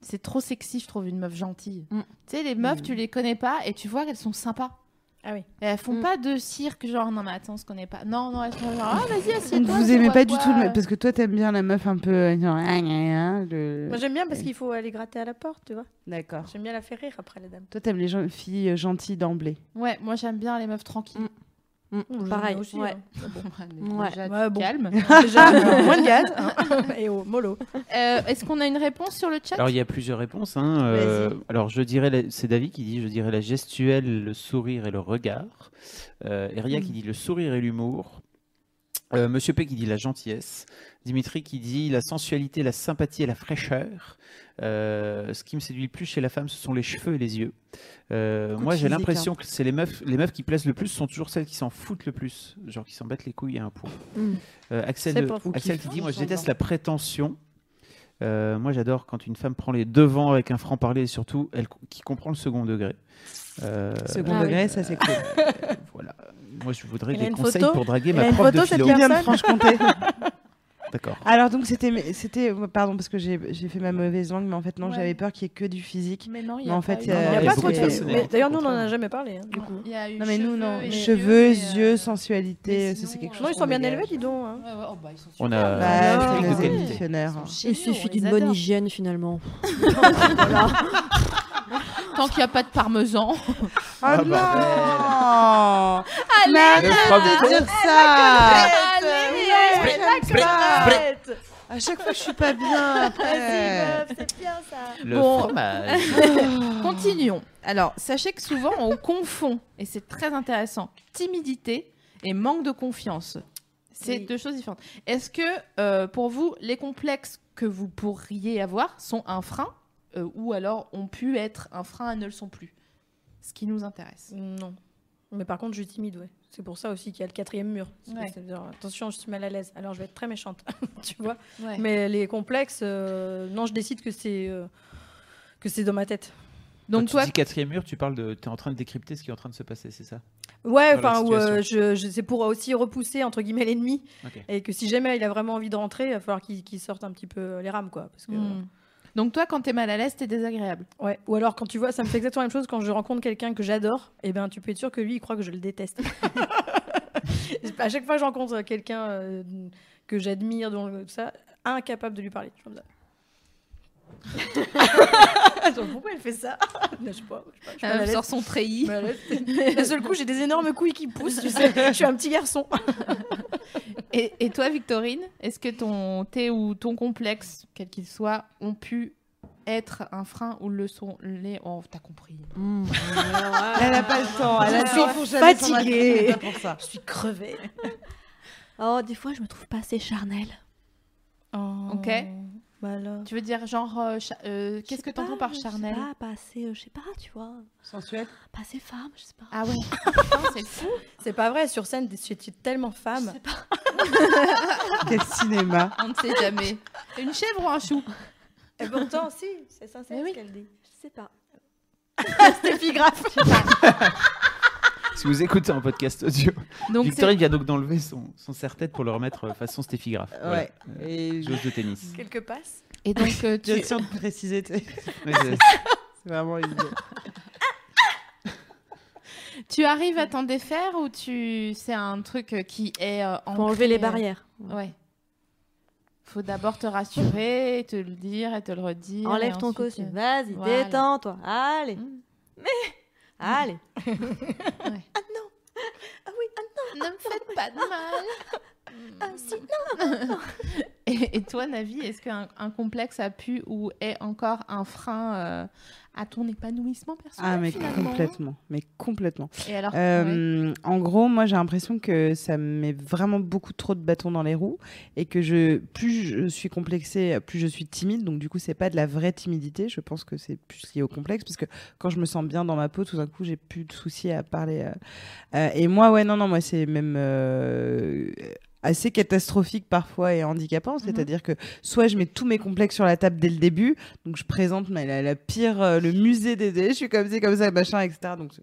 S1: c'est trop sexy, je trouve, une meuf gentille.
S5: Mm.
S1: Tu sais, les meufs, tu les connais pas et tu vois qu'elles sont sympas.
S4: Ah oui.
S1: Et elles font
S5: Mm.
S1: pas de cirque, genre non, mais attends, on se connaît pas. Non, non, elles sont genre, ah, vas-y, assieds-toi.
S2: Vous
S1: c'est
S2: aimez
S1: quoi,
S2: pas du
S1: quoi,
S2: tout le
S1: euh.
S2: mec parce que toi t'aimes bien la meuf un peu euh, genre, ah, gna, gna, le-
S4: Moi j'aime bien parce qu'il faut aller gratter à la porte, tu vois.
S2: D'accord.
S4: J'aime bien la faire rire après la dame.
S2: Toi t'aimes les gens- filles euh, gentilles d'emblée.
S1: Ouais, moi j'aime bien les meufs tranquilles.
S5: Mm, Pareil. ouais.
S1: Bon, bah,
S5: Ouais.
S1: déjà, tu
S4: hein. Ouais, bon.
S1: calmes.
S4: Déjà, moins de gaz. hein. Et oh, mollo.
S1: Euh, Est-ce qu'on a une réponse sur le chat
S3: Alors, il y a plusieurs réponses. hein, euh, alors, je dirais, la- c'est David qui dit, je dirais la gestuelle, le sourire et le regard. Euh, Eria qui dit le sourire et l'humour. Euh, Monsieur P qui dit la gentillesse. Dimitri qui dit la sensualité, la sympathie et la fraîcheur. Euh, ce qui me séduit le plus chez la femme, ce sont les cheveux et les yeux. Euh,
S2: Quand
S3: moi,
S2: ils
S3: j'ai l'impression que c'est les meufs, les meufs qui plaisent le plus sont toujours celles qui s'en foutent le plus, genre qui s'en battent les couilles à un point.
S5: Mm.
S3: Euh, Axel,
S2: C'est pas fou
S3: Axel
S2: qu'ils
S3: qui dit
S2: font,
S3: moi,
S2: ils
S3: je
S2: sont
S3: déteste
S2: dedans.
S3: la prétention. Euh, moi, j'adore quand une femme prend les devants avec un franc-parler et surtout elle co- qui comprend le second degré. Euh,
S2: Second
S5: Ah oui.
S2: degré, ça c'est cool.
S3: voilà. Moi, je voudrais
S4: Elle a
S3: des
S4: une
S3: conseils
S4: photo
S3: pour draguer
S4: Elle
S3: ma
S4: a une
S3: prof
S4: photo,
S3: de
S4: cette
S3: philo.
S4: personne
S2: Franche-Comté.
S3: D'accord.
S2: Alors donc c'était c'était pardon parce que j'ai j'ai fait ma mauvaise langue mais en fait non
S1: Ouais.
S2: j'avais peur qu'il y ait que du physique.
S1: Mais non, il y
S2: Mais
S1: a
S2: en
S1: pas
S2: fait,
S1: eu-
S2: euh,
S4: Il n'y a
S3: Ouais,
S4: pas
S3: beaucoup
S4: trop de
S3: de
S4: filles.
S3: personnes,
S4: Mais
S3: non,
S4: D'ailleurs,
S3: au
S4: nous, on n'en a
S3: contraire.
S4: jamais parlé. hein, du coup.
S1: Il y a eu
S2: Non mais nous
S1: cheveux
S2: non,
S1: et
S2: cheveux,
S1: mais, euh,
S2: yeux, sensualité,
S1: mais
S2: ça c'est
S1: sinon,
S2: quelque chose.
S4: Non, ils sont
S2: qu'on
S4: bien
S2: dégage.
S4: élevés, dis donc. hein.
S1: ouais, ouais, oh, bah, ils sont
S3: On
S1: super.
S3: a-
S2: Bah,
S4: Ah,
S2: c'est
S4: ouais.
S2: des
S4: Ouais.
S2: dictionnaires.
S5: Il suffit d'une bonne hygiène finalement.
S1: Tant qu'il n'y a pas de parmesan.
S2: Oh non
S1: Allez,
S2: Mais arrête de dire ça
S1: allez,
S2: Arrête À chaque fois je suis pas bien après. euh,
S4: c'est bien ça.
S3: Le
S1: Bon.
S3: fromage.
S1: Continuons. Alors, sachez que souvent, on confond, et c'est très intéressant, timidité et manque de confiance. C'est
S4: Oui.
S1: deux choses différentes. Est-ce que, euh, pour vous, les complexes que vous pourriez avoir sont un frein euh, ou alors ont pu être un frein et ne le sont plus Ce qui nous intéresse.
S4: Non. Mais par contre, je suis timide, ouais. C'est pour ça aussi qu'il y a le quatrième mur. C'est
S1: Ouais.
S4: que, genre, attention, je suis mal à l'aise. Alors, je vais être très méchante, tu vois.
S1: Ouais.
S4: Mais les complexes, euh, non, je décide que c'est euh, que c'est dans ma tête.
S3: Donc,
S1: Donc,
S3: tu
S1: toi,
S3: dis quatrième mur, tu parles de. Tu es en train de décrypter ce qui est en train de se passer, c'est ça
S4: Ouais,
S3: Dans la
S4: enfin, ou, euh, je, je- c'est pour aussi repousser entre guillemets l'ennemi
S3: Ok.
S4: et que si jamais il a vraiment envie de rentrer, il va falloir qu'il qu'il sorte un petit peu les rames, quoi. Parce que,
S1: Hmm. donc toi, quand t'es mal à l'aise, t'es désagréable.
S4: Ouais. Ou alors quand tu vois, ça me fait exactement la même chose quand je rencontre quelqu'un que j'adore, et ben tu peux être sûr que lui il croit que je le déteste. à chaque fois que je rencontre quelqu'un euh, que j'admire, dont le- ça, incapable de lui parler. Je suis comme ça. Genre, pourquoi elle fait ça Je sais pas. Je sais pas, je suis mal à
S1: Elle
S4: l'aise.
S1: sort Euh, son
S4: Je suis
S1: treillis.
S4: mal à l'aise. D'un seul coup, j'ai des énormes couilles qui poussent, tu sais. Je suis un petit garçon.
S1: Et, et toi, Victorine, est-ce que ton thé ou ton complexe, quel qu'il soit, ont pu être un frein ou le sont les... Oh, t'as compris.
S5: Mm.
S2: Elle a pas le temps, elle a
S4: Je
S2: le temps
S4: suis
S2: pour jamais s'en
S4: fatiguée.
S2: rattraper, c'est pas pour ça.
S4: Je suis crevée.
S5: Oh, des fois, je me trouve pas assez charnelle.
S1: Ok.
S4: Bah alors.
S1: Tu veux dire, genre, euh, cha- euh,
S5: Je sais
S1: qu'est-ce que t'entends
S5: pas,
S1: par
S5: je sais
S1: charnel
S5: pas, Pas assez, euh, je sais pas, tu vois.
S2: Sensuelle
S5: Pas assez femme, je sais pas.
S1: Ah ouais, Putain, c'est fou.
S4: C'est pas vrai, sur scène, tu es tellement femme.
S2: Quel cinéma
S1: On ne sait jamais. Une chèvre ou un chou
S4: Et pourtant, si, c'est sincère
S1: Mais oui.
S4: ce qu'elle dit.
S5: Je sais pas.
S3: Si vous écoutez un podcast audio,
S1: Donc, c'est-
S3: Victorine vient donc d'enlever son, son serre-tête pour le remettre euh, façon stéphigraphe. Voilà.
S2: Ouais. Et
S3: Joueuse de tennis.
S4: Quelques passes.
S1: Et donc, euh, tu...
S2: je tiens de préciser, t'es-
S3: Ouais, c'est-
S2: c'est vraiment une idée.
S1: tu arrives à t'en défaire ou tu... c'est un truc euh, qui est... euh,
S5: Faut
S1: ancré,
S5: enlever les
S1: euh,
S5: barrières.
S1: Ouais. Faut d'abord te rassurer, et te le dire et te le redire.
S5: Enlève
S1: et
S5: ton
S1: ensuite, euh,
S5: costume. Vas-y,
S1: voilà.
S5: détends-toi. Allez.
S1: Mm.
S5: Mais. Allez.
S1: Ne me faites pas de mal.
S5: Ah,
S1: Et, et toi, Navi, est-ce qu'un un complexe a pu ou est encore un frein euh, à ton épanouissement personnel
S2: Ah mais
S1: finalement
S2: complètement, mais complètement.
S1: Et alors, ouais.
S2: Euh, En gros, moi j'ai l'impression que ça me met vraiment beaucoup trop de bâtons dans les roues et que je, plus je suis complexée, plus je suis timide. Donc du coup, c'est pas de la vraie timidité. Je pense que c'est plus lié au complexe parce que quand je me sens bien dans ma peau, tout d'un coup, j'ai plus de soucis à parler. euh. Euh, et moi, ouais, non, non, moi c'est même. euh, assez catastrophique parfois et handicapant, c'est-à-dire que soit je mets tous mes complexes sur la table dès le début, donc je présente ma- la, la pire, euh, le musée des, des- je suis comme ça, comme ça, machin, etc. Donc c'est-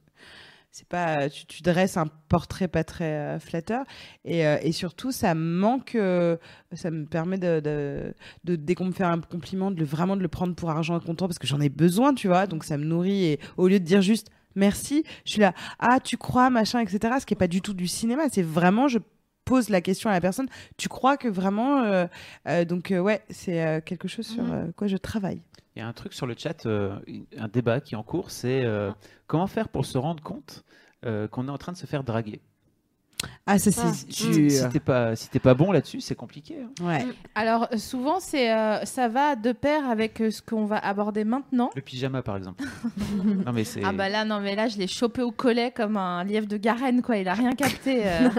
S2: C'est pas, tu, tu dresses un portrait pas très euh, flatteur. Et, euh, et surtout, ça manque, euh, ça me permet de, de, de- dès qu'on me fait un compliment, de le- vraiment de le prendre pour argent comptant parce que j'en ai besoin, tu vois. Donc ça me nourrit. Et au lieu de dire juste merci, je suis là, ah, tu crois, machin, etc. Ce qui est pas du tout du cinéma. C'est vraiment, je pose la question à la personne, tu crois que vraiment. euh, euh, donc, euh, ouais, c'est euh, quelque chose sur
S4: Mhm.
S2: euh, quoi je travaille.
S3: Il y a un truc sur le chat, euh, une- un débat qui est en cours, c'est euh, comment faire pour se rendre compte euh, qu'on est en train de se faire draguer.
S2: Ah, ça, c'est
S5: Ah.
S3: Si, si t'es pas, si t'es pas bon là-dessus, c'est compliqué. hein.
S2: Ouais.
S1: Alors euh, souvent, c'est euh, ça va de pair avec euh, ce qu'on va aborder maintenant.
S3: Le pyjama, par exemple. non mais c'est.
S1: Ah bah là non mais là je l'ai chopé au collet comme un lièvre de Garenne quoi il a rien capté euh.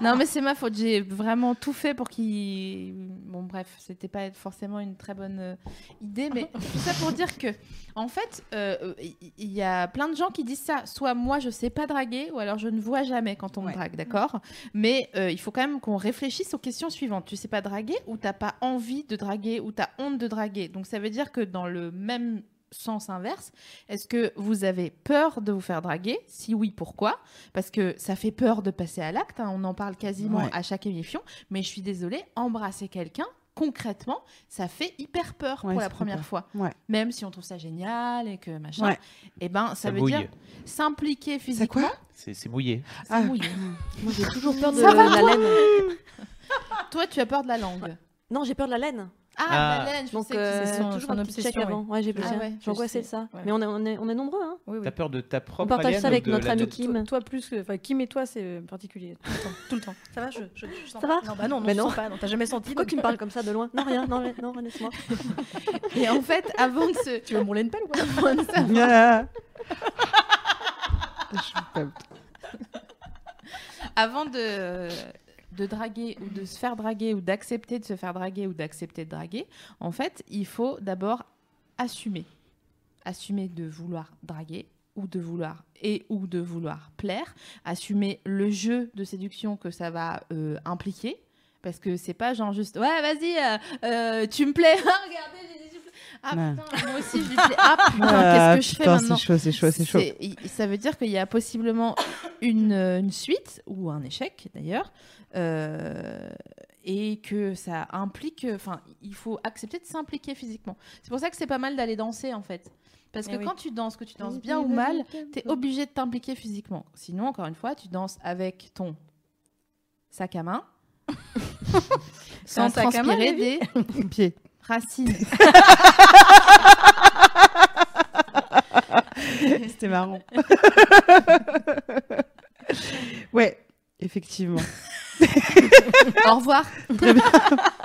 S1: non mais c'est ma faute j'ai vraiment tout fait pour qu'il bon bref c'était pas forcément une très bonne euh, idée mais tout ça pour dire que en fait euh, il il y, a plein de gens qui disent ça soit moi je sais pas draguer ou alors je ne vois jamais quand on me
S2: Ouais.
S1: drague d'accord mais euh, il faut quand même qu'on réfléchisse aux questions suivantes tu sais pas draguer ou t'as pas envie de draguer ou t'as honte de draguer donc ça veut dire que dans le même sens inverse est-ce que vous avez peur de vous faire draguer Si oui, pourquoi Parce que ça fait peur de passer à l'acte. hein, on en parle quasiment
S2: Ouais.
S1: à chaque émission. Mais je suis désolée, embrasser quelqu'un, concrètement, ça fait hyper peur
S2: Ouais,
S1: pour
S2: ça
S1: la
S2: fait
S1: première
S2: peur.
S1: fois.
S2: Ouais.
S1: Même si on trouve ça génial et que machin.
S2: Ouais.
S1: Et ben, ça,
S3: Ça
S1: veut
S3: mouille.
S1: dire s'impliquer
S2: C'est
S1: physiquement.
S2: quoi
S3: C'est c'est mouillé.
S1: c'est
S2: Ah.
S1: mouillé.
S5: Moi, j'ai toujours peur de
S1: Ça va,
S5: la laine.
S1: Toi, tu as peur de la langue.
S5: Non, j'ai peur de la laine.
S1: Ah,
S3: Ah.
S1: la laine, je
S5: Donc,
S1: sais que c'est
S4: euh,
S1: ça.
S5: toujours
S4: son- son
S5: un petit check
S4: obsession,
S5: avant. Ouais, j'ai
S1: Ah
S5: besoin.
S1: ouais,
S5: J'ai angoissé
S4: je
S5: de ça.
S4: sais. Ouais.
S5: Mais on est, on est, on est nombreux. Hein.
S4: Oui, oui.
S3: T'as peur de ta propre
S5: partage
S3: alien
S5: ça
S3: ou
S5: avec
S3: de
S5: notre
S3: la
S5: ami
S3: nôtre
S5: Kim.
S4: Toi, toi plus que. Enfin, Kim et toi, c'est euh, particulier. Tout le temps. Tout le temps. Ça va je, je, je sens
S5: Ça
S4: pas.
S5: va
S4: Non, bah non, non,
S5: Mais
S4: je
S5: non.
S4: sens pas. Non, t'as jamais senti.
S5: Pourquoi
S4: donc-
S5: tu me parles comme ça de loin Non, rien. Non, non, laisse-moi.
S1: Et en fait, avant de se.
S4: Tu veux mon laine pelle ou quoi
S1: avant de se-
S2: Ah. Je suis pas-
S1: avant de, de draguer ou de se faire draguer ou d'accepter de se faire draguer ou d'accepter de draguer, en fait, il faut d'abord assumer. Assumer de vouloir draguer ou de vouloir et ou de vouloir plaire, assumer le jeu de séduction que ça va euh, impliquer. Parce que c'est pas genre juste ouais vas-y euh, euh, tu me plais Ah, regardez j'ai des yeux bleus. ah
S2: Ouais.
S1: putain moi aussi je lui plais ah putain qu'est-ce que je fais
S2: putain,
S1: maintenant
S2: C'est chaud, c'est chaud, c'est chaud.
S1: c'est- i- Ça veut dire qu'il y a possiblement une, euh, une suite ou un échec d'ailleurs, euh, et que ça implique. Enfin, il faut accepter de s'impliquer physiquement. C'est pour ça que c'est pas mal d'aller danser en fait, parce
S4: Eh
S1: que
S4: oui.
S1: quand tu danses, que tu danses bien ou mal, t'es obligé de t'impliquer physiquement. Sinon, encore une fois, tu danses avec ton sac à main, sans
S4: sac à main,
S1: transpirer des
S2: Pied.
S1: racines.
S2: C'était marrant. ouais, effectivement.
S1: Au revoir.
S2: Très bien.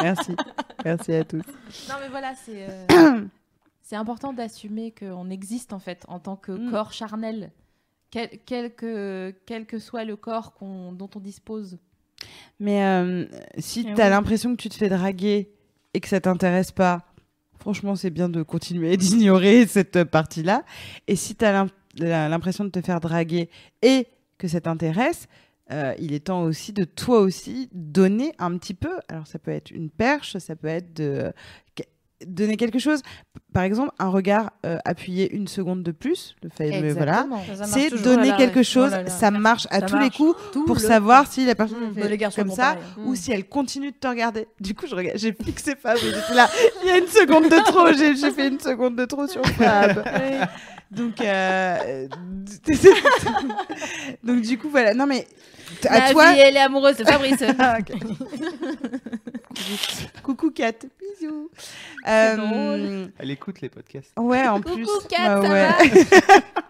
S2: Merci. Merci à tous.
S1: Non, mais voilà, c'est. euh, c'est important d'assumer qu'on existe en fait en tant que
S2: Mm.
S1: corps charnel, quel, quel que, quel que soit le corps qu'on- dont on dispose.
S2: Mais euh, si
S4: Eh
S2: t'as
S4: oui.
S2: l'impression que tu te fais draguer et que ça t'intéresse pas, franchement, c'est bien de continuer d'ignorer cette euh, partie-là. Et si t'as l'im- la- l'impression de te faire draguer et que ça t'intéresse, euh, il est temps aussi de toi aussi donner un petit peu. Alors ça peut être une perche, ça peut être de que- donner quelque chose. Par exemple, un regard euh, appuyé une seconde de plus, le fameux ben voilà.
S1: Exactement.
S4: Ça, ça marche
S2: C'est
S4: toujours. Oh
S2: donner
S4: Voilà,
S2: quelque
S4: ouais.
S2: chose,
S4: Voilà,
S2: ça marche à
S4: Ça
S2: tous les
S4: marche.
S2: coups
S4: tout
S2: pour
S4: le-
S2: savoir si la personne
S5: Mm.
S2: fait
S4: Bah, les garçons
S2: comme
S4: font
S2: ça
S4: pareil.
S2: ou si elle continue de te regarder. Du coup, je regarde, j'ai fixé Fab et j'étais là, il y a une seconde de trop, j'ai j'ai fait une seconde de trop sur Fab. Donc, euh, donc du coup, voilà. Non mais t- à
S1: La
S2: toi.
S1: vie, elle est amoureuse de Fabrice.
S2: Ah, ok. Coucou Kat, bisous. Euh,
S3: Elle écoute les podcasts.
S2: ouais, en plus.
S1: Coucou Kat,
S2: bah
S1: ça
S2: ouais.
S1: va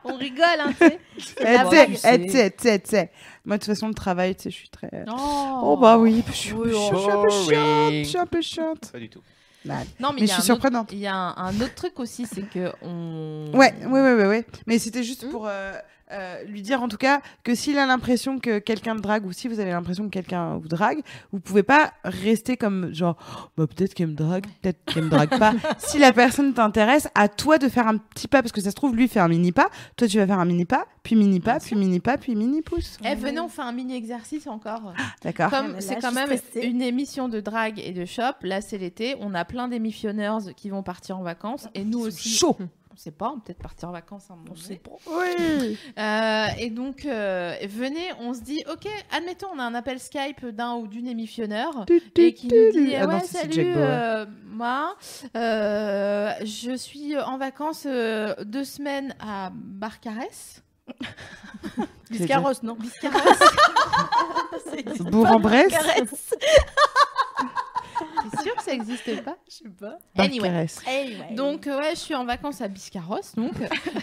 S1: On rigole, hein, tu sais.
S2: Eh,
S1: la
S2: tu sais,
S1: blague.
S2: eh, tu sais, tu sais, tu sais. Moi, de toute façon, le travail, tu sais, je suis très.
S1: Oh.
S2: Oh bah oui, je suis un peu
S3: Oui,
S2: chiante, je suis un peu
S7: Oh,
S2: chiante,
S3: boring.
S2: je suis un peu chiante.
S3: Pas du tout.
S1: Non, mais,
S2: Mais
S1: il y
S2: je
S1: a
S2: suis
S1: un autre-
S2: surprenante.
S1: Il y a un, un autre truc aussi, c'est que on.
S2: Ouais, ouais, ouais, ouais, ouais. Mais c'était juste
S1: Mmh.
S5: Hmm.
S2: pour euh, euh, lui dire en tout cas que s'il a l'impression que quelqu'un le drague ou si vous avez l'impression que quelqu'un vous drague, vous pouvez pas rester comme genre Oh, bah, peut-être qu'elle me drague, peut-être qu'elle me drague pas. si la personne t'intéresse, à toi de faire un petit pas parce que ça se trouve lui fait un mini pas, toi tu vas faire un mini pas, puis mini pas, puis mini pas, puis mini pouce.
S1: Eh, venez, on fait un mini exercice encore.
S2: D'accord.
S4: Ah,
S1: Comme
S4: mais
S1: c'est
S4: là,
S1: quand
S4: je suis
S1: même
S4: stressée.
S1: une émission de drague et de shop, là c'est l'été, on a plein d'émissionneurs qui vont partir en vacances et nous
S2: Ils sont
S1: aussi
S2: Chaud.
S1: ils sait pas, on peut peut-être partir en vacances à un moment
S4: On
S1: donné.
S4: sait pas.
S5: Oui.
S1: Euh, et donc, euh, venez, on se dit, ok, admettons, on a un appel Skype d'un ou d'une émissionneur et qui nous dit,
S2: Ah
S1: ouais,
S2: non, ça, c'est Jack
S1: salut,
S2: Bauer.
S1: euh, moi, euh, je suis en vacances euh, deux semaines à Barcarès.
S4: Biscarros, non
S2: Bourg-en-Bresse
S1: C'est sûr que ça n'existe pas.
S4: Je sais pas.
S1: Anyway.
S2: Barcarès.
S4: Eh.
S1: Donc euh, ouais, je suis en vacances à Biscarros, donc.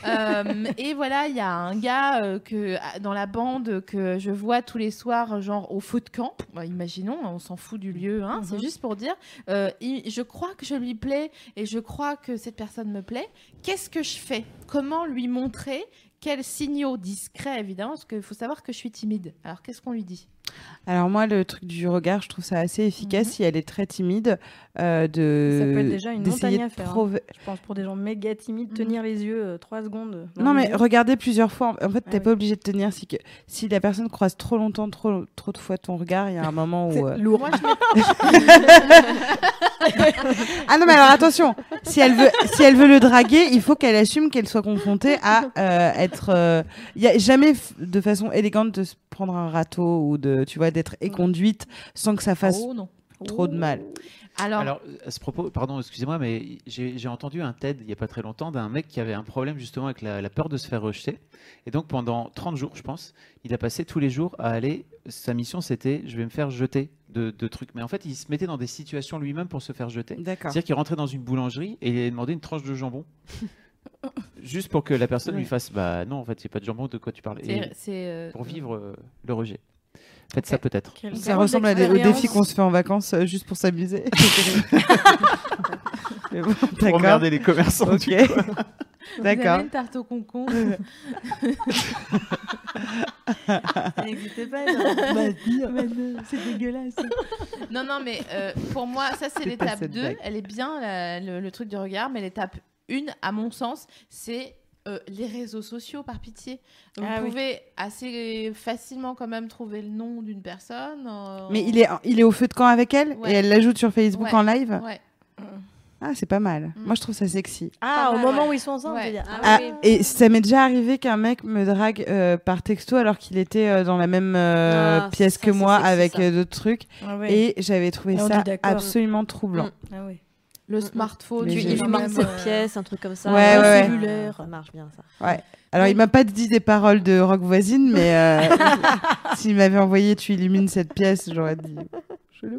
S1: Euh, et voilà, il y a un gars euh, que à- dans la bande que je vois tous les soirs, genre au faux de camp. Bah, imaginons, on s'en fout du lieu, hein, c'est juste pour dire. euh, il- je crois que je lui plais et je crois que cette personne me plaît. Qu'est-ce que je fais Comment lui montrer quels signaux discrets, évidemment, parce qu'il faut savoir que je suis timide. Alors, qu'est-ce qu'on lui dit
S2: Alors moi, le truc du regard, je trouve ça assez efficace si elle est très timide. euh, de...
S4: Mhm. Ça peut être déjà une
S2: d'essayer
S4: montagne à
S2: de
S4: faire, hein.
S2: trouver-
S4: Je pense pour des gens méga timides,
S1: Mhm.
S4: tenir les yeux euh, trois secondes. dans
S2: Non
S4: les
S2: mais
S4: yeux.
S2: regarder plusieurs fois. En fait, t'es
S4: Ah
S2: pas obligé de tenir. Si que si la personne croise trop longtemps, trop trop de fois ton regard, il y a un moment
S4: C'est
S2: où. euh,
S4: lourd.
S2: Ah non mais alors attention. Si elle veut si elle veut le draguer, il faut qu'elle assume qu'elle soit confrontée à euh, être. euh, Il y a jamais f- de façon élégante de se prendre un râteau ou de tu vois d'être éconduite sans que ça fasse
S1: Oh non.
S2: trop de mal.
S4: Oh.
S1: Alors,
S3: Alors, à ce propos, pardon, excusez-moi, mais j'ai j'ai entendu un TED il n'y a pas très longtemps d'un mec qui avait un problème justement avec la, la peur de se faire rejeter. Et donc, pendant 30 jours, je pense, il a passé tous les jours à aller. Sa mission, c'était je vais me faire jeter de, de trucs. Mais en fait, il se mettait dans des situations lui-même pour se faire jeter.
S2: D'accord.
S3: C'est-à-dire qu'il rentrait dans une boulangerie et il avait demandé une tranche de jambon. Juste pour que la personne lui fasse Bah non, en fait, c'est pas de jambon, de quoi tu parles Et
S1: c'est- c'est... euh,
S3: Pour vivre euh, le rejet. Faites ça peut-être.
S4: Quelle
S2: Ça
S4: grande
S2: ressemble à des, aux
S4: expérience.
S2: défis qu'on se fait en vacances euh, juste pour s'amuser. Mais bon, D'accord.
S3: Regardez les commerçants.
S2: Ok.
S1: Vous avez
S2: D'accord.
S1: une tarte au concombre.
S4: Ça n'existait pas. ça. C'est dégueulasse.
S1: Non, non, mais euh, pour moi, ça, c'est
S2: C'est pas
S1: l'étape
S2: cette
S1: 2.
S2: blague.
S1: Elle est bien, la- le, le truc du regard, mais l'étape 1, à mon sens, c'est euh, les réseaux sociaux, par pitié. Vous
S4: Ah oui.
S1: pouvez assez facilement, quand même, trouver le nom d'une personne. euh,
S2: Mais il est, il est au feu de camp avec elle
S1: Ouais.
S2: et elle l'ajoute sur Facebook
S1: Ouais.
S2: en live.
S1: Ouais.
S2: Ah, c'est pas mal.
S1: Mm.
S2: Moi, je trouve ça sexy.
S4: Ah,
S1: Pas
S4: au
S1: mal,
S4: moment
S1: ouais.
S4: où ils sont ensemble,
S1: Ouais.
S4: je veux dire.
S1: Ah
S4: Ah,
S2: Ah,
S4: oui.
S2: et ça m'est déjà arrivé qu'un mec me drague euh, par texto alors qu'il était euh, dans la même euh,
S5: Ah,
S2: pièce
S5: ça,
S2: que
S5: c'est
S2: moi
S5: sexy,
S2: avec
S5: ça.
S2: euh, d'autres trucs
S4: Ah ouais.
S2: et j'avais trouvé
S4: Ah, on
S2: ça
S4: est d'accord.
S2: absolument troublant.
S4: Ah ouais.
S1: Le
S5: Mm, mm.
S1: smartphone.
S2: Mais
S5: Du
S1: le
S2: j'ai-
S5: Yves
S1: même,
S5: Marcel
S1: euh,
S5: Pièce, un truc comme ça.
S2: Ouais,
S5: un
S2: ouais, ouais.
S5: Cellulaire. Ça marche bien ça.
S2: Alors, il m'a pas dit des paroles de rock voisine, mais euh, s'il m'avait envoyé tu illumines cette pièce, j'aurais dit oh, chelou.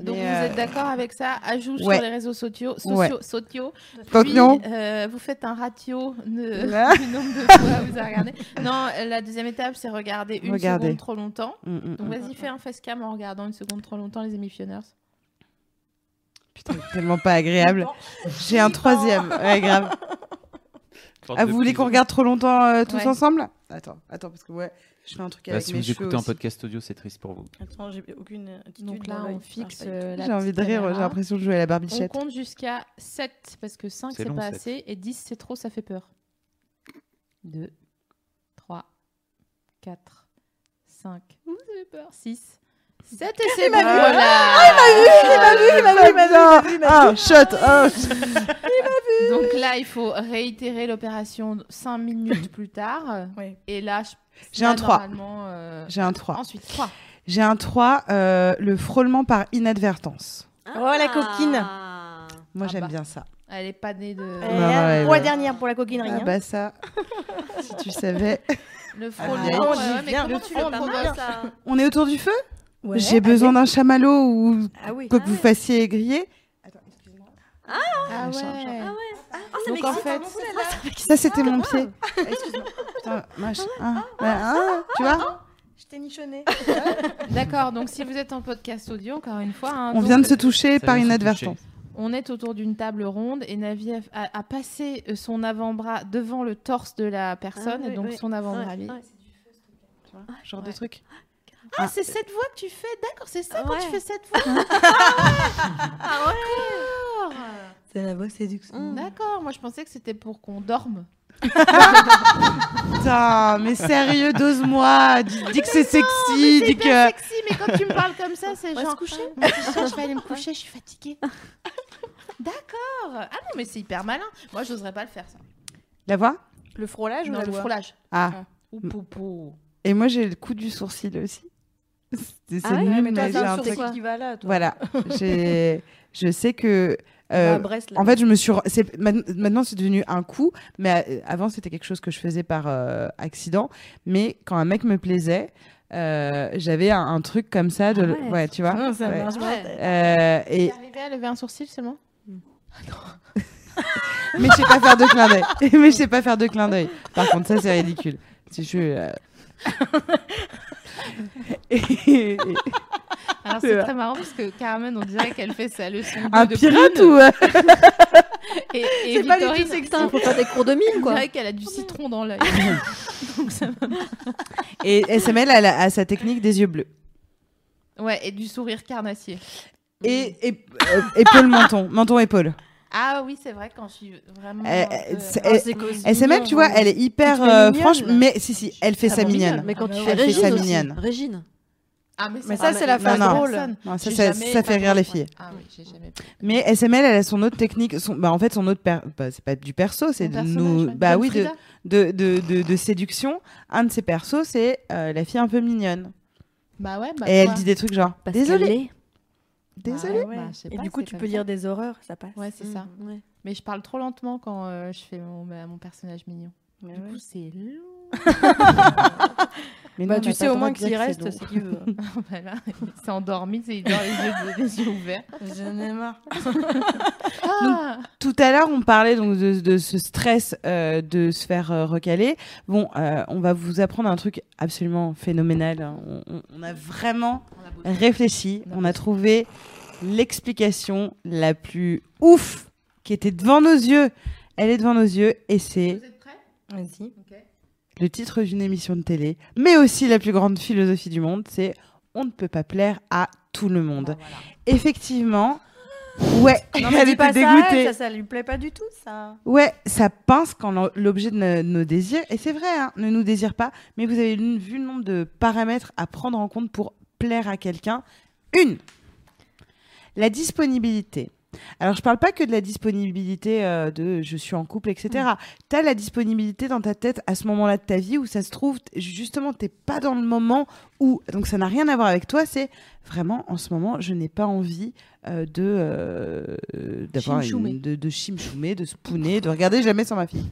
S1: Donc,
S2: Mais,
S1: vous
S2: euh,
S1: êtes d'accord avec ça Ajout
S2: ouais.
S1: sur les réseaux sociaux.
S2: Ouais.
S1: sociaux, sociaux.
S2: donc
S1: Puis,
S2: non.
S1: euh, vous faites un ratio de-
S2: Là.
S1: du nombre de fois vous avez regardé. Non, la deuxième étape, c'est regarder une
S2: Regardez.
S1: seconde trop longtemps.
S2: Mm, mm,
S1: Donc euh,
S2: mm.
S1: vas-y, fais un facecam en regardant une seconde trop longtemps les émissionneurs.
S2: Putain, tellement pas agréable. J'ai un troisième. Ouais, grave. Ah, vous voulez qu'on regarde trop longtemps euh, tous
S1: Ouais.
S2: ensemble Attends, attends, parce que ouais, je fais un truc
S3: Bah,
S2: avec
S3: si
S2: mes
S3: vous
S2: cheveux
S3: écoutez un
S2: aussi.
S3: podcast audio, c'est triste pour vous.
S4: Attends, j'ai aucune attitude.
S1: Donc là,
S4: dans l'œil.
S1: on fixe
S4: Ah, pas du tout.
S1: euh, la
S2: J'ai envie de
S1: petite
S2: rire,
S1: caméra.
S2: j'ai l'impression de jouer à la
S1: On
S2: barbichette.
S1: compte jusqu'à 7 parce que 5
S3: C'est
S1: c'est
S3: long,
S1: pas
S3: sept.
S1: assez et 10 c'est trop, ça fait peur. 2, 3, 4, 5. Vous avez peur 6, 7 et c'est bon. Voilà.
S2: Ah Il m'a vu, il m'a vu, il m'a vu. shot, oh, shot.
S1: Donc là, il faut réitérer l'opération 5 minutes plus tard.
S4: Ouais.
S1: Et là, je-
S2: J'ai
S1: là,
S2: un trois.
S1: normalement, euh,
S2: Oh. J'ai un 3.
S1: Ensuite, 3.
S2: J'ai un 3, euh, le frôlement par inadvertance.
S4: Oh, la coquine.
S2: Moi,
S1: Ah
S2: j'aime
S1: bah.
S2: bien ça.
S1: Elle est pas née de.
S4: Et
S2: Bah ouais,
S4: pour
S2: ouais.
S4: la dernière, pour la coquinerie.
S2: Ah
S4: hein.
S2: bah ça, si tu savais.
S1: Le
S2: Ah,
S1: frôlement.
S2: j'y
S1: ouais, ouais, mais
S4: viens.
S1: comment
S4: Le
S1: tu
S4: frôlement,
S1: le
S4: pas
S1: provoques
S4: mal.
S2: On est autour du feu
S4: Ouais,
S2: J'ai besoin d'un chamallow ou
S4: allez. Ah oui.
S2: quoi que vous fassiez griller. Attends, excuse-moi.
S1: Ah
S2: machin.
S1: ouais.
S2: Ah,
S5: Ah,
S2: Donc en fait, ça c'était mon pied. Excuse-moi. Putain, machin. Ah, bah, ah, tu vois,
S4: Je t'ai nichonné.
S1: D'accord, donc si vous êtes en podcast audio, encore une fois, hein,
S2: on
S1: donc,
S2: vient de se toucher
S3: Ça
S2: par
S3: vient de se
S2: inadvertance.
S1: on est autour d'une table ronde et Navi a, a- a passé euh, son avant-bras devant le torse de la personne
S5: Ah oui,
S1: et donc
S5: oui.
S1: son avant-bras. lui.
S2: Genre de
S5: Ouais.
S2: truc.
S1: Ah,
S2: Ah.
S1: c'est cette voix que tu fais, d'accord, c'est ça quand
S5: Ouais.
S1: tu fais cette voix. Ah ouais,
S4: C'est la voix séduction.
S5: Hmm.
S1: D'accord. D'accord, moi je pensais que c'était pour qu'on dorme.
S2: Putain, mais sérieux, dose-moi. Dis, dis que c'est sexy,
S1: C'est
S2: dis
S1: hyper
S2: que.
S1: sexy, mais quand tu me parles comme ça, c'est
S5: va
S1: genre.
S5: se coucher.
S1: Ouais, c'est ça, je vais aller me coucher, je suis fatiguée. D'accord. Ah non, mais c'est hyper malin. Moi, j'oserais pas le faire ça.
S2: La voix
S4: Le frôlage ou
S1: Non,
S4: la
S1: le
S4: voix
S1: frôlage.
S2: Ah.
S1: Ou poupou.
S2: Et moi, j'ai le coup du sourcil aussi. C'est
S5: Ah ouais,
S2: nul,
S4: Mais toi,
S2: mais
S4: t'as
S2: j'ai
S4: un
S2: un truc.
S4: sourcil qui va là, toi.
S2: Voilà. J'ai- je sais que.
S4: Bah,
S2: euh,
S4: à Brest, là.
S2: en fait, je me suis. re- c'est- man- Maintenant, c'est devenu un coup, mais euh, avant, c'était quelque chose que je faisais par euh, accident. Mais quand un mec me plaisait, euh, j'avais un, un truc comme ça. De...
S5: Ah ouais.
S2: ouais. tu vois.
S4: Ah, ça
S2: Ouais.
S4: marche pas.
S2: Euh, et...
S1: T'es arrivé à lever un sourcil seulement
S2: Mais je sais pas faire de clin d'œil. mais je sais pas faire de clin d'œil. Par contre, ça, c'est ridicule. Si je suis. euh, et- et-
S1: Alors
S2: C'est
S1: c'est
S2: vrai.
S1: très marrant parce que Carmen, on dirait qu'elle fait ça le son
S2: Un
S1: de
S2: pirate
S1: prune.
S2: ou. euh,
S1: et, et
S2: C'est pas du tout
S1: Victorine,
S5: Putain, faut faire des cours de mime,
S1: on
S5: quoi.
S1: dirait qu'elle a du citron dans l'œil. Donc ça va.
S2: Et SML à, la- à sa technique des yeux bleus.
S1: Ouais, et du sourire carnassier.
S2: Et, et- euh, épaule, menton. Menton, épaule.
S1: Ah oui, c'est vrai, quand je suis vraiment.
S2: Euh,
S1: un peu-
S2: euh, c'est-
S1: Ah,
S2: euh,
S1: c'est cosy.
S2: SML, tu vois, elle est hyper
S4: fais
S2: euh,
S4: mignonne,
S2: franche,
S4: là.
S2: mais si, si, elle fait
S1: Ah
S2: sa
S1: bon,
S2: mignonne.
S5: Mais quand tu
S4: Ah
S5: fais
S4: bah
S5: Régine
S4: oui.
S2: Elle fait sa
S5: aussi.
S2: mignonne.
S5: Régine.
S1: Ah, mais,
S4: Mais ça, c'est la
S2: phase
S1: de
S2: drôle.
S1: personne.
S2: Non, ça,
S1: J'ai
S2: ça-
S1: jamais
S2: ça
S1: pas
S2: fait rire les
S1: compris.
S2: filles.
S1: Ah oui, j'ai jamais.
S2: Mais SML, elle a son autre technique, son... bah, en fait, son autre. per- bah, c'est pas du perso, c'est
S1: Mon
S2: de
S1: personnage,
S2: nous.
S1: ouais.
S2: Bah
S1: Comme
S2: oui, de,
S1: Frida.
S2: de, de, de, de séduction. Un de ses persos, c'est euh, la fille un peu mignonne.
S1: Bah ouais, bah.
S2: Et elle
S1: quoi.
S2: dit des trucs genre
S5: Parce
S2: Désolée,
S5: qu'elle est-
S2: désolée.
S1: Ah ouais, bah, je sais
S4: Et
S1: pas,
S4: du coup,
S1: c'est
S4: tu
S1: comme
S4: peux
S1: ça.
S4: dire des horreurs, ça passe.
S1: Ouais, c'est ça.
S5: Mm, ouais.
S1: Mais je parle trop lentement quand euh, je fais mon, bah, mon personnage mignon.
S4: Bah
S1: Du coup, c'est long.
S2: Mais
S4: Bah,
S2: non, on
S4: tu
S2: n'a
S4: sais
S2: pas
S4: au
S2: le
S4: moins
S2: droit de
S4: qu'il
S2: dire
S4: reste,
S2: c'est
S4: c'est qu'il veut.
S1: voilà, il s'est endormi, c'est- il dort les yeux, les yeux ouverts.
S4: J'en ai marre.
S1: Ah
S2: Tout à l'heure, on parlait donc de, de ce stress euh, de se faire euh, recaler. Bon, euh, on va vous apprendre un truc absolument phénoménal. hein. On, on- on a vraiment réfléchi, on a trouvé l'explication la plus ouf qui était devant nos yeux. Elle est devant nos yeux et c'est
S1: Vous êtes prêts
S4: Vas-y.
S2: le titre d'une émission de télé, mais aussi la plus grande philosophie du monde, c'est on ne peut pas plaire à tout le monde. Effectivement, ouais,
S4: Ah, Non, mais
S2: elle
S4: dis
S2: était
S4: pas ça,
S2: dégoûtée.
S4: ça, ça lui plaît pas du tout, ça.
S2: Ouais, ça pince quand l'o- l'objet de no- nos désirs, et c'est vrai, hein, ne nous désire pas, mais vous avez l- vu le nombre de paramètres à prendre en compte pour plaire à quelqu'un. Une, la disponibilité. Alors, je parle pas que de la disponibilité euh, de je suis en couple, etc. Tu as la disponibilité dans ta tête à ce moment-là de ta vie où ça se trouve, t- justement, t'es pas dans le moment où. Donc, ça n'a rien à voir avec toi, c'est vraiment en ce moment, je n'ai pas envie euh, de. euh, euh, d'avoir une-
S1: Chimchoumer.
S2: de, de chimchoumer, de spooner, de regarder jamais sans ma fille.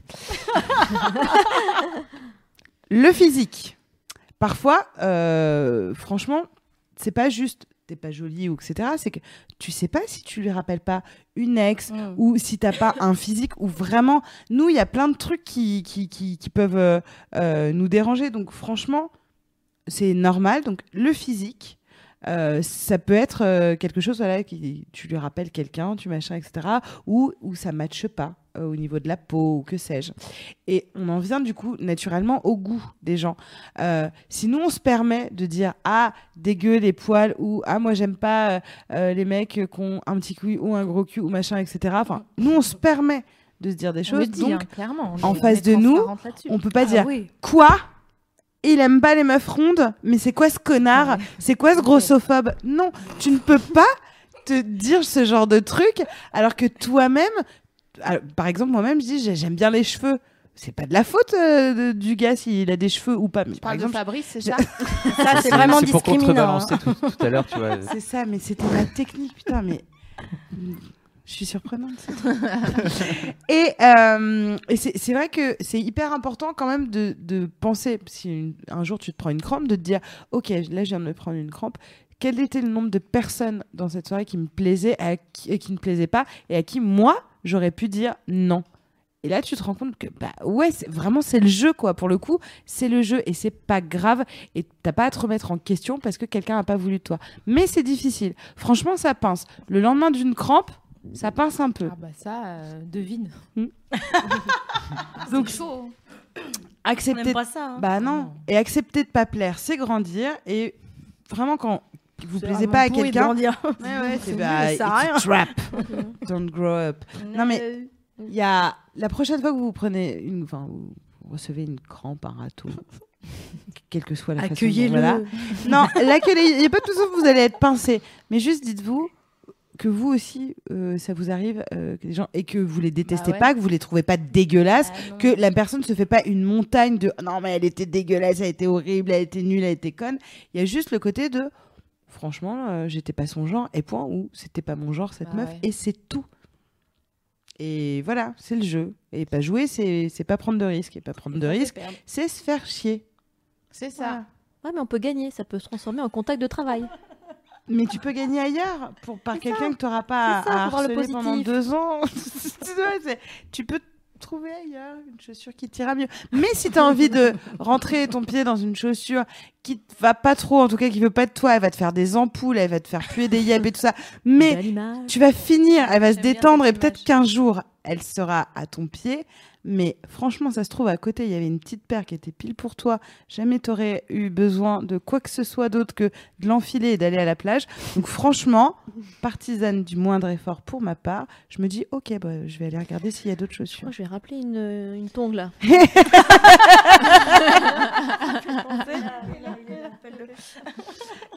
S2: le physique. Parfois, euh, franchement, c'est pas juste t'es pas jolie ou etc. C'est que tu sais pas si tu lui rappelles pas une ex ou si t'as pas un physique ou vraiment nous il y a plein de trucs qui qui, qui- qui peuvent euh, euh, nous déranger donc franchement c'est normal donc le physique euh, ça peut être euh, quelque chose voilà qui tu lui rappelles quelqu'un tu machin etc ou ou ça matche pas euh, au niveau de la peau ou que sais-je et on en vient du coup naturellement au goût des gens Euh, si nous on se permet de dire ah dégueu les poils ou ah moi j'aime pas euh, euh, les mecs qui ont un petit cul ou un gros cul ou machin, etc. Enfin, nous, on se permet de se dire des
S1: On le
S2: choses.
S1: dit,
S2: donc,
S1: hein, Ah, clairement. on
S2: en
S1: est- on
S2: face
S1: est
S2: de nous,
S1: transparente là-dessus.
S2: on peut pas dire
S4: oui.
S2: quoi Il aime pas les meufs rondes, mais c'est quoi ce connard C'est quoi ce grossophobe Non, tu ne peux pas te dire ce genre de truc alors que toi-même, alors, par exemple, moi-même, je dis j'ai- j'aime bien les cheveux. C'est pas de la faute euh, de- du gars s'il a des cheveux ou pas. Mais
S1: Tu
S2: par
S1: parles de
S2: exemple,
S1: Fabrice, c'est
S2: je-
S1: ça
S4: Ça, c'est vraiment
S3: C'est pour
S4: discriminant.
S3: contrebalancer tout, tout à l'heure, tu vois.
S2: C'est ça, mais c'était ma technique, putain, mais. Je suis surprenante. c'est tout. et euh, et c'est c'est vrai que c'est hyper important quand même de, de penser, si une- un jour tu te prends une crampe, de te dire Ok, là je viens de me prendre une crampe. Quel était le nombre de personnes dans cette soirée qui me plaisaient à qui- et qui ne plaisaient pas et à qui moi j'aurais pu dire non et là, tu te rends compte que, bah ouais, c'est- vraiment, c'est le jeu, quoi. Pour le coup, c'est le jeu et c'est pas grave. Et t'as pas à te remettre en question parce que quelqu'un a pas voulu de toi. Mais c'est difficile. Franchement, ça pince. Le lendemain d'une crampe, ça pince un peu.
S1: Ah bah ça, euh, devine.
S2: Hmm.
S1: Donc chaud.
S4: On n'aime
S2: Accepter.
S4: pas ça. hein.
S2: Bah non.
S1: Non.
S2: Et accepter de pas plaire, c'est grandir. Et vraiment, quand vous
S4: C'est
S2: plaisez
S4: vraiment
S2: pas à
S4: pourri de
S2: quelqu'un,
S4: grandir.
S2: ouais, ouais, c'est
S4: nul,
S2: bah,
S4: ça
S2: it's
S4: sert à
S2: a
S4: rien.
S2: trap. Don't grow up. Non, mais- Il y a la prochaine fois que vous prenez une, enfin, vous recevez une crampe, un râteau, quelle que soit la façon dont-
S4: accueillez-le.
S2: voilà. Non, l'accueil, il n'y a pas de tout ça, vous allez être pincé. Mais juste dites-vous, que vous aussi, euh, ça vous arrive, euh, que les gens, et que vous les détestez
S1: ouais.
S2: pas, que vous les trouvez pas dégueulasses,
S4: Ah non.
S2: que la personne se fait pas une montagne de non mais elle était dégueulasse, elle était horrible, elle était nulle, elle était conne. Il y a juste le côté de franchement, euh, j'étais pas son genre et point ou c'était pas mon genre cette
S1: Bah
S2: meuf
S1: ouais.
S2: et c'est tout. Et voilà, c'est le jeu. Et pas jouer, c'est c'est pas prendre de risques. Et pas prendre de risques, c'est se faire chier.
S1: C'est ça.
S5: Ouais, mais on peut gagner, ça peut se transformer en contact de travail.
S2: Mais tu peux gagner ailleurs pour, par
S5: C'est
S2: quelqu'un que tu n'auras pas
S5: C'est
S2: à
S5: ça,
S2: à
S5: faut voir le
S2: harceler pendant
S5: positif.
S2: deux ans. Tu vois, c'est- tu peux trouver ailleurs une chaussure qui t'ira mieux. Mais si tu as envie de rentrer ton pied dans une chaussure qui te va pas trop, en tout cas qui veut pas de toi, elle va te faire des ampoules, elle va te faire puer des yeux et tout ça. Mais
S5: à l'image.
S2: tu vas finir, elle va se
S4: J'aime bien
S2: détendre et
S4: cette
S2: peut-être
S4: image.
S2: qu'un jour, elle sera à ton pied. Mais franchement, ça se trouve, à côté, il y avait une petite paire qui était pile pour toi. Jamais t'aurais eu besoin de quoi que ce soit d'autre que de l'enfiler et d'aller à la plage. Donc franchement, partisane du moindre effort pour ma part, je me dis, ok, bah, je vais aller regarder s'il y a d'autres chaussures.
S5: Oh, je vais rappeler une, une tongue là.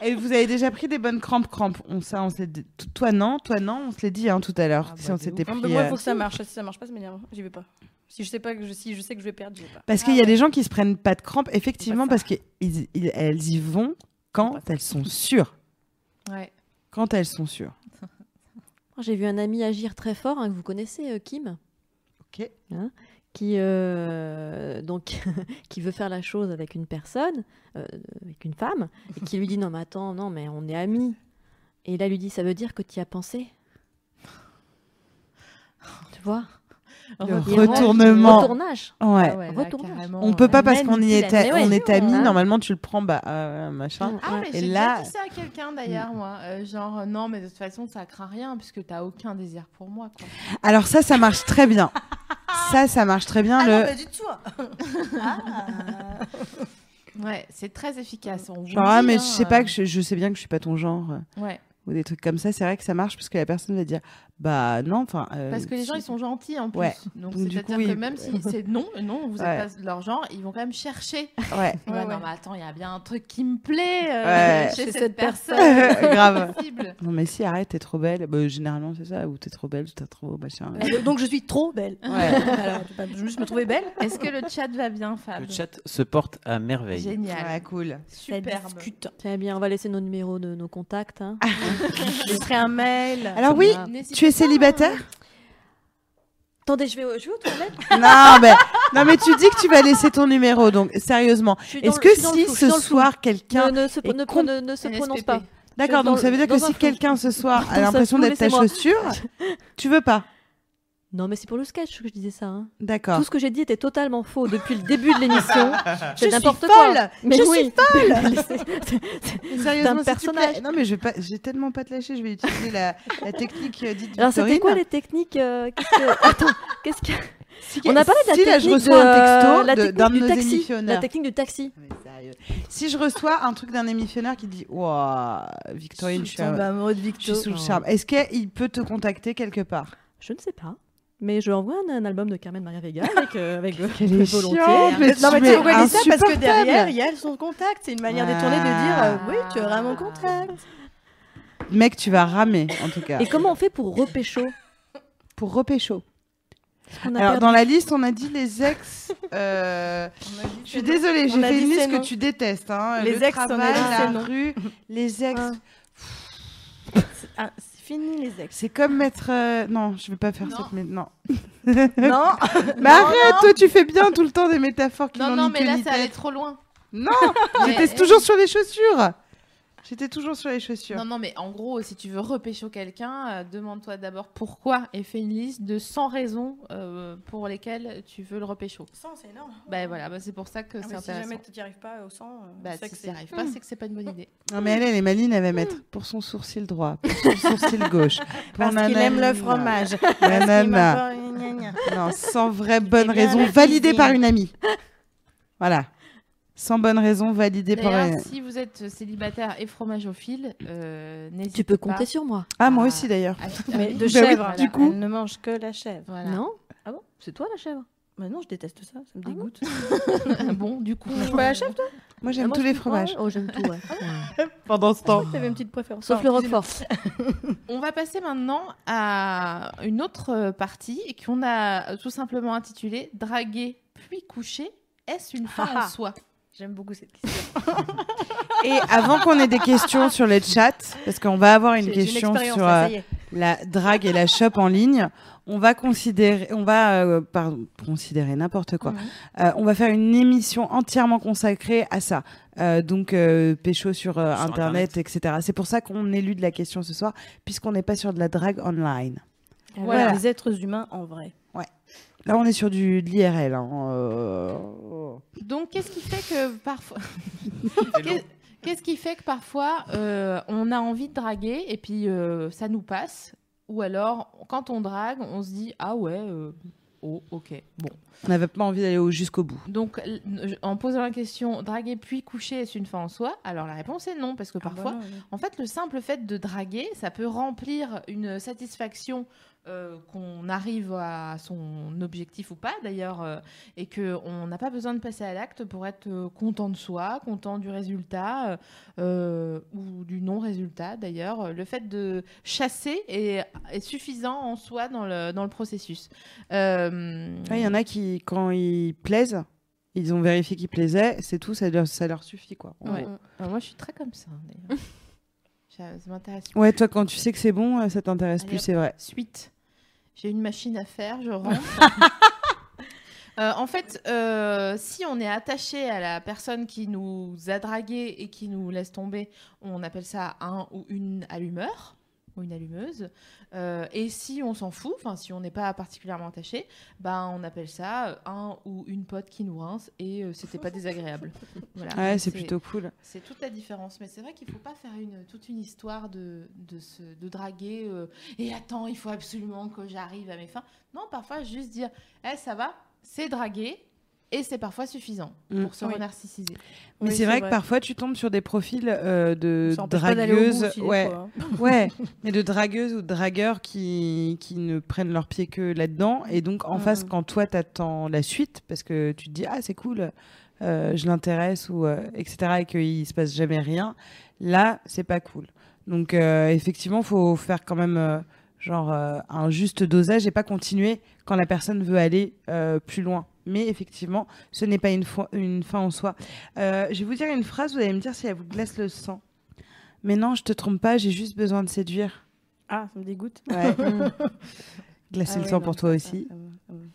S2: Et vous avez déjà pris des bonnes crampes, crampes. On, ça, on s'est dit- toi non, toi non, on se l'est dit hein, tout à l'heure.
S1: Ah
S2: si
S1: bah,
S2: on
S1: de
S2: s'était
S4: Non,
S2: pris,
S4: mais moi, il
S2: euh,
S4: faut que ça marche. Si ça marche pas, ça m'énerve. J'y vais pas. Si je sais pas que je, si je sais que je vais perdre, j'y vais pas.
S2: Parce qu'il y a des gens qui se prennent pas de crampes, effectivement,
S4: ça.
S2: parce qu'elles y vont quand elles sont sûres.
S4: Ah.
S1: Ouais.
S2: Quand elles sont sûres.
S5: Oh, J'ai vu un ami agir très fort, hein, que vous connaissez, euh, Kim, Hein,
S2: Ok.
S5: qui, euh, donc, qui veut faire la chose avec une personne, euh, avec une femme, et qui lui dit Non, mais attends, non, mais on est amis. Et là, lui dit Ça veut dire que tu y as pensé Tu vois
S2: Le
S5: Il rentre-
S2: retournement.
S5: Retournage.
S2: Ouais.
S1: Ah ouais, là,
S5: Retournage.
S1: carrément,
S2: On peut
S1: ouais.
S2: pas parce qu'on y
S5: manipulation.
S2: était,
S5: Mais ouais,
S2: on est amis.
S5: hein.
S2: Normalement, tu le prends, bah euh, machin.
S5: Ouais.
S1: Ah, mais
S2: Et
S1: j'ai
S2: là- Mm.
S1: déjà dit ça à quelqu'un d'ailleurs, moi. Euh, genre, euh, non, mais de toute façon, ça craint rien, puisque t'as aucun désir pour moi. Quoi.
S2: Alors ça, ça marche très bien. Ça, ça marche très bien. le
S4: du tout.
S1: Ouais, c'est très efficace. On vous
S2: genre
S1: le
S2: ah
S1: dit,
S2: mais
S1: hein,
S2: je sais pas que je,
S5: euh.
S2: je sais bien que je suis pas ton genre euh,
S1: Ouais,
S2: ou des trucs comme ça. C'est vrai que ça marche parce que la personne va dire bah non, enfin. euh,
S1: parce que les gens,
S2: si-
S1: ils sont gentils en plus.
S2: Ouais.
S1: Donc,
S2: Donc, du
S1: c'est-à-dire
S2: coup,
S1: que
S2: ils-
S1: même si c'est non, non, vous
S2: Ouais.
S1: n'êtes pas leur genre, ils vont quand même chercher.
S2: Ouais.
S1: Ouais,
S4: Ouais, ouais.
S1: Non, mais attends, il y a bien un truc qui me plaît euh,
S2: Ouais.
S1: chez
S4: Chez
S1: cette,
S4: cette
S1: personne.
S2: personne. Grave.
S1: Possible.
S2: Non mais si arrête, t'es trop belle. Bah, généralement c'est ça ou t'es trop belle, ou t'es trop machin.
S5: Euh,
S4: Donc je suis trop belle.
S2: Ouais.
S4: Alors, je vais pas juste me trouver belle.
S1: Est-ce que le chat va bien, Fab
S3: Le chat se porte à merveille.
S1: Génial.
S2: Ouais, cool.
S4: Superbe.
S1: Superbe.
S5: Très bien, on va laisser nos numéros de nos contacts. hein.
S4: Je serai un mail.
S2: Alors oui,
S1: N'hésitez
S2: tu es
S1: hein.
S2: célibataire
S5: Attendez, je vais, au- je vais aux toilettes.
S2: Non mais non mais tu dis que tu vas laisser ton numéro donc sérieusement.
S5: Je suis dans
S2: Est-ce
S5: le-
S2: que
S5: je suis dans le
S2: si
S5: flou, je suis
S2: ce
S5: dans le flou.
S2: soir quelqu'un
S5: ne, ne se,
S2: est
S5: ne-
S2: con-
S5: ne- ne se
S1: NSPP.
S5: prononce pas.
S2: D'accord,
S5: dans
S2: donc ça veut
S5: le-
S2: dire que
S5: dans un
S2: si
S5: flou.
S2: quelqu'un ce soir
S5: Dans
S2: a
S5: un
S2: l'impression
S5: flou,
S2: d'être ta
S5: laissez-moi.
S2: chaussure, tu veux pas
S5: Non, mais c'est pour le sketch que je disais ça. hein.
S2: D'accord.
S5: Tout ce que j'ai dit était totalement faux depuis le début de l'émission.
S2: Ah. Je
S5: C'est
S2: suis
S5: n'importe quoi.
S2: folle.
S5: Mais
S2: Je
S5: oui.
S2: Mais Sérieusement,
S5: d'un
S2: s'il te plaît.
S5: personnage.
S2: Non mais je vais pas, j'ai tellement pas te lâcher, je vais utiliser la, la technique euh, dite
S5: Alors, c'était
S2: Victorine.
S5: quoi les techniques euh, Qu'est-ce que. Attends, qu'est-ce que.
S2: Si-
S5: On a parlé de la
S2: si, là,
S5: technique.
S2: je reçois
S5: de-
S2: un texto
S5: la
S2: de-
S5: technique
S2: d'un de
S5: du
S2: nos
S5: taxi.
S2: émissionneurs.
S5: La technique du taxi.
S2: Mais sérieux. Si je reçois un truc d'un émissionneur qui dit Waouh, Victorine, je suis,
S4: tombe
S2: un-
S4: amoureux de
S2: je suis
S4: Bah, Victo.
S2: sous le
S5: Oh.
S2: charme. Est-ce qu'il peut te contacter quelque part
S5: Je ne sais pas. Mais je envoie un, un album de Carmen Maria Vega avec, euh, avec
S2: Quelle
S5: volonté.
S2: est chiante, mais
S4: Non, mais
S2: tu
S4: tu
S2: es
S4: sais pourquoi je dis ça Parce que
S2: insupportable.
S4: derrière, il y a son contact. C'est une manière détournée de dire euh,
S1: Ah.
S4: Oui, tu auras mon contact.
S2: Mec, tu vas ramer en tout cas.
S5: Et comment on fait pour repécho
S2: Pour repécho.
S5: On a
S2: Alors
S5: perdu-
S2: dans la liste, on a dit les ex. euh, Je suis désolée, j'ai
S4: On a
S2: fait
S4: dit
S2: une
S4: c'est
S2: liste
S4: non.
S2: que tu détestes. hein.
S4: Les
S2: Le
S4: ex, on a dit
S2: travail,
S4: c'est
S2: la
S4: non.
S2: rue, les ex.
S4: Ah. C'est ah, c'est fini, les ex.
S2: C'est comme mettre. euh, Non, je vais pas faire
S1: Non.
S2: cette. mais- Non.
S4: Non,
S2: Mais arrête, toi, tu fais bien tout le temps des métaphores qui
S1: Non,
S2: n'ont
S1: non,
S2: ni
S1: mais
S2: queue
S1: là,
S2: ni
S1: ça
S2: tête.
S1: allait trop loin.
S2: Non,
S1: Mais-
S2: j'étais toujours sur les chaussures. J'étais toujours sur les chaussures.
S1: Non, non, mais en gros, si tu veux repêcher quelqu'un, euh, demande-toi d'abord pourquoi et fais une liste de 100 raisons euh, pour lesquelles tu veux le repêcher.
S4: sang, c'est énorme. Ah,
S1: Bah voilà, bah, c'est pour ça que c'est
S4: si
S1: intéressant.
S4: jamais tu n'y arrives pas au euh, sang,
S1: Bah, si ça arrive pas, c'est que c'est pas une bonne idée.
S2: Non, mais elle, elle est maligne, elle va mettre pour son sourcil droit, pour son sourcil gauche. Pour
S4: Mm. Parce qu'il
S2: nanana.
S4: aime le fromage.
S2: Nanana.
S4: Parce qu'il m'aime pas, gna, gna, gna.
S2: Non, sans vraie bonne
S4: fait bien
S2: raison,
S4: la
S2: validée
S4: cuisine.
S2: par une amie. Voilà. Sans bonne raison, validée par une
S1: D'ailleurs,
S2: amie.
S1: si vous êtes célibataire et fromageophile, euh, n'hésitez
S5: Tu peux
S1: pas
S5: compter sur moi.
S2: Ah, moi
S1: Ah.
S2: aussi d'ailleurs.
S1: à- à-
S4: Mais de
S1: oui,
S4: chèvre,
S1: voilà.
S4: du coup. Elle ne mange que la chèvre.
S1: Voilà.
S5: Non Ah bon C'est toi la chèvre
S2: Bah
S4: Mais non, je déteste ça, ça me
S5: Ah bon
S4: dégoûte.
S1: bon, du coup.
S4: Tu manges pas la chèvre, toi
S2: Moi,
S5: Ah,
S2: j'aime
S5: moi,
S2: tous
S5: je
S2: les
S5: comprends.
S2: fromages. Ah,
S5: Oh, j'aime tout, ouais.
S2: Pendant ce temps.
S4: Oh, T'avais une petite préférence. Ah,
S5: Sauf le
S4: Pardon.
S5: roquefort.
S1: On va passer maintenant à une autre euh, partie et qu'on a euh, tout simplement intitulée Draguer puis coucher, est-ce une fin
S5: Ah,
S1: en soi
S4: J'aime beaucoup cette question.
S2: Et avant qu'on ait des questions sur le chat, parce qu'on va avoir une
S4: J'ai- j'ai
S2: question
S4: expérience,
S2: sur
S4: là,
S2: euh,
S4: ça y est.
S2: la drague et la chope en ligne, on va considérer, on va euh, pardon, considérer n'importe quoi.
S4: Mhm.
S2: Euh, on va faire une émission entièrement consacrée à ça. Euh, donc euh, pécho sur, euh,
S3: Sur
S2: internet, etc. C'est pour ça qu'on élude la question ce soir, puisqu'on n'est pas sur de la drague online.
S4: Voilà.
S2: Voilà.
S4: Les êtres humains en vrai.
S2: Là, on est sur du de l'IRL. hein, euh.
S1: Donc, qu'est-ce qui fait que parfois. Qu'est- Qu'est-ce qui fait que parfois euh, on a envie de draguer et puis euh, ça nous passe Ou alors, quand on drague, on se dit Ah ouais, euh, oh, ok, bon.
S2: On n'avait pas envie d'aller au- jusqu'au bout.
S1: Donc, l- n- en posant la question draguer puis coucher, est-ce une fin en soi Alors, la réponse est non, parce que parfois, en fait, le simple fait de draguer, ça peut remplir une satisfaction euh, qu'on arrive à son objectif ou pas d'ailleurs, euh, et qu'on n'a pas besoin de passer à l'acte pour être euh, content de soi, content du résultat euh, euh, ou du non-résultat d'ailleurs. Le fait de chasser est, est suffisant en soi dans le, dans le processus. Euh,
S2: Ouais, Ah, Il y en a qui, quand ils plaisent, ils ont vérifié qu'ils plaisaient, c'est tout, ça leur, ça leur suffit. quoi. En
S1: Ouais.
S2: gros.
S1: Alors, moi, je suis très comme ça. d'ailleurs. ça ça m'intéresse.
S2: Ouais, toi, quand tu sais que c'est bon, euh, ça t'intéresse
S1: Allez,
S2: plus,
S1: hop.
S2: c'est vrai.
S1: Suite. J'ai une machine à faire, je rentre. Euh, en fait, euh, si on est attaché à la personne qui nous a dragué et qui nous laisse tomber, on appelle ça un ou une allumeur ou une allumeuse. Euh, et si on s'en fout, enfin si on n'est pas particulièrement attaché, ben on appelle ça euh, un ou une pote qui nous rince et euh, c'était pas désagréable. Voilà.
S2: Ouais,
S1: Donc,
S2: c'est plutôt cool.
S1: Ah, c'est toute la différence, mais c'est vrai qu'il ne faut pas faire une, toute une histoire de, de, se, de draguer euh, et attends, il faut absolument que j'arrive à mes fins. Non, parfois juste dire, eh, ça va, c'est draguer et c'est parfois suffisant
S2: Mm.
S1: pour se
S4: Oui.
S1: renarcissiser.
S2: Mais c'est vrai, que parfois, tu tombes sur des profils euh, de
S4: Ça empêche pas d'aller au bout
S2: dragueuses.
S4: aussi, des
S2: ouais,
S4: fois, hein.
S2: ouais. Mais de dragueuses ou de dragueurs qui, qui ne prennent leurs pieds que là-dedans. Et donc, en face,
S4: Mhm.
S2: quand toi, t'attends la suite, parce que tu te dis, ah, c'est cool, euh, je l'intéresse, ou euh, etc., et qu'il se passe jamais rien, là, c'est pas cool. Donc, euh, effectivement, faut faire quand même. euh, Genre euh, un juste dosage et pas continuer quand la personne veut aller euh, plus loin. Mais effectivement, ce n'est pas une, foi- une fin en soi. Euh, je vais vous dire une phrase, vous allez me dire si elle vous glace le sang. Mais non, je te trompe pas, j'ai juste besoin de séduire.
S4: Ah, ça me dégoûte.
S2: Ouais.
S5: Mm.
S2: Glacer
S4: Ah
S2: le
S4: ouais,
S2: sang
S4: non,
S2: pour toi aussi.
S4: Ah, ah, ah, ah.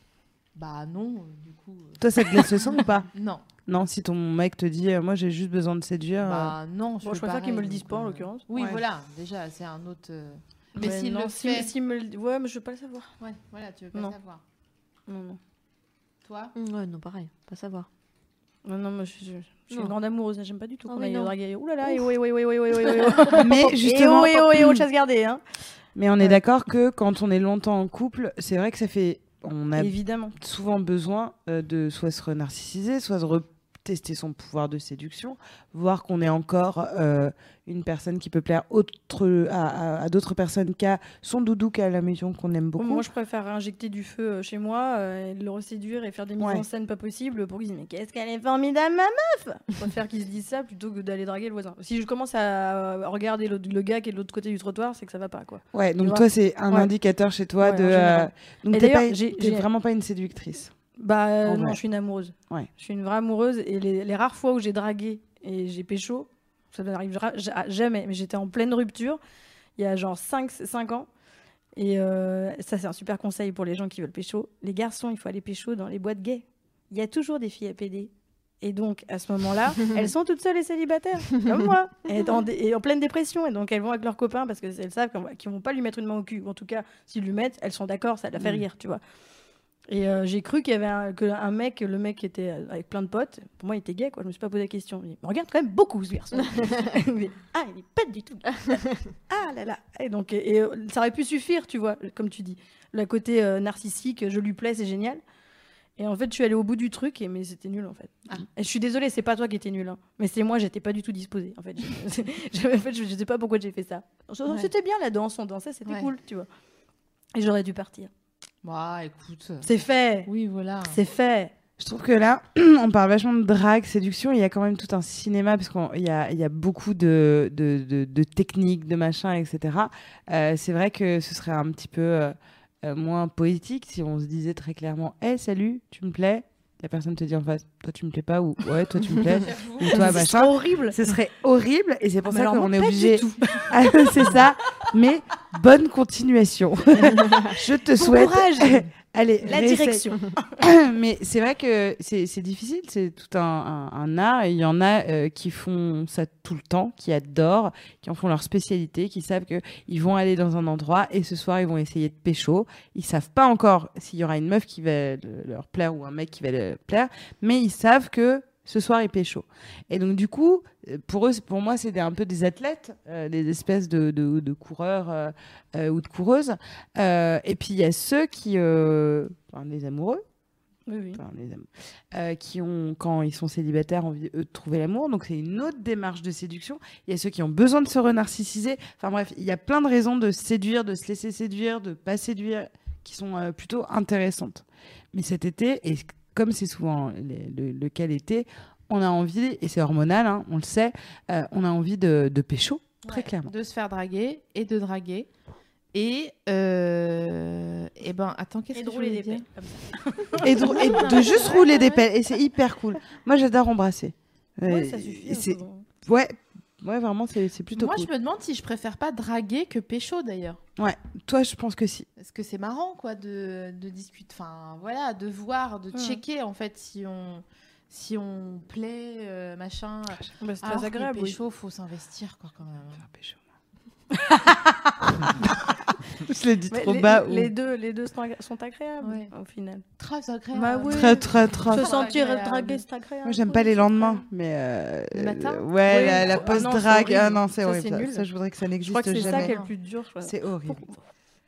S1: Bah non, euh, du coup. euh,
S2: Toi, ça te glace le sang ou pas
S1: non,
S2: Non, si ton mec te dit, euh, moi j'ai juste besoin de séduire. euh,
S1: bah non.
S4: Bon,
S1: fais
S4: je préfère qu'ils me le
S1: pareil,
S4: disent
S1: donc,
S4: pas en
S1: euh,
S4: l'occurrence.
S1: Oui,
S2: Ouais.
S1: voilà, déjà, c'est un autre. euh, Mais
S4: Ouais,
S1: s'il
S4: non,
S1: le
S4: s'il me-
S1: fait.
S4: s'il me le- Ouais, mais je veux pas le savoir.
S1: Ouais, voilà, tu veux pas
S4: Non.
S1: savoir.
S4: Non, non.
S1: Toi
S5: Mm, Ouais, non, pareil, pas savoir.
S4: Non, non, moi, je, je- je suis
S5: Non.
S4: une grande amoureuse, hein, j'aime pas du tout
S5: Ah
S4: qu'on
S5: oui,
S4: aille
S5: non.
S4: draguer. Ouh là là, et ouais, ouais, ouais, ouais, ouais, ouais, ouais.
S2: Mais justement,
S4: Et oh, et oh, et oh, chasse gardée, hein.
S2: mais on est
S4: Ouais.
S2: d'accord que quand on est longtemps en couple, c'est vrai que ça fait. On a
S4: Évidemment.
S2: souvent besoin euh, de soit se renarcissiser, soit se retester son pouvoir de séduction, voir qu'on est encore euh, une personne qui peut plaire autre, à, à- à d'autres personnes qu'à son doudou qu'à la maison qu'on aime beaucoup.
S4: Moi, je préfère injecter du feu euh, chez moi, euh, et le reséduire et faire des mises
S2: Ouais.
S4: en scène pas possibles pour qu'ils se disent Mais qu'est-ce qu'elle est formidable, ma meuf Je préfère qu'ils se disent ça plutôt que d'aller draguer le voisin. Si je commence à euh, regarder le, le gars qui est de l'autre côté du trottoir, c'est que ça va pas, quoi.
S2: Ouais, donc
S4: vois.
S2: toi, c'est un
S4: Ouais.
S2: indicateur chez toi
S4: Ouais,
S2: de.
S4: en général.
S2: euh, Donc
S4: Et
S2: t'es,
S4: d'ailleurs,
S2: pas-
S4: j'ai-
S2: t'es
S4: j'ai-
S2: vraiment pas une séductrice.
S4: Bah, euh,
S2: En vrai.
S4: non, je suis une amoureuse.
S2: Ouais.
S4: Je suis une vraie amoureuse, et les, les rares fois où j'ai dragué et j'ai pécho, ça n'arrivera ja- jamais, mais j'étais en pleine rupture, il y a genre 5, 5 ans. Et euh, ça, c'est un super conseil pour les gens qui veulent pécho. Les garçons, il faut aller pécho dans les boîtes gays. Il y a toujours des filles à PD. Et donc, à ce moment-là, elles sont toutes seules et célibataires, comme moi, et, dans des- et en pleine dépression. Et donc, elles vont avec leurs copains parce qu'elles savent qu'on va- qu'ils vont pas lui mettre une main au cul. Ou en tout cas, s'ils lui mettent, elles sont d'accord, ça la fait
S2: Mm.
S4: rire, tu vois. Et euh, j'ai cru qu'il y avait un, que un mec, le mec qui était euh, avec plein de potes, pour moi, il était gay, quoi. Je me suis pas posé la question. Il me regarde quand même beaucoup, ce garçon. Mais, ah, il est pas du tout. gay. ah là là. Et donc, et, et, euh, ça aurait pu suffire, tu vois, comme tu dis. Le côté euh, narcissique, je lui plais, c'est génial. Et en fait, je suis allée au bout du truc, et, mais c'était nul en fait.
S1: Ah.
S4: Et je suis désolée, c'est pas toi qui étais nul, hein. mais c'est moi, j'étais pas du tout disposée. En fait, je, je- en fait, je- je sais pas pourquoi j'ai fait ça.
S1: Ouais.
S4: C'était bien la danse, on dansait, c'était
S1: Ouais.
S4: cool, tu vois. Et j'aurais dû partir.
S1: Bah écoute. euh,
S4: C'est fait,
S1: Oui, voilà.
S4: c'est fait.
S2: Je trouve que là, on parle vachement de drague, séduction. Il y a quand même tout un cinéma, parce qu'il y a, il y a beaucoup de, de, de- de techniques, de machins, etc. Euh, c'est vrai que ce serait un petit peu euh, euh, moins poétique si on se disait très clairement Hé, salut, tu me plais La personne te dit en face Toi, tu me plais pas, ou Ouais, toi, tu me plais, ou toi,
S4: C'est
S2: machin.
S4: horrible.
S2: Ce serait horrible, et c'est pour
S4: Ah, mais
S2: ça
S4: alors,
S2: qu'on
S4: moi,
S2: est
S4: pas du
S2: obligé.
S4: tout.
S2: Ah, c'est ça, mais bonne continuation. Je te
S4: Bon
S2: souhaite.
S4: courage.
S2: Allez,
S4: La
S2: réessaye.
S4: direction.
S2: Mais c'est vrai que c'est c'est difficile, c'est tout un, un- un art. et Il y en a euh, qui font ça tout le temps, qui adorent, qui en font leur spécialité, qui savent que ils vont aller dans un endroit et ce soir ils vont essayer de pécho. Ils savent pas encore s'il y aura une meuf qui va le- leur plaire ou un mec qui va leur plaire, mais ils savent que ce soir ils pécho. Et donc du coup, euh, pour eux, c'est- pour moi, c'était un peu des athlètes, euh, des espèces de, de- de coureurs euh, euh, ou de coureuses. Euh, et puis il y a ceux qui, euh, enfin, les amoureux
S4: Oui, oui.
S2: enfin, les hommes, euh, qui ont, quand ils sont célibataires, envie eux, de trouver l'amour. Donc c'est une autre démarche de séduction. Il y a ceux qui ont besoin de se renarcissiser. Enfin bref, il y a plein de raisons de séduire, de se laisser séduire, de pas séduire, qui sont euh, plutôt intéressantes. Mais cet été, et comme c'est souvent les- le, le cas l'été, on a envie, et c'est hormonal, hein, on le sait, euh, on a envie de, de pécho, très
S1: Ouais,
S2: clairement.
S1: De se faire draguer et de draguer. Et, euh... et ben, attends, qu'est-ce
S4: Et
S1: que
S4: de
S1: je
S4: rouler
S1: voulais
S4: des
S1: dire
S4: pelles.
S2: Et de, et de juste rouler des pelles, et c'est hyper cool. Moi j'adore embrasser. Euh,
S4: Ouais, ça suffit.
S2: et
S4: hein,
S2: c'est-
S4: souvent.
S2: Ouais, ouais, vraiment, c'est c'est plutôt
S1: Moi,
S2: cool.
S1: je me demande si je préfère pas draguer que pécho d'ailleurs.
S2: Toi, je pense que si.
S1: Parce que c'est marrant, quoi, de, de discuter. Enfin, voilà, de voir, de
S4: Ouais.
S1: checker, en fait, si on, si on plaît, euh, machin.
S4: Bah,
S2: Ah,
S4: c'est
S1: Alors
S4: très
S1: que
S4: agréable. oui.
S1: pécho, faut s'investir, quoi, quand même.
S2: je l'ai dit
S4: Mais
S2: trop
S4: les,
S2: bas. ou-
S4: les deux, les deux sont, agré- sont agréables
S1: Ouais.
S4: au final.
S1: Très agréable.
S4: Bah oui.
S2: Très, très, très.
S4: Se
S1: Trop
S4: sentir
S1: agréable.
S4: dragué, c'est agréable.
S2: Moi, j'aime pas les lendemains, mais. euh,
S1: Le matin
S2: euh, Ouais,
S4: Oui,
S2: la, la
S4: ah
S2: post
S4: non, c'est
S2: drague. Ah
S4: horrible.
S2: non, c'est
S4: Ça,
S2: horrible.
S4: c'est
S2: Ça,
S4: nul.
S2: ça, je voudrais que ça
S4: Je crois
S2: n'existe
S4: que c'est ça qui
S2: jamais.
S4: est le plus dur. je crois.
S2: C'est horrible.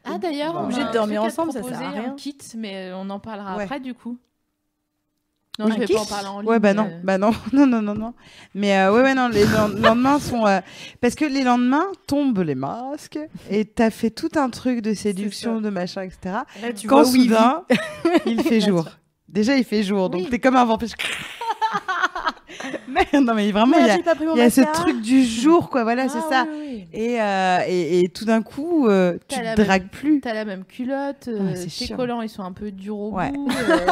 S1: Ah, d'ailleurs,
S2: Bah,
S1: on
S2: obligé
S1: a
S2: de
S1: un
S4: dormir
S1: truc à te
S4: ensemble, ça sert à
S1: proposer,
S4: rien.
S1: Un kit, mais on en parlera
S2: Ouais.
S1: après, du coup. Non,
S2: Un
S1: je vais
S2: kit
S1: pas en parler en ligne.
S2: Ouais, bah non,
S1: euh.
S2: bah non, non, non, non, non. Mais euh, ouais, ouais, non, les len- lendemains sont. euh, Parce que les lendemains tombent les masques et t'as fait tout un truc de séduction, de machin, etc.
S4: Là, tu
S2: Quand
S4: vois où il
S2: soudain, il fait
S4: Là,
S2: jour. Déjà, il fait jour, donc t'es comme un vampire. mais non, mais vraiment, il y a,
S4: Merde, j'ai pas pris mon
S2: il y a ce
S4: mascara.
S2: truc du jour, quoi, voilà,
S1: Ah,
S2: c'est ça.
S1: oui, oui.
S2: Et, euh, et, et tout d'un coup, euh, tu
S1: T'as la
S2: te dragues
S1: même-
S2: plus.
S1: T'as la même culotte, euh,
S2: Ouais, c'est
S1: tes
S2: chiant.
S1: collants ils sont un peu durs au
S2: Ouais.
S1: bout. euh.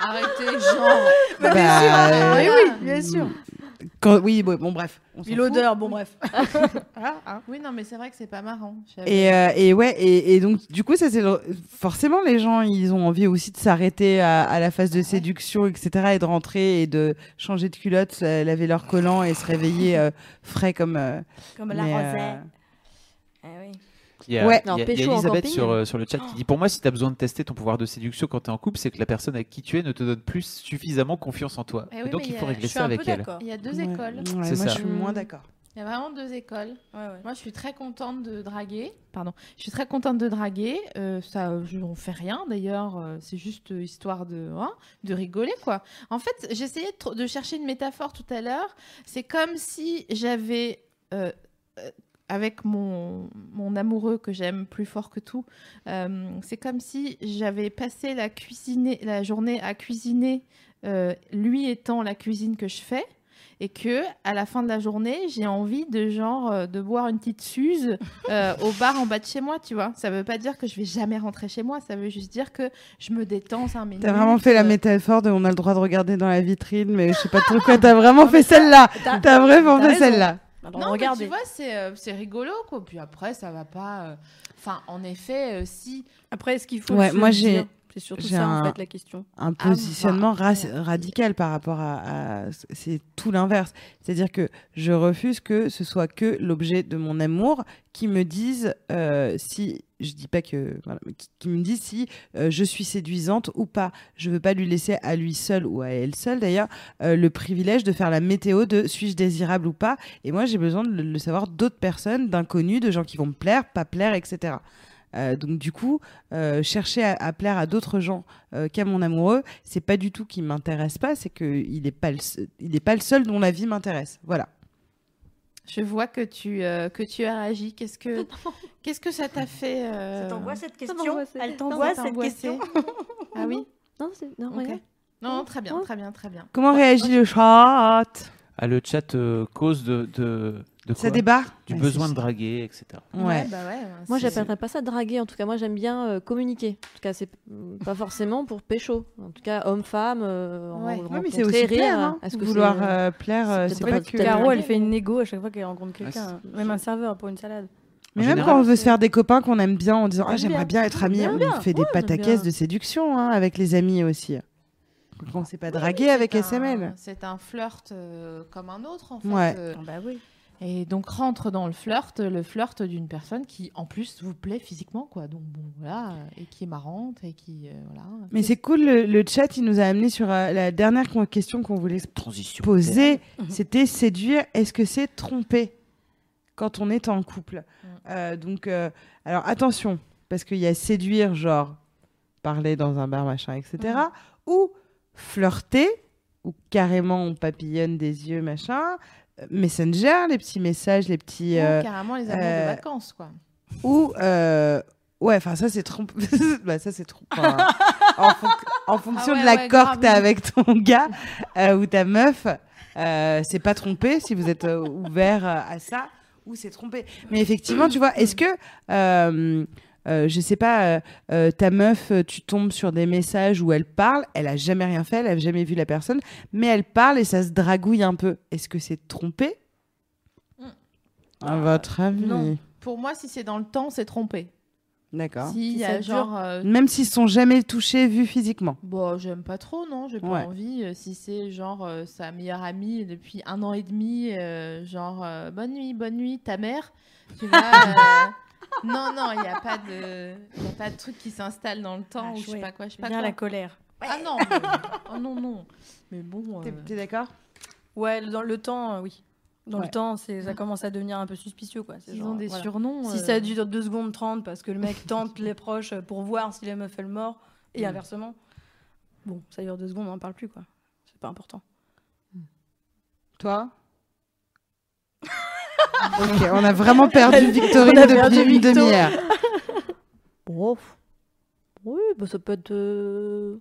S1: Arrêtez, genre. sûr,
S2: Bah, euh,
S1: voilà.
S4: Bien sûr.
S2: Quand, oui, bon, bon, bref. on s'en
S4: Puis
S2: fout.
S4: l'odeur, bon bref.
S1: Ah, Oui, non, mais c'est vrai que c'est pas marrant. j'avoue.
S2: Et, euh, et ouais, et, et donc du coup, ça c'est le- forcément les gens, ils ont envie aussi de s'arrêter à, à la
S4: Ah
S2: phase de séduction, etc., et de rentrer et de changer de culotte, euh, laver leur collant et se réveiller euh, frais comme. euh,
S4: Comme la
S2: mais,
S4: rosée.
S2: euh,
S4: Ah oui.
S3: Il y a,
S2: Ouais.
S3: il y a-
S5: Non,
S3: il y a
S5: pécho en
S3: Elisabeth
S5: camping.
S3: sur, euh, sur le chat qui dit Pour moi, si tu as besoin de tester ton pouvoir de séduction quand tu es en couple, c'est que la personne avec qui tu es ne te donne plus suffisamment confiance en toi.
S1: Eh
S3: Et
S1: oui,
S3: donc,
S1: mais
S3: il
S1: il
S3: faut
S1: y a-
S4: Je
S3: régler
S4: suis
S3: ça
S4: un peu
S3: avec elle.
S4: d'accord.
S1: Il y a deux
S2: ouais,
S1: écoles.
S2: ouais, moi,
S3: C'est ça.
S2: je suis moins
S5: Mm.
S2: d'accord.
S1: Il y a vraiment deux écoles.
S4: Ouais, ouais.
S1: Moi, je suis très contente de draguer. Pardon. Je suis très contente de draguer. Euh, ça, euh, je- on fait rien d'ailleurs. euh, c'est juste euh, histoire de, hein, de rigoler, quoi. En fait, j'essayais de, tr- de chercher une métaphore tout à l'heure. C'est comme si j'avais, euh, euh, avec mon, mon amoureux que j'aime plus fort que tout, euh, c'est comme si j'avais passé la, cuisiner, la journée à cuisiner, euh, lui étant la cuisine que je fais et que à la fin de la journée, j'ai envie de genre euh, de boire une petite suze euh, au bar en bas de chez moi, tu vois. Ça veut pas dire que je vais jamais rentrer chez moi, ça veut juste dire que je me détends un minutes.
S2: T'as vraiment fait la
S1: euh,
S2: métaphore de on a le droit de regarder dans la vitrine, mais je sais pas trop quoi. T'as vraiment fait celle-là.
S4: T'as-
S2: T'as vraiment
S4: t'as
S2: fait
S4: raison. Bah,
S2: celle-là.
S4: Alors,
S1: Non, mais
S4: regardez.
S1: tu vois, c'est euh, c'est rigolo quoi. Puis après, ça va pas. euh, Enfin, en effet, euh, si
S4: Après, est-ce qu'il faut
S2: Ouais,
S4: se
S2: moi,
S4: le
S2: j'ai-
S4: dire C'est surtout
S2: j'ai
S4: ça,
S2: un-
S4: en fait, la question.
S2: un
S1: Ah,
S2: positionnement
S1: bah,
S2: raci-
S1: ouais.
S2: radical par rapport à, à- c'est tout l'inverse c'est-à-dire que je refuse que ce soit que l'objet de mon amour qui me dise euh, si je dis pas que voilà, mais qui, qui me dise si euh, je suis séduisante ou pas je veux pas lui laisser à lui seul ou à elle seule d'ailleurs euh, le privilège de faire la météo de suis-je désirable ou pas et moi j'ai besoin de le, le savoir d'autres personnes d'inconnus de gens qui vont me plaire pas plaire etc Euh, donc du coup, euh, chercher à- à plaire à d'autres gens euh, qu'à mon amoureux, c'est pas du tout qu'il m'intéresse pas, c'est qu'il n'est pas, le se- il est pas le seul dont la vie m'intéresse. Voilà.
S1: je vois que tu euh, que tu as réagi, qu'est-ce que qu'est-ce que ça t'a fait euh,
S8: Ça t'envoie cette
S5: Ça
S8: question
S5: m'angoissait.
S8: Elle
S1: ça
S8: t'envoie
S1: t'a
S8: cette
S1: angoissé
S8: question
S1: Ah oui.
S5: Non, c'est. Non,
S1: Ok.
S5: regarde.
S1: Non, non, très bien, très bien, très bien.
S2: Comment réagit le chat
S3: Ah, le chat euh, cause de, de, de
S2: Ça
S3: quoi
S2: débat
S3: Du besoin de draguer, etc.
S2: Ouais.
S1: bah ouais, bah,
S5: Moi,
S1: c'est-
S5: j'appellerais pas ça draguer. En tout cas, moi, j'aime bien euh, communiquer. En tout cas, c'est mm, pas forcément pour pécho. En tout cas, homme-femme, euh,
S1: Ouais.
S5: en
S1: Ouais,
S2: Ouais, mais
S5: rencontrer,
S2: c'est aussi
S5: rire.
S2: plaire. hein.
S5: Est-ce que
S2: Vouloir
S5: c'est-
S2: euh, plaire,
S5: c'est
S2: euh,
S5: peut-être
S2: c'est
S5: pas
S2: pas
S5: notre
S2: que.
S5: thème.
S4: Caro, elle
S5: draguer,
S4: fait une
S5: mais-
S4: négo à chaque fois qu'elle rencontre
S3: Ouais,
S4: quelqu'un, même un serveur pour une salade.
S2: Mais
S3: En
S2: même
S3: général,
S2: quand on veut se
S4: c'est-
S2: faire des copains qu'on aime bien en disant ah,
S4: J'aime
S2: j'aimerais
S4: bien.
S2: bien être ami,
S5: J'aime
S2: on
S5: bien.
S2: fait des
S5: Ouais,
S2: pâtes à
S5: j'aime
S2: caisse
S5: bien.
S2: de séduction hein, avec les amis aussi. Quand on sait pas draguer avec
S1: C'est un-
S2: SML.
S1: C'est un flirt euh, comme un autre, en fait.
S2: Ouais.
S1: euh,
S4: bah oui.
S1: Et donc rentre dans le flirt, le flirt d'une personne qui en plus vous plaît physiquement quoi. Donc bon voilà et qui est marrante et qui euh, voilà.
S2: Mais c'est cool, le, le chat il nous a amené sur euh, la dernière con- question qu'on voulait se
S3: Transition.
S2: poser,
S4: Mhm.
S2: c'était séduire. Est-ce que c'est tromper quand on est en couple
S1: Mm.
S2: Euh, Donc, euh, alors attention, parce qu'il y a séduire, genre parler dans un bar, machin, etc. Ou flirter, ou carrément on papillonne des yeux, machin. Euh, Messenger, les petits messages, les petits.
S1: Oh,
S2: euh,
S1: carrément les amours
S2: euh,
S1: de vacances quoi.
S2: ou euh, ouais enfin ça c'est trompe bah ça c'est trompe enfin, en, fonc- en fonction
S1: Ah ouais,
S2: de l'accord
S1: ouais, grave.
S2: que t'as avec ton gars euh, ou ta meuf euh, c'est pas trompé si vous êtes euh, ouvert euh, à ça ou c'est trompé mais effectivement tu vois est-ce que euh, euh, je sais pas, euh, euh, ta meuf, euh, tu tombes sur des messages où elle parle, elle a jamais rien fait, elle a jamais vu la personne, mais elle parle et ça se dragouille un peu. Est-ce que c'est trompé
S1: Mm.
S2: À votre avis
S1: non. Pour moi si c'est dans le temps c'est trompé.
S2: D'accord.
S1: Si
S4: Si
S1: il y
S4: ça
S1: a
S4: dure.
S1: genre euh,
S2: Même s'ils sont jamais touchés, vus physiquement.
S1: bon Bah, j'aime pas trop non j'ai pas
S2: Ouais.
S1: envie Euh, si c'est genre euh, sa meilleure amie depuis un an et demi euh, genre euh, bonne nuit bonne nuit ta mère tu vois. euh, Non, non, il n'y a pas de, il y a pas de truc qui s'installe dans le temps
S4: Ah,
S1: ou je sais
S4: chouette.
S1: pas quoi, je sais pas
S4: Bien
S1: quoi.
S4: la colère.
S1: Ah non, mais- oh non, non. Mais bon. euh,
S2: d'accord
S4: Ouais, le- dans le temps, euh, oui. Dans
S2: Ouais.
S4: le temps, c'est ça commence à devenir un peu suspicieux, quoi. C'est
S1: Ils
S4: genre,
S1: ont des
S4: voilà.
S1: surnoms.
S4: Si
S1: euh,
S4: ça dure 2 secondes 30 parce que le mec tente les proches pour voir si la meuf fait le mort et
S1: Mm.
S4: inversement, bon, ça dure 2 secondes, on n'en parle plus quoi. C'est pas important.
S2: Toi Ok, on a vraiment perdu Victorine
S4: On a
S2: depuis
S4: perdu
S2: une
S4: Victo.
S2: demi-heure. euh,
S5: Bon, pff. Oui, bah, ça peut être. euh,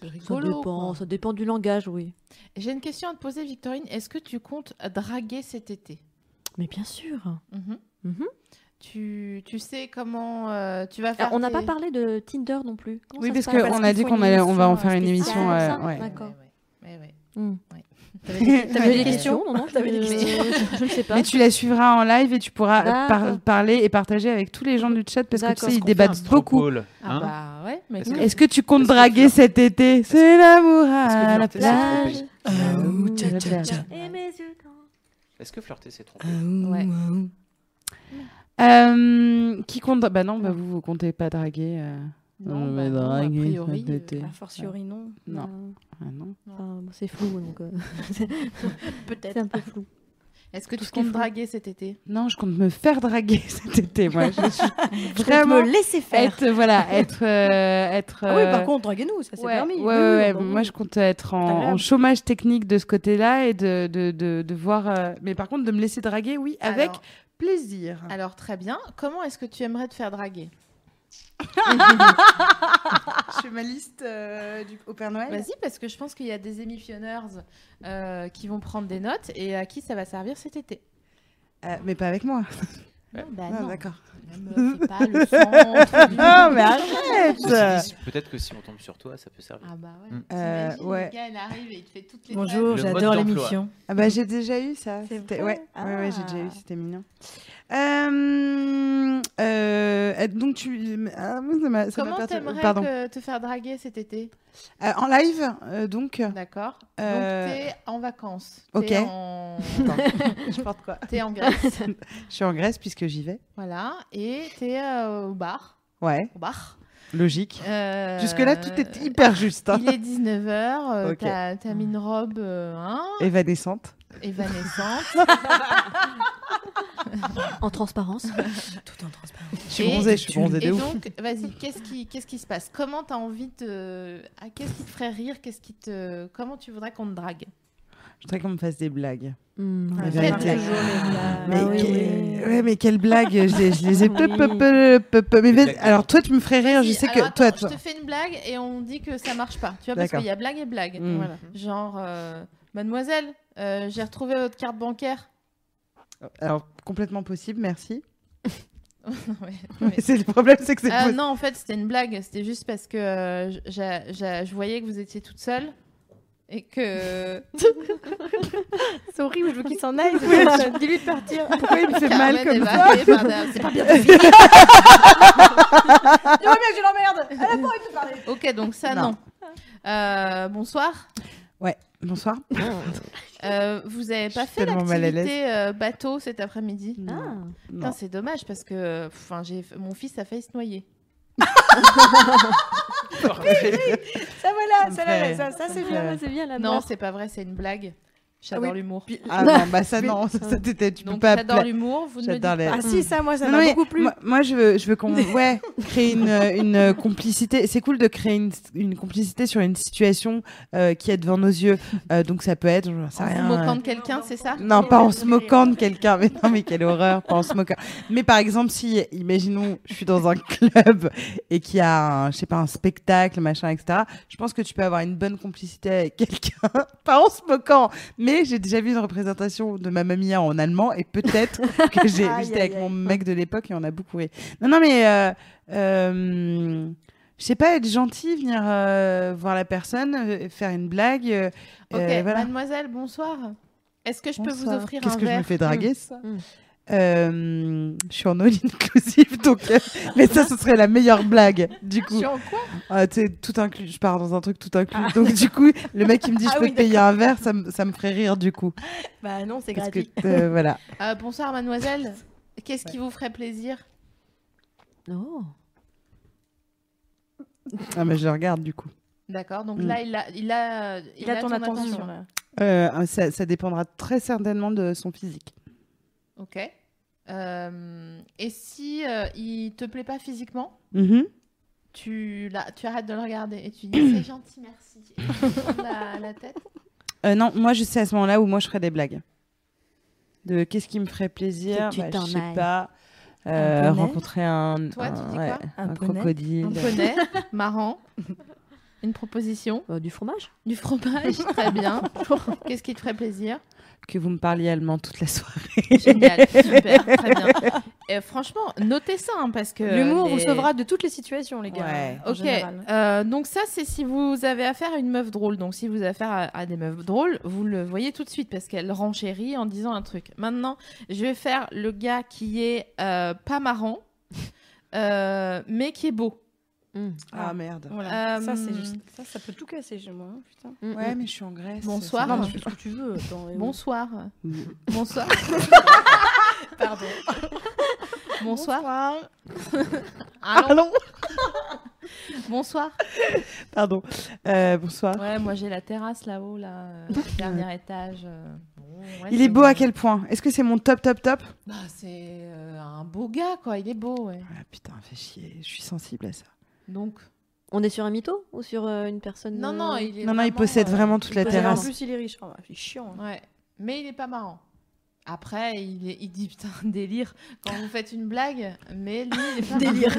S1: c'est
S5: Ça
S1: rigolo,
S5: dépend,
S1: quoi.
S5: ça dépend du langage, oui.
S1: J'ai une question à te poser, Victorine. Est-ce que tu comptes draguer cet été
S5: Mais bien sûr.
S1: Mhm.
S5: Mhm.
S1: tu, tu sais comment euh, tu vas
S5: Ah,
S1: faire.
S5: on n'a
S1: tes-
S5: pas parlé de Tinder non plus. Comment
S2: Oui,
S5: ça
S2: parce
S5: se passe
S2: qu'on a
S4: qu'ils
S2: dit
S4: font
S2: qu'on
S4: une
S2: allait- on va en
S4: émission,
S2: faire une
S4: euh,
S2: émission.
S5: spéciale.
S2: euh,
S5: Ah,
S2: ouais.
S5: d'accord.
S1: Ouais, ouais, ouais,
S5: Hmm.
S1: ouais. T'avais des-
S4: T'avais des
S5: Des
S4: questions
S5: questions Non, non, je,
S4: T'avais des
S5: euh, je- je ne sais pas.
S2: Mais tu la suivras en live et tu pourras
S5: D'accord.
S2: par- parler et partager avec tous les gens du chat parce que tu
S5: D'accord.
S2: sais,
S5: Est-ce
S2: ils débattent beaucoup.
S3: Hein
S1: Ah
S2: Hein
S1: bah ouais, mais
S3: Est-ce que-
S2: Est-ce que tu comptes
S3: Est-ce que
S2: draguer
S3: flirter-
S2: cet été C'est l'amour à la
S3: Est-ce que flirter,
S2: plage.
S3: c'est tromper
S5: Et mes yeux dans-
S3: Est-ce que flirter, c'est
S2: Ah
S3: trompé
S1: Eh, Ouais.
S2: Euh, Qui compte Bah non, bah vous, vous comptez pas draguer. euh.
S1: Non,
S2: On
S1: bah
S2: va
S1: non, a
S2: draguer
S1: priori,
S2: cet
S1: euh,
S2: été.
S4: A fortiori, non.
S2: Non.
S5: Euh,
S2: Ah non.
S5: enfin, bon, c'est flou, donc euh, c'est c'est
S4: Peut-être.
S5: un peu flou.
S1: Est-ce que
S5: Tout
S1: tu
S5: ce qu'il
S1: comptes
S5: faut.
S1: draguer cet été
S2: Non, je compte me faire draguer cet été, moi. Je suis
S4: Je vais te
S2: vraiment
S4: me laisser faire.
S2: être, voilà, être, euh, être.
S4: Ah oui,
S2: euh,
S4: par contre, draguez-nous, ça c'est
S2: ouais,
S4: permis.
S2: ouais,
S4: Oui,
S2: ouais,
S4: oui,
S2: ouais.
S4: bah
S2: Moi,
S4: oui.
S2: je compte être en,
S4: Agréable.
S2: en chômage technique de ce côté-là et de, de, de, de voir. euh, Mais par contre, de me laisser draguer, oui, avec
S1: Alors-
S2: plaisir.
S4: Ah,
S1: Alors très bien. Comment est-ce que tu aimerais te faire draguer
S2: je fais ma liste
S4: euh,
S2: du, au Père Noël.
S1: Vas-y, parce que je pense qu'il y a des émissionneurs euh, qui vont prendre des notes et à qui ça va servir cet été.
S2: Euh, mais pas avec moi.
S1: Non, bah
S2: Ah,
S1: non.
S2: D'accord.
S1: Ne me fais pas le centre du-
S2: Ah, mais arrête
S3: Peut-être que si on tombe sur toi, ça peut servir.
S1: Ah bah ouais.
S3: Mm.
S1: T'imagines,
S2: Euh, ouais.
S1: le gars, il arrive et il te fait toutes les
S4: Bonjour,
S3: Le
S4: j'adore
S3: mode d'emploi.
S4: l'émission.
S2: Ah bah j'ai déjà eu ça.
S4: C'est
S2: C'était-
S4: vrai
S2: ouais. ouais, ouais, j'ai déjà eu,
S4: Ah.
S2: c'était mignon. Euh, euh, euh, donc tu, ah, moi, ça m'a- ça m'a
S1: Comment
S2: perturbé.
S1: t'aimerais
S2: Pardon.
S1: que- te faire draguer cet été
S2: Euh, en live, euh, donc.
S1: D'accord.
S2: Euh,
S1: Donc t'es en vacances.
S2: ok.
S1: T'es en...
S2: je porte quoi
S1: t'es en Grèce.
S2: Je suis en Grèce puisque j'y vais.
S1: voilà. Et t'es euh, au bar.
S2: Ouais,
S1: Au bar.
S2: logique.
S1: Euh,
S2: Jusque là, tout est hyper juste, hein.
S1: Il est 19h,
S2: Ok.
S1: t'as t'as mis une robe euh, hein,
S2: évanescente.
S1: évanescente.
S5: En transparence.
S4: Tout en transparence.
S2: Je suis
S1: Et-
S2: bronzée, je suis bronzée
S1: Et
S2: de ouf.
S1: donc, vas-y, qu'est-ce qui, qu'est-ce qui se passe Comment t'as envie de, ah, qu'est-ce qui te ferait rire Qu'est-ce qui te, comment tu voudrais qu'on te drague
S2: Je voudrais qu'on me fasse des blagues.
S5: Hmm,
S2: La
S5: ouais.
S2: vérité.
S4: toujours les blagues.
S2: Mais
S5: oui,
S2: qu'est-
S5: oui.
S2: Ouais, mais quelle blague Je les, je les ai.
S5: Oui.
S2: peu, peu, peu, peu, peu. Mais vas-y.
S3: blagues.
S2: alors, toi, tu me ferais rire. Je
S1: Si,
S2: sais que
S1: alors
S2: toi,
S1: attends,
S2: toi-
S1: Je te fais une blague et on dit que ça marche pas. Tu vois, parce
S2: D'accord.
S1: qu'il y a blague et blague.
S2: Mm.
S1: Voilà. Genre, euh, mademoiselle, euh, j'ai retrouvé votre carte bancaire.
S2: alors complètement possible. Merci.
S1: Ouais,
S2: Mais
S1: ouais.
S2: c'est le problème, c'est que c'est
S1: Ah
S2: possible.
S1: non, en fait, c'était une blague. C'était juste parce que euh, j- j'a- j'a- je voyais que vous étiez toute seule et que.
S4: C'est horrible, je veux qu'il s'en aille. Dis-lui de partir.
S5: Ah.
S2: Pourquoi il me fait
S1: Carmen
S2: mal
S1: est
S2: comme ça
S1: barrée par des- C'est pas bien.
S4: J'aimerais bien que je l'emmerde.
S1: Ok, donc ça,
S2: Non.
S1: non. Euh, bonsoir.
S2: Bonsoir.
S1: Euh, vous avez pas
S2: suis
S1: fait
S2: tellement mal à
S1: l'activité euh, bateau cet après-midi
S5: Ah.
S2: Non.
S1: Putain, c'est dommage parce que enfin, j'ai... mon fils a failli se noyer.
S4: Ça voilà,
S2: me
S4: ça,
S2: fait-
S4: là, ça, ça c'est
S2: me
S4: bien.
S2: fait-
S5: Ah, c'est bien la
S1: Non,
S5: mort.
S1: c'est pas vrai, c'est une blague. J'adore
S4: Ah oui.
S1: l'humour.
S2: Ah non, bah ça non, ça, ça, t'étais- tu peux
S1: Donc
S2: pas.
S1: j'adore
S2: pla-
S1: l'humour, vous ne me dites
S2: J'adore les-
S1: pas.
S4: Ah si, ça, moi, ça
S2: Non,
S4: m'a
S2: mais
S4: beaucoup plu.
S2: Moi, moi, je veux, je veux qu'on ouais, crée une, euh, une euh, complicité. C'est cool de créer une, une complicité sur une situation euh, qui est devant nos yeux. Euh, donc ça peut être, j'en
S4: Oh,
S2: sais
S1: En vous
S2: rien. euh,
S1: moquant de quelqu'un, c'est ça
S2: Non, pas en se moquant de quelqu'un, mais non, mais quelle horreur, pas en se moquant. Mais par exemple, si, imaginons, je suis dans un club et qu'il y a, un, je sais pas, un spectacle, machin, etc. Je pense que tu peux avoir une bonne complicité avec quelqu'un, pas en se moquant. Mais j'ai déjà vu une représentation de ma mamie en allemand et peut-être que j'ai,
S4: Aïe,
S2: j'étais avec
S4: aïe,
S2: mon mec de l'époque et on a beaucoup ri. Non, non, mais euh, euh, je sais pas, être gentil, venir euh, voir la personne, euh, faire une blague. euh,
S1: Ok,
S2: euh, voilà.
S1: mademoiselle, bonsoir. Est-ce que je peux vous
S2: Bonsoir. Hum.
S1: offrir
S2: Qu'est-ce
S1: un
S2: que je me
S1: verre Hum.
S2: fais draguer ça
S5: Mm.
S2: Euh, je suis en all inclusive donc euh, mais ça ce serait la meilleure blague du
S1: Je
S2: coup
S1: suis en quoi
S2: Ah, tu sais, tout inclus je pars dans un truc tout
S1: Ah.
S2: inclus donc du coup le mec qui me dit
S4: Ah
S2: je peux
S4: oui,
S2: te payer un verre ça, me- ça me ferait rire du coup
S4: Bah non, c'est
S2: parce que
S4: gratuit.
S2: euh, voilà
S1: Euh, Bonsoir, mademoiselle. Qu'est-ce qui vous ferait plaisir
S5: Oh.
S2: ah mais je le regarde du coup
S1: D'accord, donc
S2: Mm.
S1: là, il a, il a, il
S4: Il a ton attention. là.
S2: Euh, ça, ça dépendra très certainement de son physique
S1: Ok. Euh, et si euh, il te plaît pas physiquement,
S2: Mhm.
S1: tu, là, tu arrêtes de le regarder et tu dis c'est gentil, merci. Et tu tournes la, la tête.
S2: Euh, non moi je sais à ce moment là où moi je ferais des blagues de qu'est-ce qui me ferait plaisir
S5: Que tu
S2: Bah,
S5: t'en
S2: je sais
S5: ailles.
S2: pas euh,
S4: Un poney
S2: rencontrer un,
S1: Toi, tu
S2: un-
S1: dis
S2: ouais,
S1: quoi
S4: Un
S2: un
S4: poney
S2: crocodile
S1: Un poney, marrant. Une proposition.
S5: Euh, du fromage
S1: Du fromage, très bien. Qu'est-ce qui te ferait plaisir
S2: que vous me parliez allemand toute la soirée.
S1: Génial, super, très bien. Et franchement, notez ça hein, parce que.
S4: L'humour
S1: les-
S4: vous sauvera de toutes les situations, les gars.
S2: Ouais.
S4: en
S1: Ok,
S4: général. hein.
S1: euh, donc ça c'est si vous avez affaire à une meuf drôle. Donc si vous avez affaire à, à des meufs drôles, vous le voyez tout de suite parce qu'elle renchérit en disant un truc. Maintenant, je vais faire le gars qui est euh, pas marrant, euh, mais qui est beau.
S2: Ah, merde.
S4: Voilà.
S1: Euh,
S4: Ça, c'est juste. Ça, ça peut tout casser chez moi. hein, putain.
S2: Ouais, mais je suis en Grèce.
S1: Bonsoir.
S4: Non,
S1: Ah.
S4: mais tu fais ce que tu veux. attends, et bon.
S1: Bonsoir.
S2: Mm.
S1: Bonsoir.
S4: Pardon.
S1: Bonsoir. Allons.
S2: Allons.
S1: Bonsoir.
S2: Pardon. Euh, bonsoir.
S1: Ouais, moi j'ai la terrasse là-haut, là, euh, dernier étage. euh, bon, ouais,
S2: Il
S1: c'est
S2: est beau
S1: bon.
S2: à quel point Est-ce que c'est mon top, top, top
S1: Bah, c'est euh, un beau gars, quoi. Il est beau, ouais.
S2: ah, Putain, fais chier. Je suis sensible à ça.
S1: Donc.
S5: On est sur un mytho ou sur euh, une personne
S1: Non,
S5: euh,
S1: non, il est.
S2: non, non, il possède
S1: euh,
S2: vraiment toute la
S4: Parce qu'en
S2: terrasse.
S4: plus, il est riche. Oh, bah, c'est chiant. hein.
S1: Ouais. Mais il est pas marrant. Après, il, est- il dit putain, délire quand vous faites une blague, mais lui, il est pas
S4: Délire.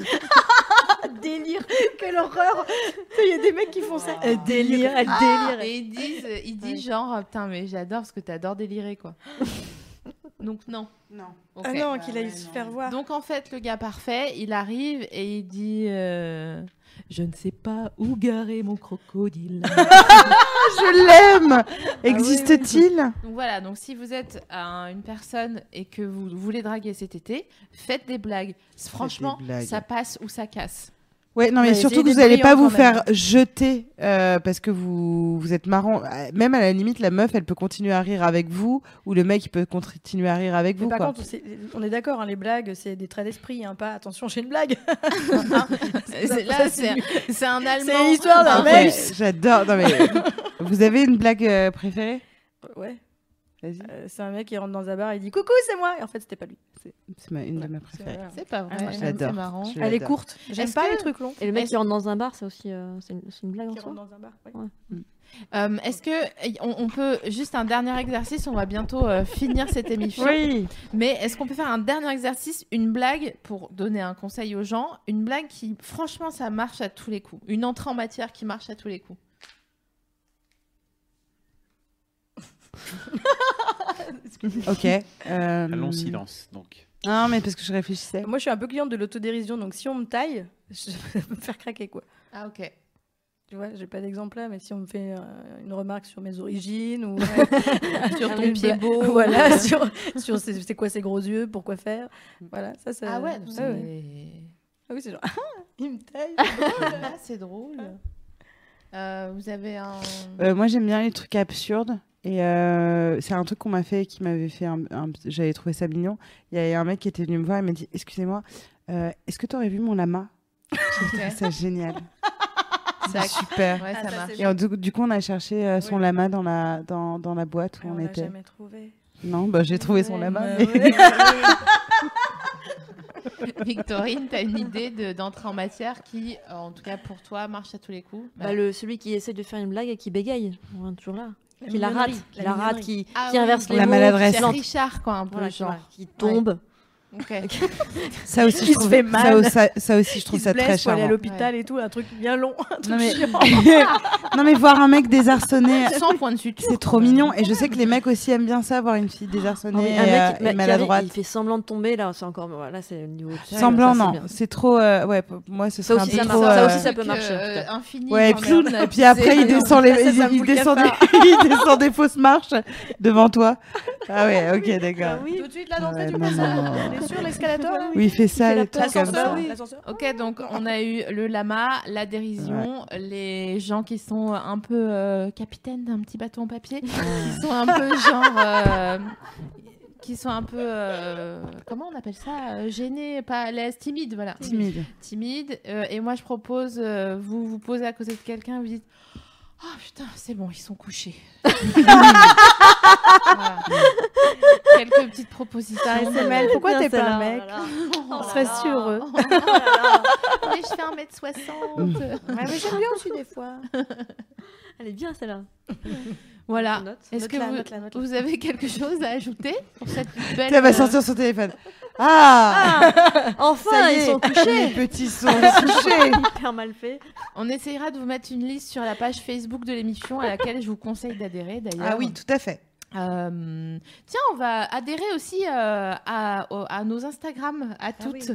S1: marrant.
S4: délire. Quelle horreur. Il y a des mecs qui font ça. Euh, délire. elle délire.
S1: Ah Et ils disent, ils disent genre, putain, mais j'adore parce que t'adores délirer, quoi. Donc, non.
S2: Non.
S1: Ok.
S4: Ah non,
S2: Ouais,
S4: qu'il aille
S2: ouais,
S4: se
S2: non.
S4: faire voir.
S1: Donc en fait, le gars parfait, il arrive et il dit euh, Je ne sais pas où garer mon crocodile.
S2: Je l'aime Existe-t-il
S1: donc voilà, donc si vous êtes un- une personne et que vous voulez draguer cet été, faites des blagues. Franchement,
S2: blagues.
S1: ça passe ou ça casse.
S2: Ouais, non, mais
S4: Ouais,
S2: surtout
S4: essayez
S2: que vous
S4: d'être
S2: n'allez pas
S4: brillant
S2: vous
S4: quand même.
S2: faire jeter euh, parce que vous, vous êtes marrant. Euh, Même à la limite, la meuf, elle peut continuer à rire avec vous ou le mec, il peut continuer à rire avec
S4: Mais
S2: vous.
S4: par
S2: quoi.
S4: contre, c'est- on est d'accord, hein, les blagues, c'est des traits d'esprit, hein, pas attention, j'ai une blague.
S1: C'est- Là, c'est c'est un Allemand.
S4: C'est l'histoire d'un
S1: Ah,
S4: mec.
S1: ouais.
S2: Ouais, J'adore. Non, mais vous avez une blague euh, préférée
S4: Ouais,
S2: Vas-y.
S4: euh, c'est un mec qui rentre dans un bar et il dit coucou, c'est moi. Et en fait, c'était pas lui.
S2: C'est ma- une de
S4: Ouais,
S2: mes
S4: C'est-
S2: préférées.
S4: voilà.
S1: C'est pas vrai,
S4: Ah,
S1: c'est
S2: j'adore.
S1: marrant.
S2: Je
S4: Elle est
S2: l'adore.
S4: courte. J'aime
S1: Est-ce
S4: pas
S1: que-
S4: les trucs longs.
S5: Et le mec
S1: Est-ce-
S5: qui rentre dans un bar, c'est aussi euh, c'est une, c'est une blague en
S4: Qui
S5: soi
S4: rentre dans un bar. ouais.
S1: Euh, Est-ce que on, on peut juste un dernier exercice On va bientôt euh, finir cette émission.
S2: Oui.
S1: Mais est-ce qu'on peut faire un dernier exercice, une blague pour donner un conseil aux gens, une blague qui, franchement, ça marche à tous les coups, une entrée en matière qui marche à tous les coups.
S2: Ok. euh,
S3: Un long silence, donc.
S2: Non, mais parce que je réfléchissais.
S4: Moi, je suis un peu cliente de l'autodérision, donc si on me taille, je vais me faire craquer, quoi.
S1: Ah ok.
S4: Tu vois, j'ai pas d'exemple là, mais si on me fait euh, une remarque sur mes origines ou
S1: Sur
S4: Ah,
S1: ton
S4: mais
S1: pied
S4: bah,
S1: beau.
S4: voilà, sur, sur c'est c'est quoi ces gros yeux, pourquoi faire, voilà, ça, ça.
S1: Ah ouais.
S4: ça,
S1: c'est-
S4: Euh, ouais. Ah oui, c'est genre, il me taille.
S1: Ah, c'est drôle. Euh, vous avez un.
S2: Euh, moi, j'aime bien les trucs absurdes. Et euh, c'est un truc qu'on m'a fait, qui m'avait fait. Un, un- J'avais trouvé ça mignon. Il y a un mec qui était venu me voir et m'a dit Excusez-moi, euh, est-ce que t'aurais vu mon lama
S1: Ok.
S2: Je trouve ça génial.
S1: Ça-
S2: C'est super.
S1: Ouais, ça
S4: Ah, ça,
S1: marche.
S4: c'est
S2: Et en- du, du coup, on a cherché euh, son
S4: Oui.
S2: lama dans la, dans, dans la boîte où
S4: On
S2: on,
S4: l'a
S2: était.
S4: jamais trouvé.
S2: Non, bah, j'ai trouvé son lama.
S4: Ouais,
S2: mais-
S4: ouais, ouais.
S1: Victorine, t'as une idée de- d'entrée en matière qui, euh, en tout cas pour toi, marche à tous les coups
S5: Bah, le, celui qui essaie de faire une blague et qui bégaye, on est toujours là.
S4: La
S5: qui la rate,
S4: mignonnerie,
S5: qui la rate,
S4: mignonnerie.
S5: qui,
S1: Ah
S5: qui
S1: oui.
S5: inverse les
S2: La
S5: mots,
S2: maladresse.
S5: qui
S1: C'est
S5: plante,
S1: Richard, quoi, un peu,
S5: voilà,
S1: genre.
S5: qui tombe.
S1: Ok.
S2: Ça aussi, je
S4: Il se
S2: trouve
S4: fait
S2: Ça,
S4: mal.
S2: ça- ça aussi, je trouve
S4: Qui se
S2: ça
S4: blesse,
S2: très
S4: faut aller à
S2: charmant.
S4: l'hôpital et tout, un truc bien long, un truc
S2: Non, mais-
S4: chiant.
S2: non, mais voir un mec désarçonné,
S1: Sans point de suture.
S2: c'est trop mignon. Et je sais que les mecs aussi aiment bien ça, voir une fille désarçonnée
S5: Non, mais
S2: et,
S5: Ah un
S2: euh, et
S5: mec qui, ma- qui arrive,
S2: maladroite.
S5: il fait semblant de tomber là, c'est encore voilà, c'est le niveau au-dessus,
S2: Semblant,
S5: ça, c'est
S2: non.
S5: bien.
S2: C'est trop. euh, ouais, pour moi, ce
S5: Ça
S2: serait un
S5: aussi,
S2: peu
S5: ça
S2: trop.
S5: marche. Ça
S2: euh,
S5: aussi, ça peut
S1: Truc,
S5: marcher, en tout
S1: euh,
S5: cas.
S1: infini.
S2: Ouais,
S1: quand
S2: clown.
S1: même.
S2: Et puis après, il
S1: C'est-
S2: descend, les,
S1: Ça, ça
S2: il,
S1: me fout
S2: il
S1: le
S2: descend des,
S1: cafard.
S2: il descend des fausses marches devant toi. Ah ouais, ok, d'accord.
S4: oui. Tout de suite là d'entrée
S2: Ouais,
S4: du
S2: non, non,
S4: personnage.
S2: non.
S4: Elle est sur l'escalator là
S2: Oui, il fait ça,
S5: fait la
S2: les trucs
S5: place
S2: comme
S5: en
S2: ça.
S5: bas, oui.
S4: l'ascenseur.
S1: Ok, donc on a eu le lama, la dérision, les gens qui sont un peu euh, capitaines d'un petit bateau en papier, qui sont un peu genre. euh, qui sont un peu. euh, comment on appelle ça euh, Gênés, pas à l'aise, timides, voilà.
S2: Timide.
S1: Timides. Euh, et moi, je propose, euh, vous vous posez à côté de quelqu'un, vous dites. Oh putain, c'est bon, ils sont couchés. Voilà. Quelques petites propositions.
S5: ah,
S4: T'as un SML, pourquoi
S5: Bien,
S4: t'es pas
S5: celle-là,
S4: un mec
S5: oh là là. Oh
S1: On
S4: On serait euh, si heureux.
S1: Ah Mais je fais 1m60.
S4: Ouais, mais j'aime bien aussi des fois.
S5: Elle est bien celle-là.
S1: voilà.
S5: Note.
S1: Est-ce que
S4: Note-la,
S1: vous,
S4: note-la, note-la.
S1: vous avez quelque chose à ajouter pour cette belle.
S2: Elle va
S1: euh,
S2: sortir son téléphone. Ah,
S5: Enfin,
S2: ça y
S5: ils
S2: est,
S5: sont couchés.
S2: les petits sont couchés.
S5: Hyper mal fait.
S1: On essayera de vous mettre une liste sur la page Facebook de l'émission à laquelle je vous conseille d'adhérer d'ailleurs.
S2: Ah oui, tout à fait.
S1: Euh, tiens, on va adhérer aussi euh, à, au- à nos Instagram,
S4: Ah
S1: à toutes.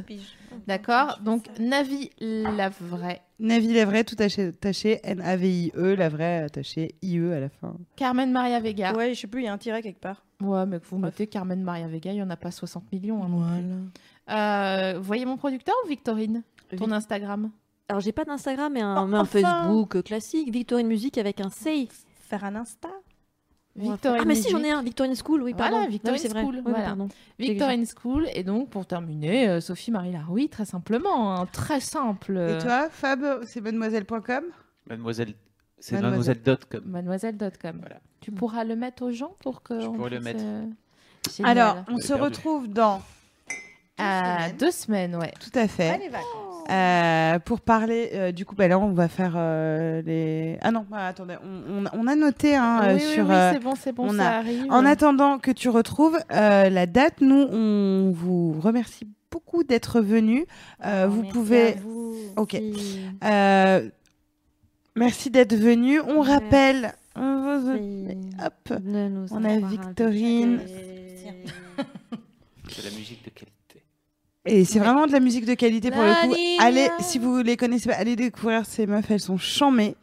S1: D'accord Donc, Navi la vraie.
S2: Navi la vraie, tout attaché- attaché, N-A-V-I-E, E, la vraie attaché I-E à la fin.
S1: Carmen Maria Vega. Ouais,
S4: Ouais, je sais plus, il y a un tiret quelque part.
S1: mais que vous mettez Carmen Maria Vega, il n'y en a pas 60 millions. hein, non plus.
S4: Voilà.
S1: Euh, voyez mon producteur ou Victorine Ton Instagram
S5: Alors j'ai pas d'Instagram mais un,
S4: Oh,
S5: mais un
S4: enfin.
S5: Facebook classique, Victorine Musique avec un C.
S4: Faire un Insta
S1: Victorine
S5: ah mais si j'en ai un, Victorine School, oui
S1: Voilà,
S5: pardon. Non, mais
S1: Victorine
S5: c'est vrai.
S1: School,
S5: Oui,
S1: voilà.
S5: pardon.
S1: Victorine School. Et donc, pour terminer, euh, Sophie-Marie Laroui, très simplement, hein, très simple.
S2: Et toi, Fab, c'est mademoiselle.com
S3: Mademoiselle. C'est
S2: Mademoiselle.
S1: euh,
S3: mademoiselle.com.
S1: Mademoiselle.com.
S3: Voilà.
S1: Tu pourras le mettre aux gens pour que.
S3: Je
S1: on
S3: pourrai le
S1: puisse,
S3: mettre.
S1: euh, génial.
S2: Alors, on
S3: J'ai
S2: se
S3: perdu.
S2: retrouve dans
S1: à deux semaines, ouais.
S2: tout à fait.
S4: Allez, vacances.
S2: Euh, pour parler, euh, du coup, bah là, on va faire euh, les. Ah non, bah, attendez, on, on- on a noté hein, euh,
S1: Oui, oui,
S2: sur.
S1: oui,
S2: euh,
S1: c'est bon, c'est bon,
S2: on
S1: ça
S2: a-
S1: arrive.
S2: En attendant que tu retrouves euh, la date, nous, on vous remercie beaucoup d'être venus. Euh, vous pouvez. Ok. Euh, merci d'être venus. On
S5: Merci.
S2: rappelle. on vous- Hop. On a
S5: hein,
S2: Victorine.
S3: C'est la musique de qualité.
S2: Et c'est vraiment de la musique de qualité pour le coup.
S5: Nanina.
S2: Allez, si vous les connaissez pas, allez découvrir ces meufs, elles sont chamées.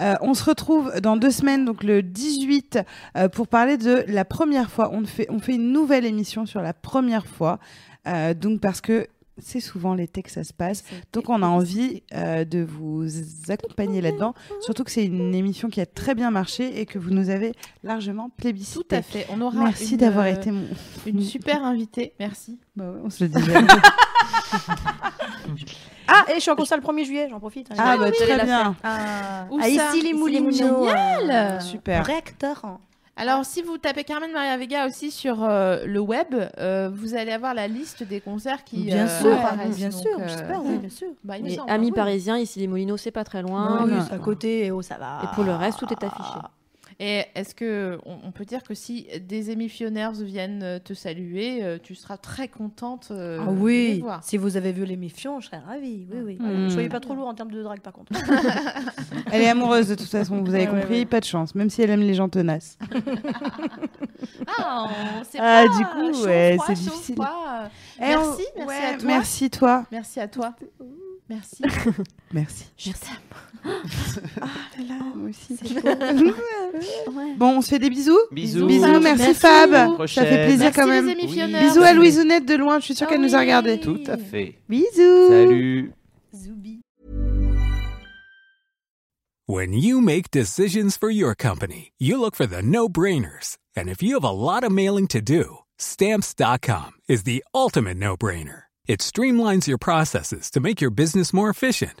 S2: Euh, on se retrouve dans deux semaines, donc le 18, euh, pour parler de la première fois. On fait, on fait une nouvelle émission sur la première fois, Euh, donc parce que c'est souvent l'été que ça se passe. Donc on a envie euh, de vous accompagner là-dedans, surtout que c'est une émission qui a très bien marché et que vous nous avez largement plébiscité.
S1: Tout à fait. On aura
S2: Merci
S1: une,
S2: d'avoir
S1: euh,
S2: été mon...
S1: une super invitée. Merci.
S2: Bah ouais, on se le disait.
S4: Ah, et je suis en concert le 1er juillet, j'en profite. hein, les
S2: ah
S4: gars.
S2: bah
S5: j'allais
S2: très
S5: la
S2: bien.
S4: Ah,
S1: Où
S4: Ah,
S1: ça
S4: ici les
S1: Ici,
S4: Moulineaux.
S1: Moulineaux.
S4: euh,
S1: Génial.
S2: Super.
S4: Recteur. hein.
S1: Alors, si vous tapez Carmen Maria Vega aussi sur euh, le web, euh, vous allez avoir la liste des concerts qui.
S2: Bien
S1: euh,
S2: sûr,
S1: apparaissent.
S2: bien
S1: Donc,
S2: sûr,
S1: euh,
S2: j'espère,
S5: oui.
S2: bien sûr.
S1: bah, il me
S5: Mais
S1: semble,
S5: amis
S1: oui.
S5: parisiens, ici les Molinos, c'est pas très loin.
S4: Oui,
S5: Euh,
S4: c'est à côté, et oh, ça va.
S5: Et pour le reste, tout est affiché.
S1: Ah. Et est-ce que on, on peut dire que si des émissionneurs viennent euh, te saluer, euh, tu seras très contente euh,
S4: Ah
S1: de les
S4: oui,
S1: voir
S4: si vous avez vu les méfiants, je serais ravie. Oui, oui.
S2: Hmm.
S4: Soyez pas trop lourd en termes de drague, par contre.
S2: Elle est amoureuse de toute façon, vous avez
S4: Ouais, ouais,
S2: compris,
S4: ouais.
S2: pas de chance, même si elle aime les gens tenaces.
S1: Ah, on sait
S2: Ah,
S1: pas,
S2: du coup,
S1: chaud,
S2: ouais,
S1: froid,
S2: c'est
S1: chaud,
S2: difficile.
S1: froid, euh,
S2: Eh,
S1: Merci,
S2: on-
S1: merci
S2: ouais,
S1: à toi.
S2: Merci toi.
S1: Merci à toi. Merci.
S2: Merci.
S5: Merci.
S1: Ah,
S2: Moi aussi.
S5: Ouais.
S2: Bon, on se fait des bisous.
S3: Bisous.
S2: Bisous,
S1: Fab.
S2: merci,
S1: Merci. À
S2: Fab.
S1: la
S2: Ça fait
S3: prochaine.
S2: plaisir
S1: Merci
S2: quand même.
S1: les émissionneurs.
S2: Bisous à
S3: Merci.
S2: Louisounette de loin, je suis sûre
S1: Ah
S2: qu'elle nous a
S1: oui.
S2: regardés.
S3: Tout à fait.
S2: Bisous.
S3: Salut.
S4: Zoubi.
S8: When you make decisions for your company, you look for the no brainers. And if you have a lot of mailing to do, stamps.com is the ultimate no brainer. It streamlines your processes to make your business more efficient,